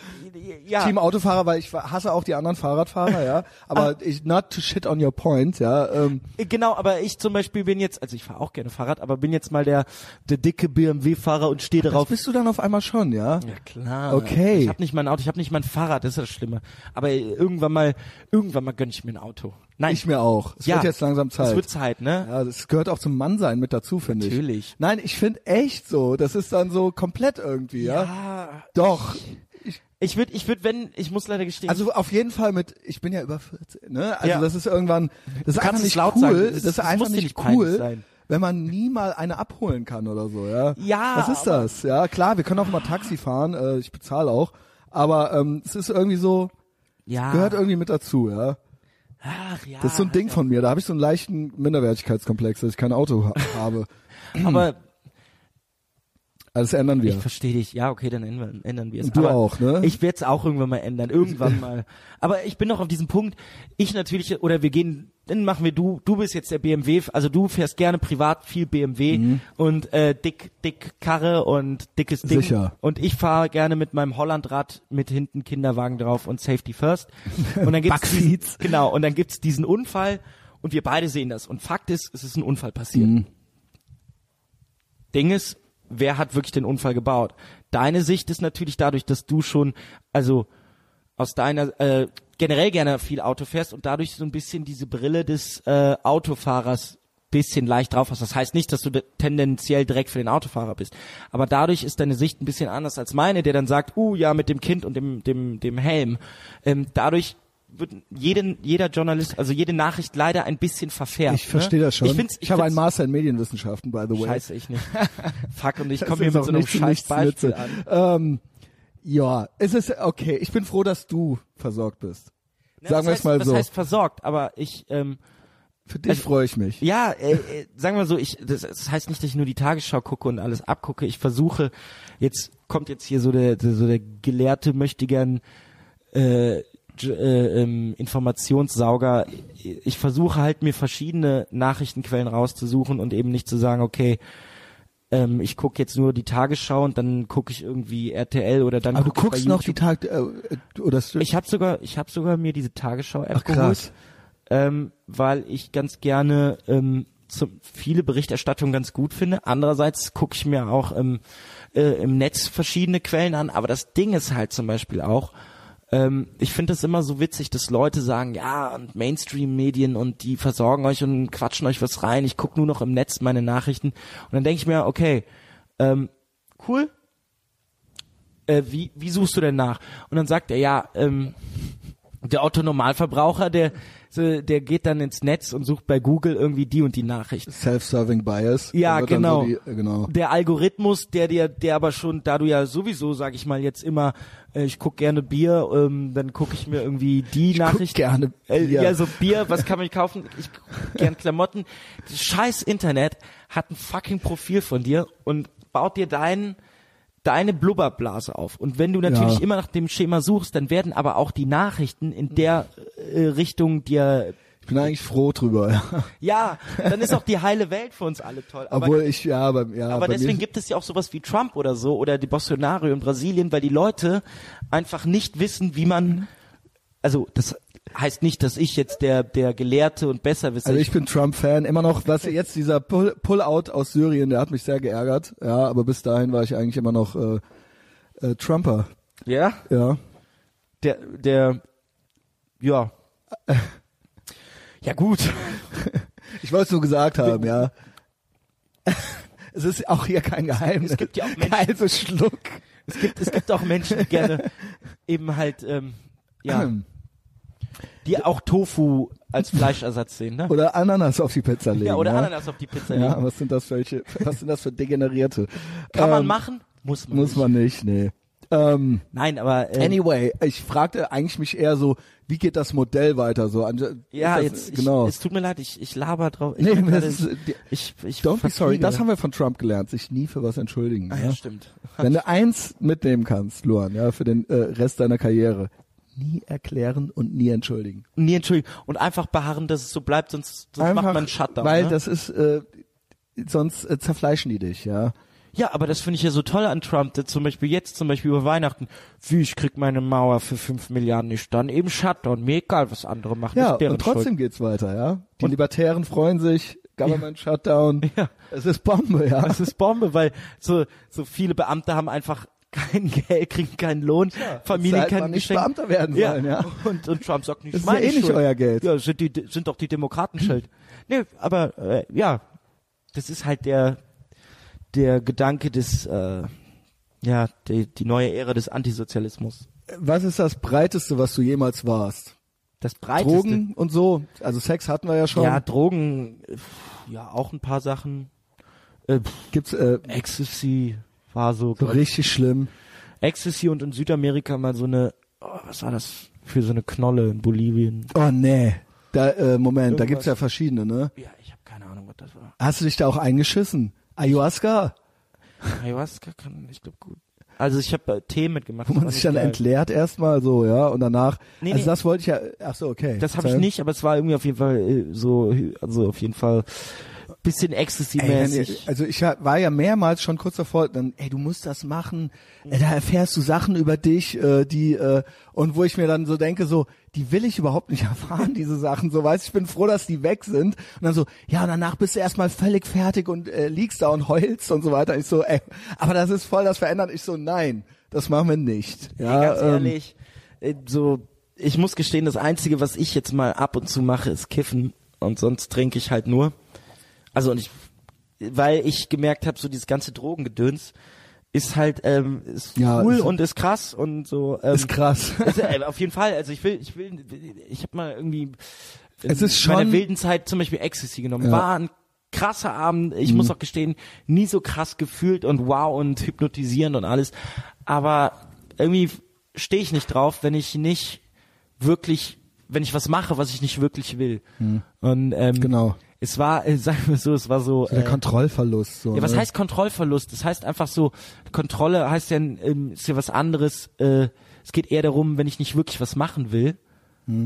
ja, Ah.
Team Autofahrer, weil ich hasse auch die anderen Fahrradfahrer, ja. Aber ich, not to shit on your point, ja. Ähm,
Genau, aber ich zum Beispiel bin jetzt, also ich fahre auch gerne Fahrrad, aber bin jetzt mal der, der dicke BMW-Fahrer und stehe
das
darauf.
bist du dann auf einmal schon, ja.
Ja klar.
Okay.
Ich habe nicht mein Auto, ich habe nicht mein Fahrrad, das ist das Schlimme. Aber irgendwann mal, irgendwann mal gönn ich mir ein Auto. Nein,
Ich mir auch. Es
ja,
wird jetzt langsam Zeit.
Es wird Zeit, ne?
ja, das gehört auch zum Mannsein mit dazu, finde ich.
Natürlich.
Nein, ich finde echt so. Das ist dann so komplett irgendwie, ja.
Ah,
Doch.
ich würde, ich würde, wenn, ich muss leider gestehen.
Also auf jeden Fall mit, ich bin ja über 14, ne? Also
Ja.
das ist irgendwann, das ist
kannst
einfach
es
nicht
laut
cool.
sagen, das-
das
das
ist einfach
muss dir
nicht,
nicht peinlich
cool,
sein.
wenn man nie mal eine abholen kann oder so, ja.
Ja,
Was ist
aber-
das? Ja, klar, wir können auch mal Taxi fahren, äh, ich bezahle auch. Aber ähm, es ist irgendwie so,
ja.
gehört irgendwie mit dazu, ja.
Ach ja.
Das ist so ein Ding von mir. Da habe ich so einen leichten Minderwertigkeitskomplex, dass ich kein Auto ha habe.
Aber
Also das ändern wir.
ich verstehe dich. Ja, okay, dann ändern, ändern wir es.
Und du
aber
auch, ne?
Ich werde es auch irgendwann mal ändern. Irgendwann mal. Aber ich bin noch auf diesem Punkt. Ich natürlich, oder wir gehen, dann machen wir du, du bist jetzt der BMW, also du fährst gerne privat viel BMW
Mhm.
und äh, dick, dick Karre und dickes Ding.
Sicher.
Und ich fahre gerne mit meinem Hollandrad mit hinten Kinderwagen drauf und Safety First. Und dann gibt's diesen,
Backseats.
genau, und dann gibt's diesen Unfall und wir beide sehen das. Und Fakt ist, es ist ein Unfall passiert.
Mhm.
Ding ist, wer hat wirklich den Unfall gebaut? Deine Sicht ist natürlich dadurch, dass du schon, also aus deiner äh, generell gerne viel Auto fährst und dadurch so ein bisschen diese Brille des äh, Autofahrers bisschen leicht drauf hast. Das heißt nicht, dass du de- tendenziell direkt für den Autofahrer bist, aber dadurch ist deine Sicht ein bisschen anders als meine, der dann sagt, uh ja, mit dem Kind und dem dem dem Helm. Ähm, dadurch wird jeden jeder Journalist, also jede Nachricht leider ein bisschen verfärbt.
Ich verstehe
ne?
das schon.
Ich, find's, ich
habe einen
find's-
Master in Medienwissenschaften, by the way.
Scheiße, ich nicht. Fuck, und ich
Das
komme hier
ist
mit
auch
so einem
nichts-
scheiß
nichts
Beispiel
Nütze.
an.
Ähm, ja, es ist okay. Ich bin froh, dass du versorgt bist.
Ne,
sagen
was
wir
heißt,
es mal
was
so.
heißt versorgt, aber ich, ähm,
Für dich freue ich mich.
ja, äh, äh, sagen wir so, ich, das, das heißt nicht, dass ich nur die Tagesschau gucke und alles abgucke. Ich versuche, jetzt kommt jetzt hier so der, der so der Gelehrte möchte gern äh, J- äh, ähm, Informationssauger. Ich versuche halt mir verschiedene Nachrichtenquellen rauszusuchen und eben nicht zu sagen, okay, ähm, ich gucke jetzt nur die Tagesschau und dann gucke ich irgendwie RTL oder dann
Aber du
guck ich bei
guckst noch
YouTube.
die Tag äh, äh, oder St-
Ich habe sogar, ich habe sogar mir diese Tagesschau-App
Ach, krass.
geholt, ähm, weil ich ganz gerne ähm, zum, viele Berichterstattungen ganz gut finde. Andererseits gucke ich mir auch ähm, äh, im Netz verschiedene Quellen an. Aber das Ding ist halt zum Beispiel auch, ähm, ich finde das immer so witzig, dass Leute sagen, ja, und Mainstream-Medien und die versorgen euch und quatschen euch was rein. Ich gucke nur noch im Netz meine Nachrichten. Und dann denke ich mir, okay, ähm, cool, äh, wie, wie suchst du denn nach? Und dann sagt er, ja, ähm, der Otto-Normalverbraucher, der, so, der geht dann ins Netz und sucht bei Google irgendwie die und die Nachricht.
Self-serving Bias.
Ja,
Da wird dann
genau.
So die, äh, genau.
Der Algorithmus, der dir, der aber schon, da du ja sowieso, sag ich mal, jetzt immer, äh, ich guck gerne Bier, ähm, dann gucke ich mir irgendwie die Nachricht.
gerne
Äh,
Bier.
ja, so Bier, was kann man kaufen? Ich guck gern Klamotten. Das scheiß Internet hat ein fucking Profil von dir und baut dir deinen deine Blubberblase auf. Und wenn du natürlich
Ja.
immer nach dem Schema suchst, dann werden aber auch die Nachrichten in der äh, Richtung dir
Ich bin eigentlich froh drüber. Ja.
Ja, dann ist auch die heile Welt für uns alle toll. Aber,
Obwohl ich, ja, aber, ja,
aber
bei mir-
deswegen gibt es ja auch sowas wie Trump oder so oder die Bolsonaro in Brasilien, weil die Leute einfach nicht wissen, wie man, also das heißt nicht, dass ich jetzt der, der Gelehrte und Besserwisser
Also ich bin Trump-Fan. Immer noch, was jetzt dieser Pull- Pull-out aus Syrien, der hat mich sehr geärgert. Ja, aber bis dahin war ich eigentlich immer noch äh, äh, Trumper.
ja,
Ja.
der, der, ja. Ja gut.
Ich wollte es nur gesagt haben, ja. Es ist auch hier kein Geheimnis.
Es gibt ja auch Menschen-
Also Schluck.
Es gibt, es gibt auch Menschen, die gerne eben halt, ähm, ja, die auch Tofu als Fleischersatz sehen, ne?
Oder Ananas auf die Pizza legen.
Ja, oder
ja.
Ananas auf die Pizza legen.
Ja, was sind das für welche, was sind das für Degenerierte?
Kann man
Ähm,
machen? Muss man.
Muss
nicht.
man nicht, nee. Ähm,
Nein, aber äh,
anyway, ich fragte eigentlich mich eher so, wie geht das Modell weiter so? Ange-
ja,
das,
jetzt ich,
genau.
es tut mir leid, ich, ich laber drauf. Ich
Nee,
bin
das
gerade-
ist, die-
ich, ich
Don't be sorry.
verfliege.
Das haben wir von Trump gelernt, sich nie für was entschuldigen.
ah,
ja.
ja, stimmt.
Wenn du eins mitnehmen kannst, Luan, ja, für den äh, Rest deiner Karriere, nie erklären und nie entschuldigen.
Nee, entschuldigung. Und einfach beharren, dass es so bleibt, sonst, sonst macht man einen Shutdown.
weil
ne?
das ist äh, sonst äh, zerfleischen die dich, ja.
ja, aber das finde ich ja so toll an Trump, der zum Beispiel jetzt, zum Beispiel über Weihnachten, wie ich krieg meine Mauer für 5 Milliarden nicht, dann eben Shutdown. Mir egal, was andere machen.
Ja,
ist deren
und trotzdem
Schuld.
geht's weiter, ja. Die Libertären freuen sich, Government Shutdown.
Ja.
Es ist Bombe, ja.
Das ist Bombe, weil so, so viele Beamte haben einfach kein Geld, kriegen keinen Lohn, Familien
hätte man
kein
nicht
Geschenk.
Beamter werden
ja.
sollen, ja.
Und, und Trump sagt nicht,
Das ist
meine
ja eh nicht
Schuld.
euer Geld.
Ja, sind, die, sind doch die Demokraten schuld. Nee, aber äh, ja, das ist halt der, der Gedanke des, äh, ja, die, die neue Ära des Antisozialismus.
Was ist das Breiteste, was du jemals warst?
Das breiteste.
Drogen und so. Also Sex hatten wir ja schon.
Ja, Drogen, äh, ja, auch ein paar Sachen. Äh, pff,
Gibt's äh,
Ecstasy war so,
so richtig schlimm.
Ecstasy und in Südamerika mal so eine, oh, was war das für so eine Knolle in Bolivien?
Oh nee. Da, äh, Moment, da
Irgendwas.
gibt's ja verschiedene, ne?
Ja, ich habe keine Ahnung, was das war.
Hast du dich da auch eingeschissen? Ayahuasca,
Ayahuasca kann, ich glaube gut. Also ich habe äh, Tee mitgemacht.
wo
das
man
war
sich
nicht
dann
geil.
entleert erstmal so, ja, und danach.
Nee,
also
nee.
das wollte ich ja. Ach so, okay.
Das habe ich
Sorry.
nicht, aber es war irgendwie auf jeden Fall äh, so, also auf jeden Fall bisschen
Ey, wenn ihr,
Ecstasy-mäßig.
also ich war ja mehrmals schon kurz davor, dann, ey, du musst das machen. Ey, da erfährst du Sachen über dich, äh, die äh, und wo ich mir dann so denke, so, die will ich überhaupt nicht erfahren, diese Sachen. So, weißt, du, ich bin froh, dass die weg sind. Und dann so, ja, und danach bist du erstmal völlig fertig und äh, liegst da und heulst und so weiter. Ich so, ey, aber das ist voll, das verändert. Ich so, nein, das machen wir nicht. Ja,
Ey, ganz
ähm,
ehrlich, äh, so, ich muss gestehen, das Einzige, was ich jetzt mal ab und zu mache, ist kiffen und sonst trinke ich halt nur. Also und ich, weil ich gemerkt habe, so dieses ganze Drogengedöns ist halt ähm, ist
Ja,
cool
ist-
und ist krass und so. Ähm,
ist krass.
Also, äh, auf jeden Fall. Also ich will, ich will, ich habe mal irgendwie in
Es ist
meiner
schon-
wilden Zeit zum Beispiel Ecstasy genommen.
Ja. Mhm.
War ein krasser Abend. Ich muss auch gestehen, nie so krass gefühlt und wow und hypnotisierend und alles. Aber irgendwie stehe ich nicht drauf, wenn ich nicht wirklich, wenn ich was mache, was ich nicht wirklich will. Und ähm,
Mhm. Genau.
es war, äh, sagen wir so, es war so.
Der
äh,
Kontrollverlust. So,
ja, was
ne?
heißt Kontrollverlust? Das heißt einfach so, Kontrolle heißt ja, ähm, ist ja was anderes. Äh, es geht eher darum, wenn ich nicht wirklich was machen will.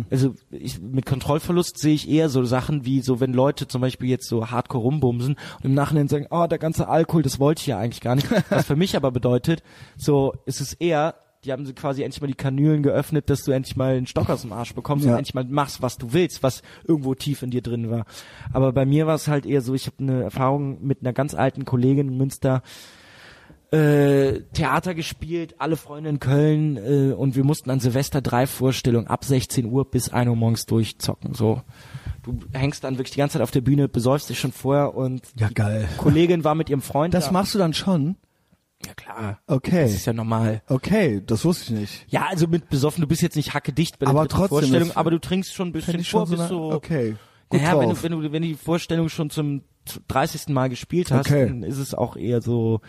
Also ich, mit Kontrollverlust sehe ich eher so Sachen wie so, wenn Leute zum Beispiel jetzt so hardcore rumbumsen und im Nachhinein sagen, oh, der ganze Alkohol, das wollte ich ja eigentlich gar nicht. Was für mich aber bedeutet, so ist es ist eher, die haben sie quasi endlich mal die Kanülen geöffnet, dass du endlich mal einen Stock aus dem Arsch bekommst
Ja.
und endlich mal machst, was du willst, was irgendwo tief in dir drin war. Aber bei mir war es halt eher so, ich habe eine Erfahrung mit einer ganz alten Kollegin in Münster, äh, Theater gespielt, alle Freunde in Köln äh, und wir mussten an Silvester drei Vorstellungen ab 16 Uhr bis 1 Uhr morgens durchzocken. So, du hängst dann wirklich die ganze Zeit auf der Bühne, besäufst dich schon vorher und
Ja, geil.
die Kollegin war mit ihrem Freund.
Das
da.
machst du dann schon?
ja klar.
Okay.
Das ist ja normal.
Okay, das wusste ich nicht.
Ja, also mit besoffen, du bist jetzt nicht hackedicht bei der
Aber
dritten
trotzdem,
Vorstellung,
das
aber du trinkst schon ein
Fänd
bisschen
ich
vor,
schon so,
bist
eine-
so
okay. Gut
Naja, wenn
drauf.
du, wenn, du, wenn du die Vorstellung schon zum 30. Mal gespielt hast,
Okay.
dann ist es auch eher so,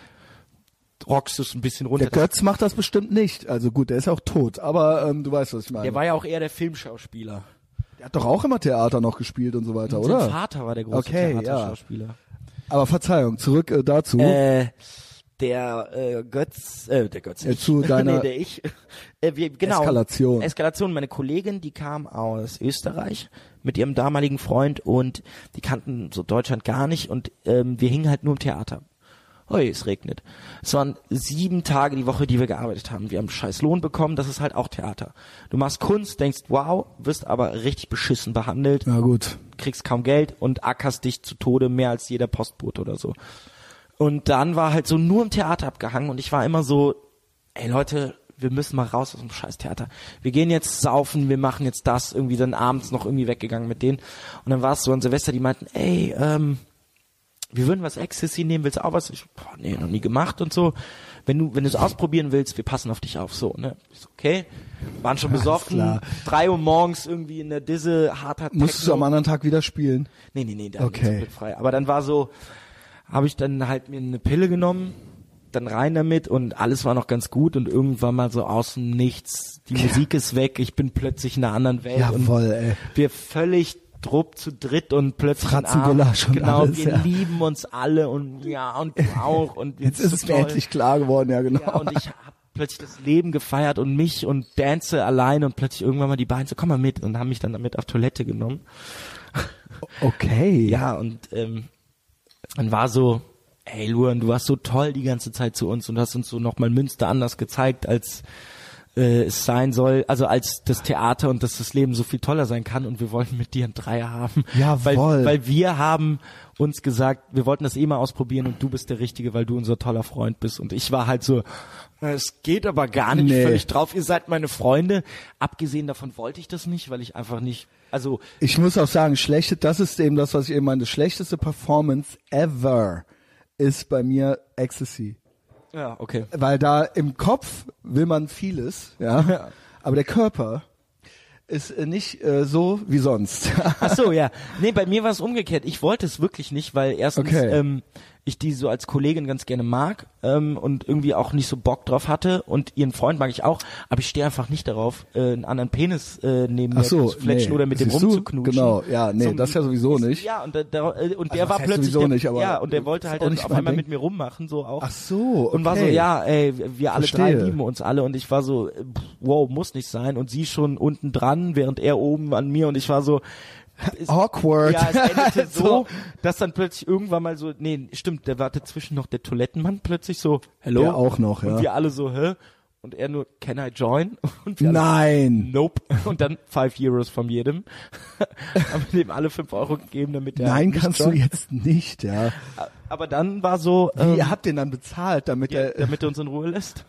rockst es ein bisschen runter.
Der Götz macht das bestimmt nicht. Also gut, der ist auch tot, aber ähm, du weißt, was ich meine.
Der war ja auch eher der Filmschauspieler.
Der hat doch auch immer Theater noch gespielt und so weiter,
Sein
oder?
Vater war der große
Okay, ja.
Theaterschauspieler.
Aber Verzeihung, zurück äh, dazu.
Äh, der äh, Götz, äh, der Götz,
Äh, zu deiner-
nee, der ich, äh, wir, genau,
Eskalation.
Eskalation. Meine Kollegin, die kam aus Österreich mit ihrem damaligen Freund und die kannten so Deutschland gar nicht und ähm, wir hingen halt nur im Theater. Hui, es regnet. Es waren sieben Tage die Woche, die wir gearbeitet haben. Wir haben scheiß Lohn bekommen, das ist halt auch Theater. Du machst Kunst, denkst, wow, wirst aber richtig beschissen behandelt
Na gut.
kriegst kaum Geld und ackerst dich zu Tode mehr als jeder Postbote oder so. Und dann war halt so nur im Theater abgehangen und ich war immer so, ey Leute, wir müssen mal raus aus dem scheiß Theater. Wir gehen jetzt saufen, wir machen jetzt das, irgendwie dann abends noch irgendwie weggegangen mit denen. Und dann war es so an Silvester, die meinten, ey, ähm, wir würden was Ecstasy nehmen, willst du auch was? Ich, boah, nee, noch nie gemacht und so. Wenn du, wenn du es ausprobieren willst, wir passen auf dich auf, so, ne? Ich so, okay. Waren schon besoffen.
klar.
Drei Uhr morgens irgendwie in der Disse, harter
Musstest du
Techno.
am anderen Tag wieder spielen?
Nee, nee, nee, da okay.
Okay.
ich komplett frei. Aber dann war so, habe ich dann halt mir eine Pille genommen, dann rein damit und alles war noch ganz gut und irgendwann mal so außen nichts, die Musik ist weg, ich bin plötzlich in einer anderen Welt und
Jawohl, ey.
wir völlig drupp zu dritt und plötzlich
Fratzengulasch
Arm.
und
genau,
alles,
wir
ja.
lieben uns alle und ja und du auch und
Jetzt ist es mir
toll.
endlich klar geworden, ja genau.
Ja, und ich habe plötzlich das Leben gefeiert und mich und dance allein und plötzlich irgendwann mal die beiden so, komm mal mit und haben mich dann damit auf Toilette genommen.
okay.
Ja, und ähm, dann war so, ey Luan, du warst so toll die ganze Zeit zu uns und hast uns so nochmal Münster anders gezeigt, als äh, es sein soll, also als das Theater und dass das Leben so viel toller sein kann und wir wollten mit dir einen Dreier haben.
Jawohl.
Weil, weil wir haben uns gesagt, wir wollten das eh mal ausprobieren und du bist der Richtige, weil du unser toller Freund bist. Und ich war halt so, "Na, es geht aber gar nicht
Nee.
völlig drauf, ihr seid meine Freunde. Abgesehen davon wollte ich das nicht, weil ich einfach nicht, also
Ich muss auch sagen, schlechte, das ist eben das, was ich eben meine. Schlechteste Performance ever ist bei mir Ecstasy.
ja, okay.
Weil da im Kopf will man vieles, ja.
Ja.
Aber der Körper ist äh, nicht äh, so wie sonst.
Ach so, ja. Nee, bei mir war es umgekehrt. Ich wollte es wirklich nicht, weil erstens
Okay.
ähm, ich die so als Kollegin ganz gerne mag ähm, und irgendwie auch nicht so Bock drauf hatte und ihren Freund mag ich auch, aber ich stehe einfach nicht darauf, äh, einen anderen Penis äh, neben
Ach
mir
so,
zu fletschen
nee.
oder mit dem
Siehst du?
rumzuknutschen.
Genau, ja, nee,
So,
das ja sowieso
ist-
nicht.
Ja, und, da, da, äh, und
was
der war
heißt
plötzlich
sowieso
der,
nicht, aber
ja, und der wollte
ist
halt
auch
dann
nicht
auf
mein
einmal
Ding.
mit mir rummachen, so auch.
Ach so,
Und war so,
okay.
ja, ey, wir alle drei
Verstehe.
lieben uns alle und ich war so, äh, pff, wow, muss nicht sein und sie schon unten dran, während er oben an mir und ich war so, ist-
Awkward.
ja, es endete so,
So.
dass dann plötzlich irgendwann mal so, nee, stimmt, der war dazwischen noch der Toilettenmann plötzlich so, hello.
Der auch noch, ja.
Und wir alle so, hä? Und er nur, can I join? Und wir alle,
Nein.
nope. Und dann five Euros von jedem. Haben wir dem alle fünf Euro gegeben, damit der
Nein,
nicht
kannst du
joint.
jetzt nicht, ja.
Aber dann war so,
Wie,
ähm,
ihr habt den dann bezahlt, damit
ja,
der,
damit er uns in Ruhe lässt.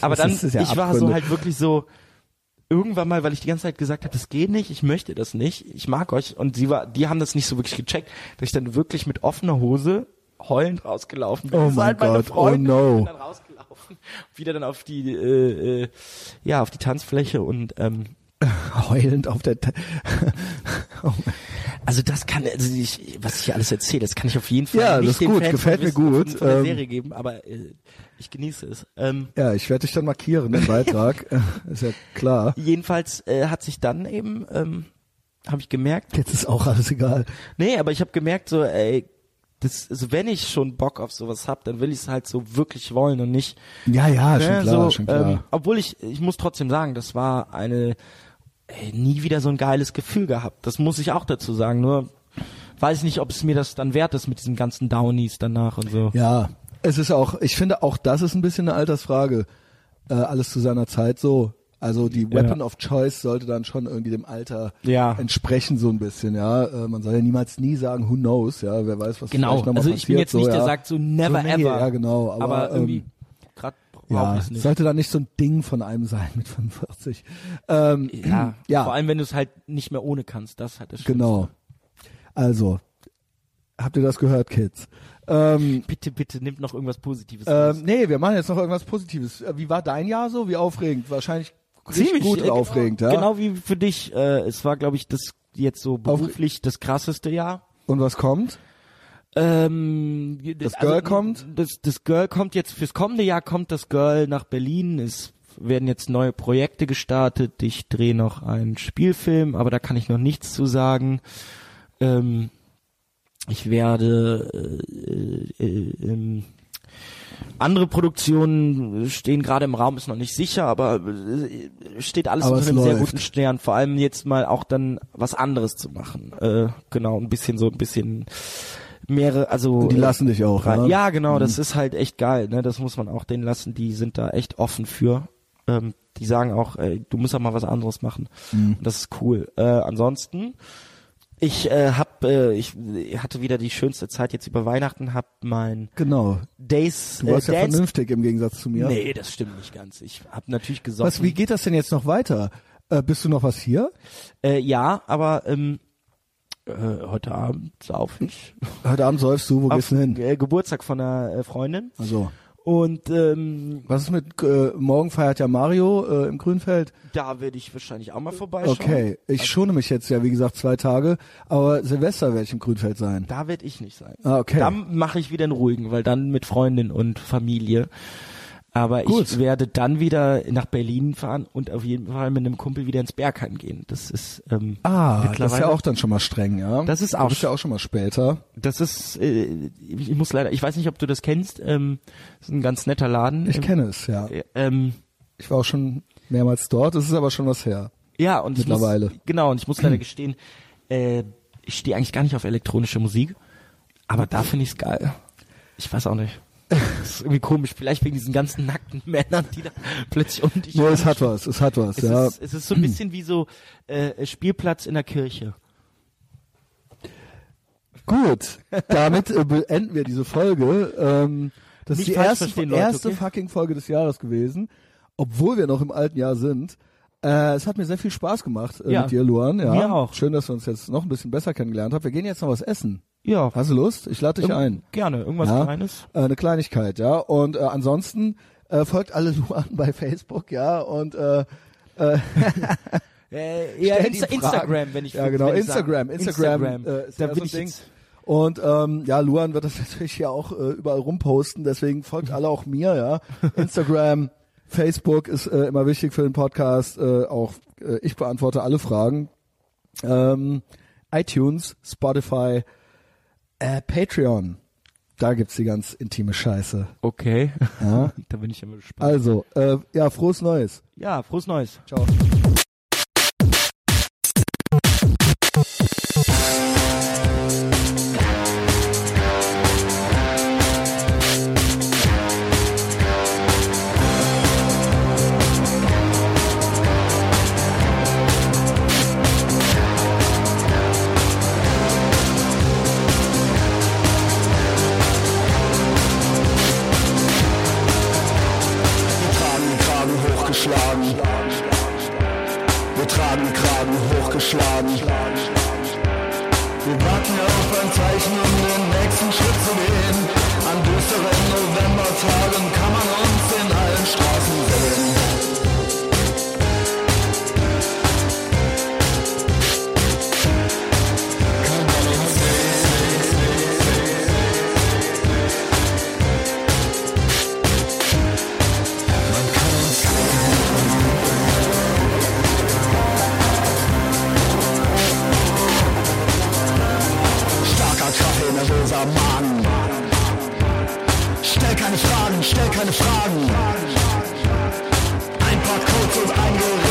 Aber
Das
dann,
Äh, ist ja
ich war so
Abgründe.
halt wirklich so, irgendwann mal, weil ich die ganze Zeit gesagt habe, das geht nicht, ich möchte das nicht, ich mag euch. Und sie war, die haben das nicht so wirklich gecheckt, dass ich dann wirklich mit offener Hose heulend rausgelaufen bin.
Oh
Das ist
mein
halt meine
Gott, oh
Freundin,
no.
Ich bin dann rausgelaufen. Wieder dann auf die, äh, äh, ja, auf die Tanzfläche und, ähm,
heulend auf der, Ta- oh mein
also das kann, also ich, was ich hier alles erzähle, das kann ich auf jeden Fall
Ja,
nicht
das ist
den
gut,
Fans
gefällt mir
von Wissen-
gut.
von, von der
Ähm,
Serie geben, aber äh, ich genieße es. Ähm,
Ja, ich werde dich dann markieren im Beitrag. ist ja klar.
jedenfalls äh, hat sich dann eben, ähm, habe ich gemerkt,
Jetzt ist auch alles egal.
nee, aber ich habe gemerkt so, ey, das, also wenn ich schon Bock auf sowas hab, dann will ich es halt so wirklich wollen und nicht,
Ja, ja, schon
ne,
klar,
so,
schon klar.
Ähm, obwohl ich, ich muss trotzdem sagen, das war eine, ey, nie wieder so ein geiles Gefühl gehabt. Das muss ich auch dazu sagen, nur weiß nicht, ob es mir das dann wert ist mit diesen ganzen Downies danach und so.
ja, es ist auch, ich finde auch das ist ein bisschen eine Altersfrage. Äh, alles zu seiner Zeit so. Also die Weapon of Choice sollte dann schon irgendwie dem Alter
Ja.
entsprechen so ein bisschen, ja. Äh, man soll ja niemals nie sagen, who knows, ja, wer weiß, was
Genau,
vielleicht noch mal
also
passiert.
ich bin jetzt
so,
nicht, der
ja.
sagt so never
nee,
ever.
Ja, genau. Aber,
irgendwie,
ähm,
grad brauche
ja,
ich es nicht.
sollte dann nicht so ein Ding von einem sein mit 45. Ähm,
Ja,
ja.
vor allem wenn du es halt nicht mehr ohne kannst, das hat das Schlimmste.
Genau. Also, habt ihr das gehört, Kids? Ähm,
Bitte, bitte nimmt noch irgendwas Positives. raus.
ähm, nee, wir machen jetzt noch irgendwas Positives. Äh, Wie war dein Jahr so? Wie aufregend? Wahrscheinlich richtig gut
äh,
aufregend,
genau,
ja?
Genau wie für dich. Äh, es war, glaube ich, das jetzt so beruflich das krasseste Jahr.
Und was kommt?
Ähm,
Das Girl kommt?
Das, das Girl kommt jetzt fürs kommende Jahr kommt das Girl nach Berlin. Es werden jetzt neue Projekte gestartet. Ich drehe noch einen Spielfilm, aber da kann ich noch nichts zu sagen. äh, Ähm, ich werde äh, äh, ähm, Andere Produktionen stehen gerade im Raum, ist noch nicht sicher, aber äh, steht alles
Aber
unter
es
einem sehr
läuft.
guten Stern. Vor allem jetzt mal auch dann was anderes zu machen. Äh, genau, ein bisschen so, ein bisschen mehrere, also
Die
äh,
lassen dich auch,
rein.
ne?
Ja, genau, das ist halt echt geil, ne? Das muss man auch denen lassen, die sind da echt offen für. Ähm, die sagen auch, ey, du musst ja mal was anderes machen.
Mhm.
Und das ist cool. Äh, ansonsten, ich äh, hab, äh, ich hatte wieder die schönste Zeit jetzt über Weihnachten, hab mein
Genau.
Days
Du warst
äh,
ja
Dance
vernünftig im Gegensatz zu mir.
Nee, das stimmt nicht ganz. Ich habe natürlich gesoffen.
Was, wie geht das denn jetzt noch weiter? Äh, bist du noch was hier?
äh, ja, aber ähm, äh, heute Abend sauf ich.
Heute Abend säufst du, wo gehst du hin?
Äh, Geburtstag von einer äh, Freundin.
Also,
Und ähm,
was ist mit, äh, morgen feiert ja Mario äh, im Grünfeld.
da werde ich wahrscheinlich auch mal vorbeischauen.
Okay,
Also
ich schone mich jetzt ja, wie gesagt, zwei Tage, aber Silvester werde ich im Grünfeld sein.
Da werde ich nicht sein.
Ah, okay.
Dann mache ich wieder einen ruhigen, weil dann mit Freundin und Familie. Aber
Gut.
ich werde dann wieder nach Berlin fahren und auf jeden Fall mit einem Kumpel wieder ins Bergheim gehen. Das ist ähm,
Ah, das ist
mittlerweile
ja auch dann schon mal streng, ja?
Das ist
Du
auch
bist ja auch schon mal später.
Das ist, äh, ich muss leider, ich weiß nicht, ob du das kennst. Ähm, das ist ein ganz netter Laden.
Ich kenne es, ja.
Äh, Ähm,
Ich war auch schon mehrmals dort, es ist aber schon was her.
ja, und
Mittlerweile.
Ich muss, genau, und ich muss leider gestehen, äh, ich stehe eigentlich gar nicht auf elektronische Musik, aber da finde ich es geil. Ich weiß auch nicht. Das ist irgendwie komisch, vielleicht wegen diesen ganzen nackten Männern, die da plötzlich um dich
Nur es hat was, es hat was,
es,
ja.
ist, es ist so ein bisschen wie so äh, Spielplatz in der Kirche.
Gut, damit äh, beenden wir diese Folge. Ähm, das
Nicht
ist die
falsch
erste,
verstehen, Leute,
erste
okay?
fucking Folge des Jahres gewesen, obwohl wir noch im alten Jahr sind. Äh, es hat mir sehr viel Spaß gemacht äh,
Ja.
mit dir, Luan. Ja.
Mir auch.
Schön, dass wir uns jetzt noch ein bisschen besser kennengelernt haben. Wir gehen jetzt noch was essen.
Ja,
Hast du Lust? Ich lade dich ein.
gerne, irgendwas
ja?
Kleines.
Äh, eine Kleinigkeit, ja. Und äh, ansonsten äh, folgt alle Luan bei Facebook, ja. Und äh,
Äh,
stell die
Insta
Fragen.
Instagram, wenn ich
ja genau
wenn ich
Instagram,
sage.
Instagram,
Instagram.
Äh, ist
da
ja
bin
so ein
ich
Ding.
jetzt
Und ähm, ja, Luan wird das natürlich hier auch äh, überall rumposten, deswegen folgt alle auch mir, ja. Instagram, Facebook ist äh, immer wichtig für den Podcast. Äh, auch äh, ich beantworte alle Fragen. Ähm, iTunes, Spotify, äh, Patreon. Da gibt's die ganz intime Scheiße.
Okay.
Ja.
Da bin ich immer gespannt.
Also, äh, ja, frohes Neues.
Ja, frohes Neues.
Ciao.
Wir tragen den Kragen hochgeschlagen. Wir tragen den Kragen hochgeschlagen. Wir warten auf ein Zeichen, um den nächsten Schritt zu gehen. An düsteren Novembertagen kann man uns in allen Straßen sehen. Kann man uns Starker Kaffee, nervöser Magen. Stell keine Fragen, stell keine Fragen. Ein paar Codes und ein Gerät.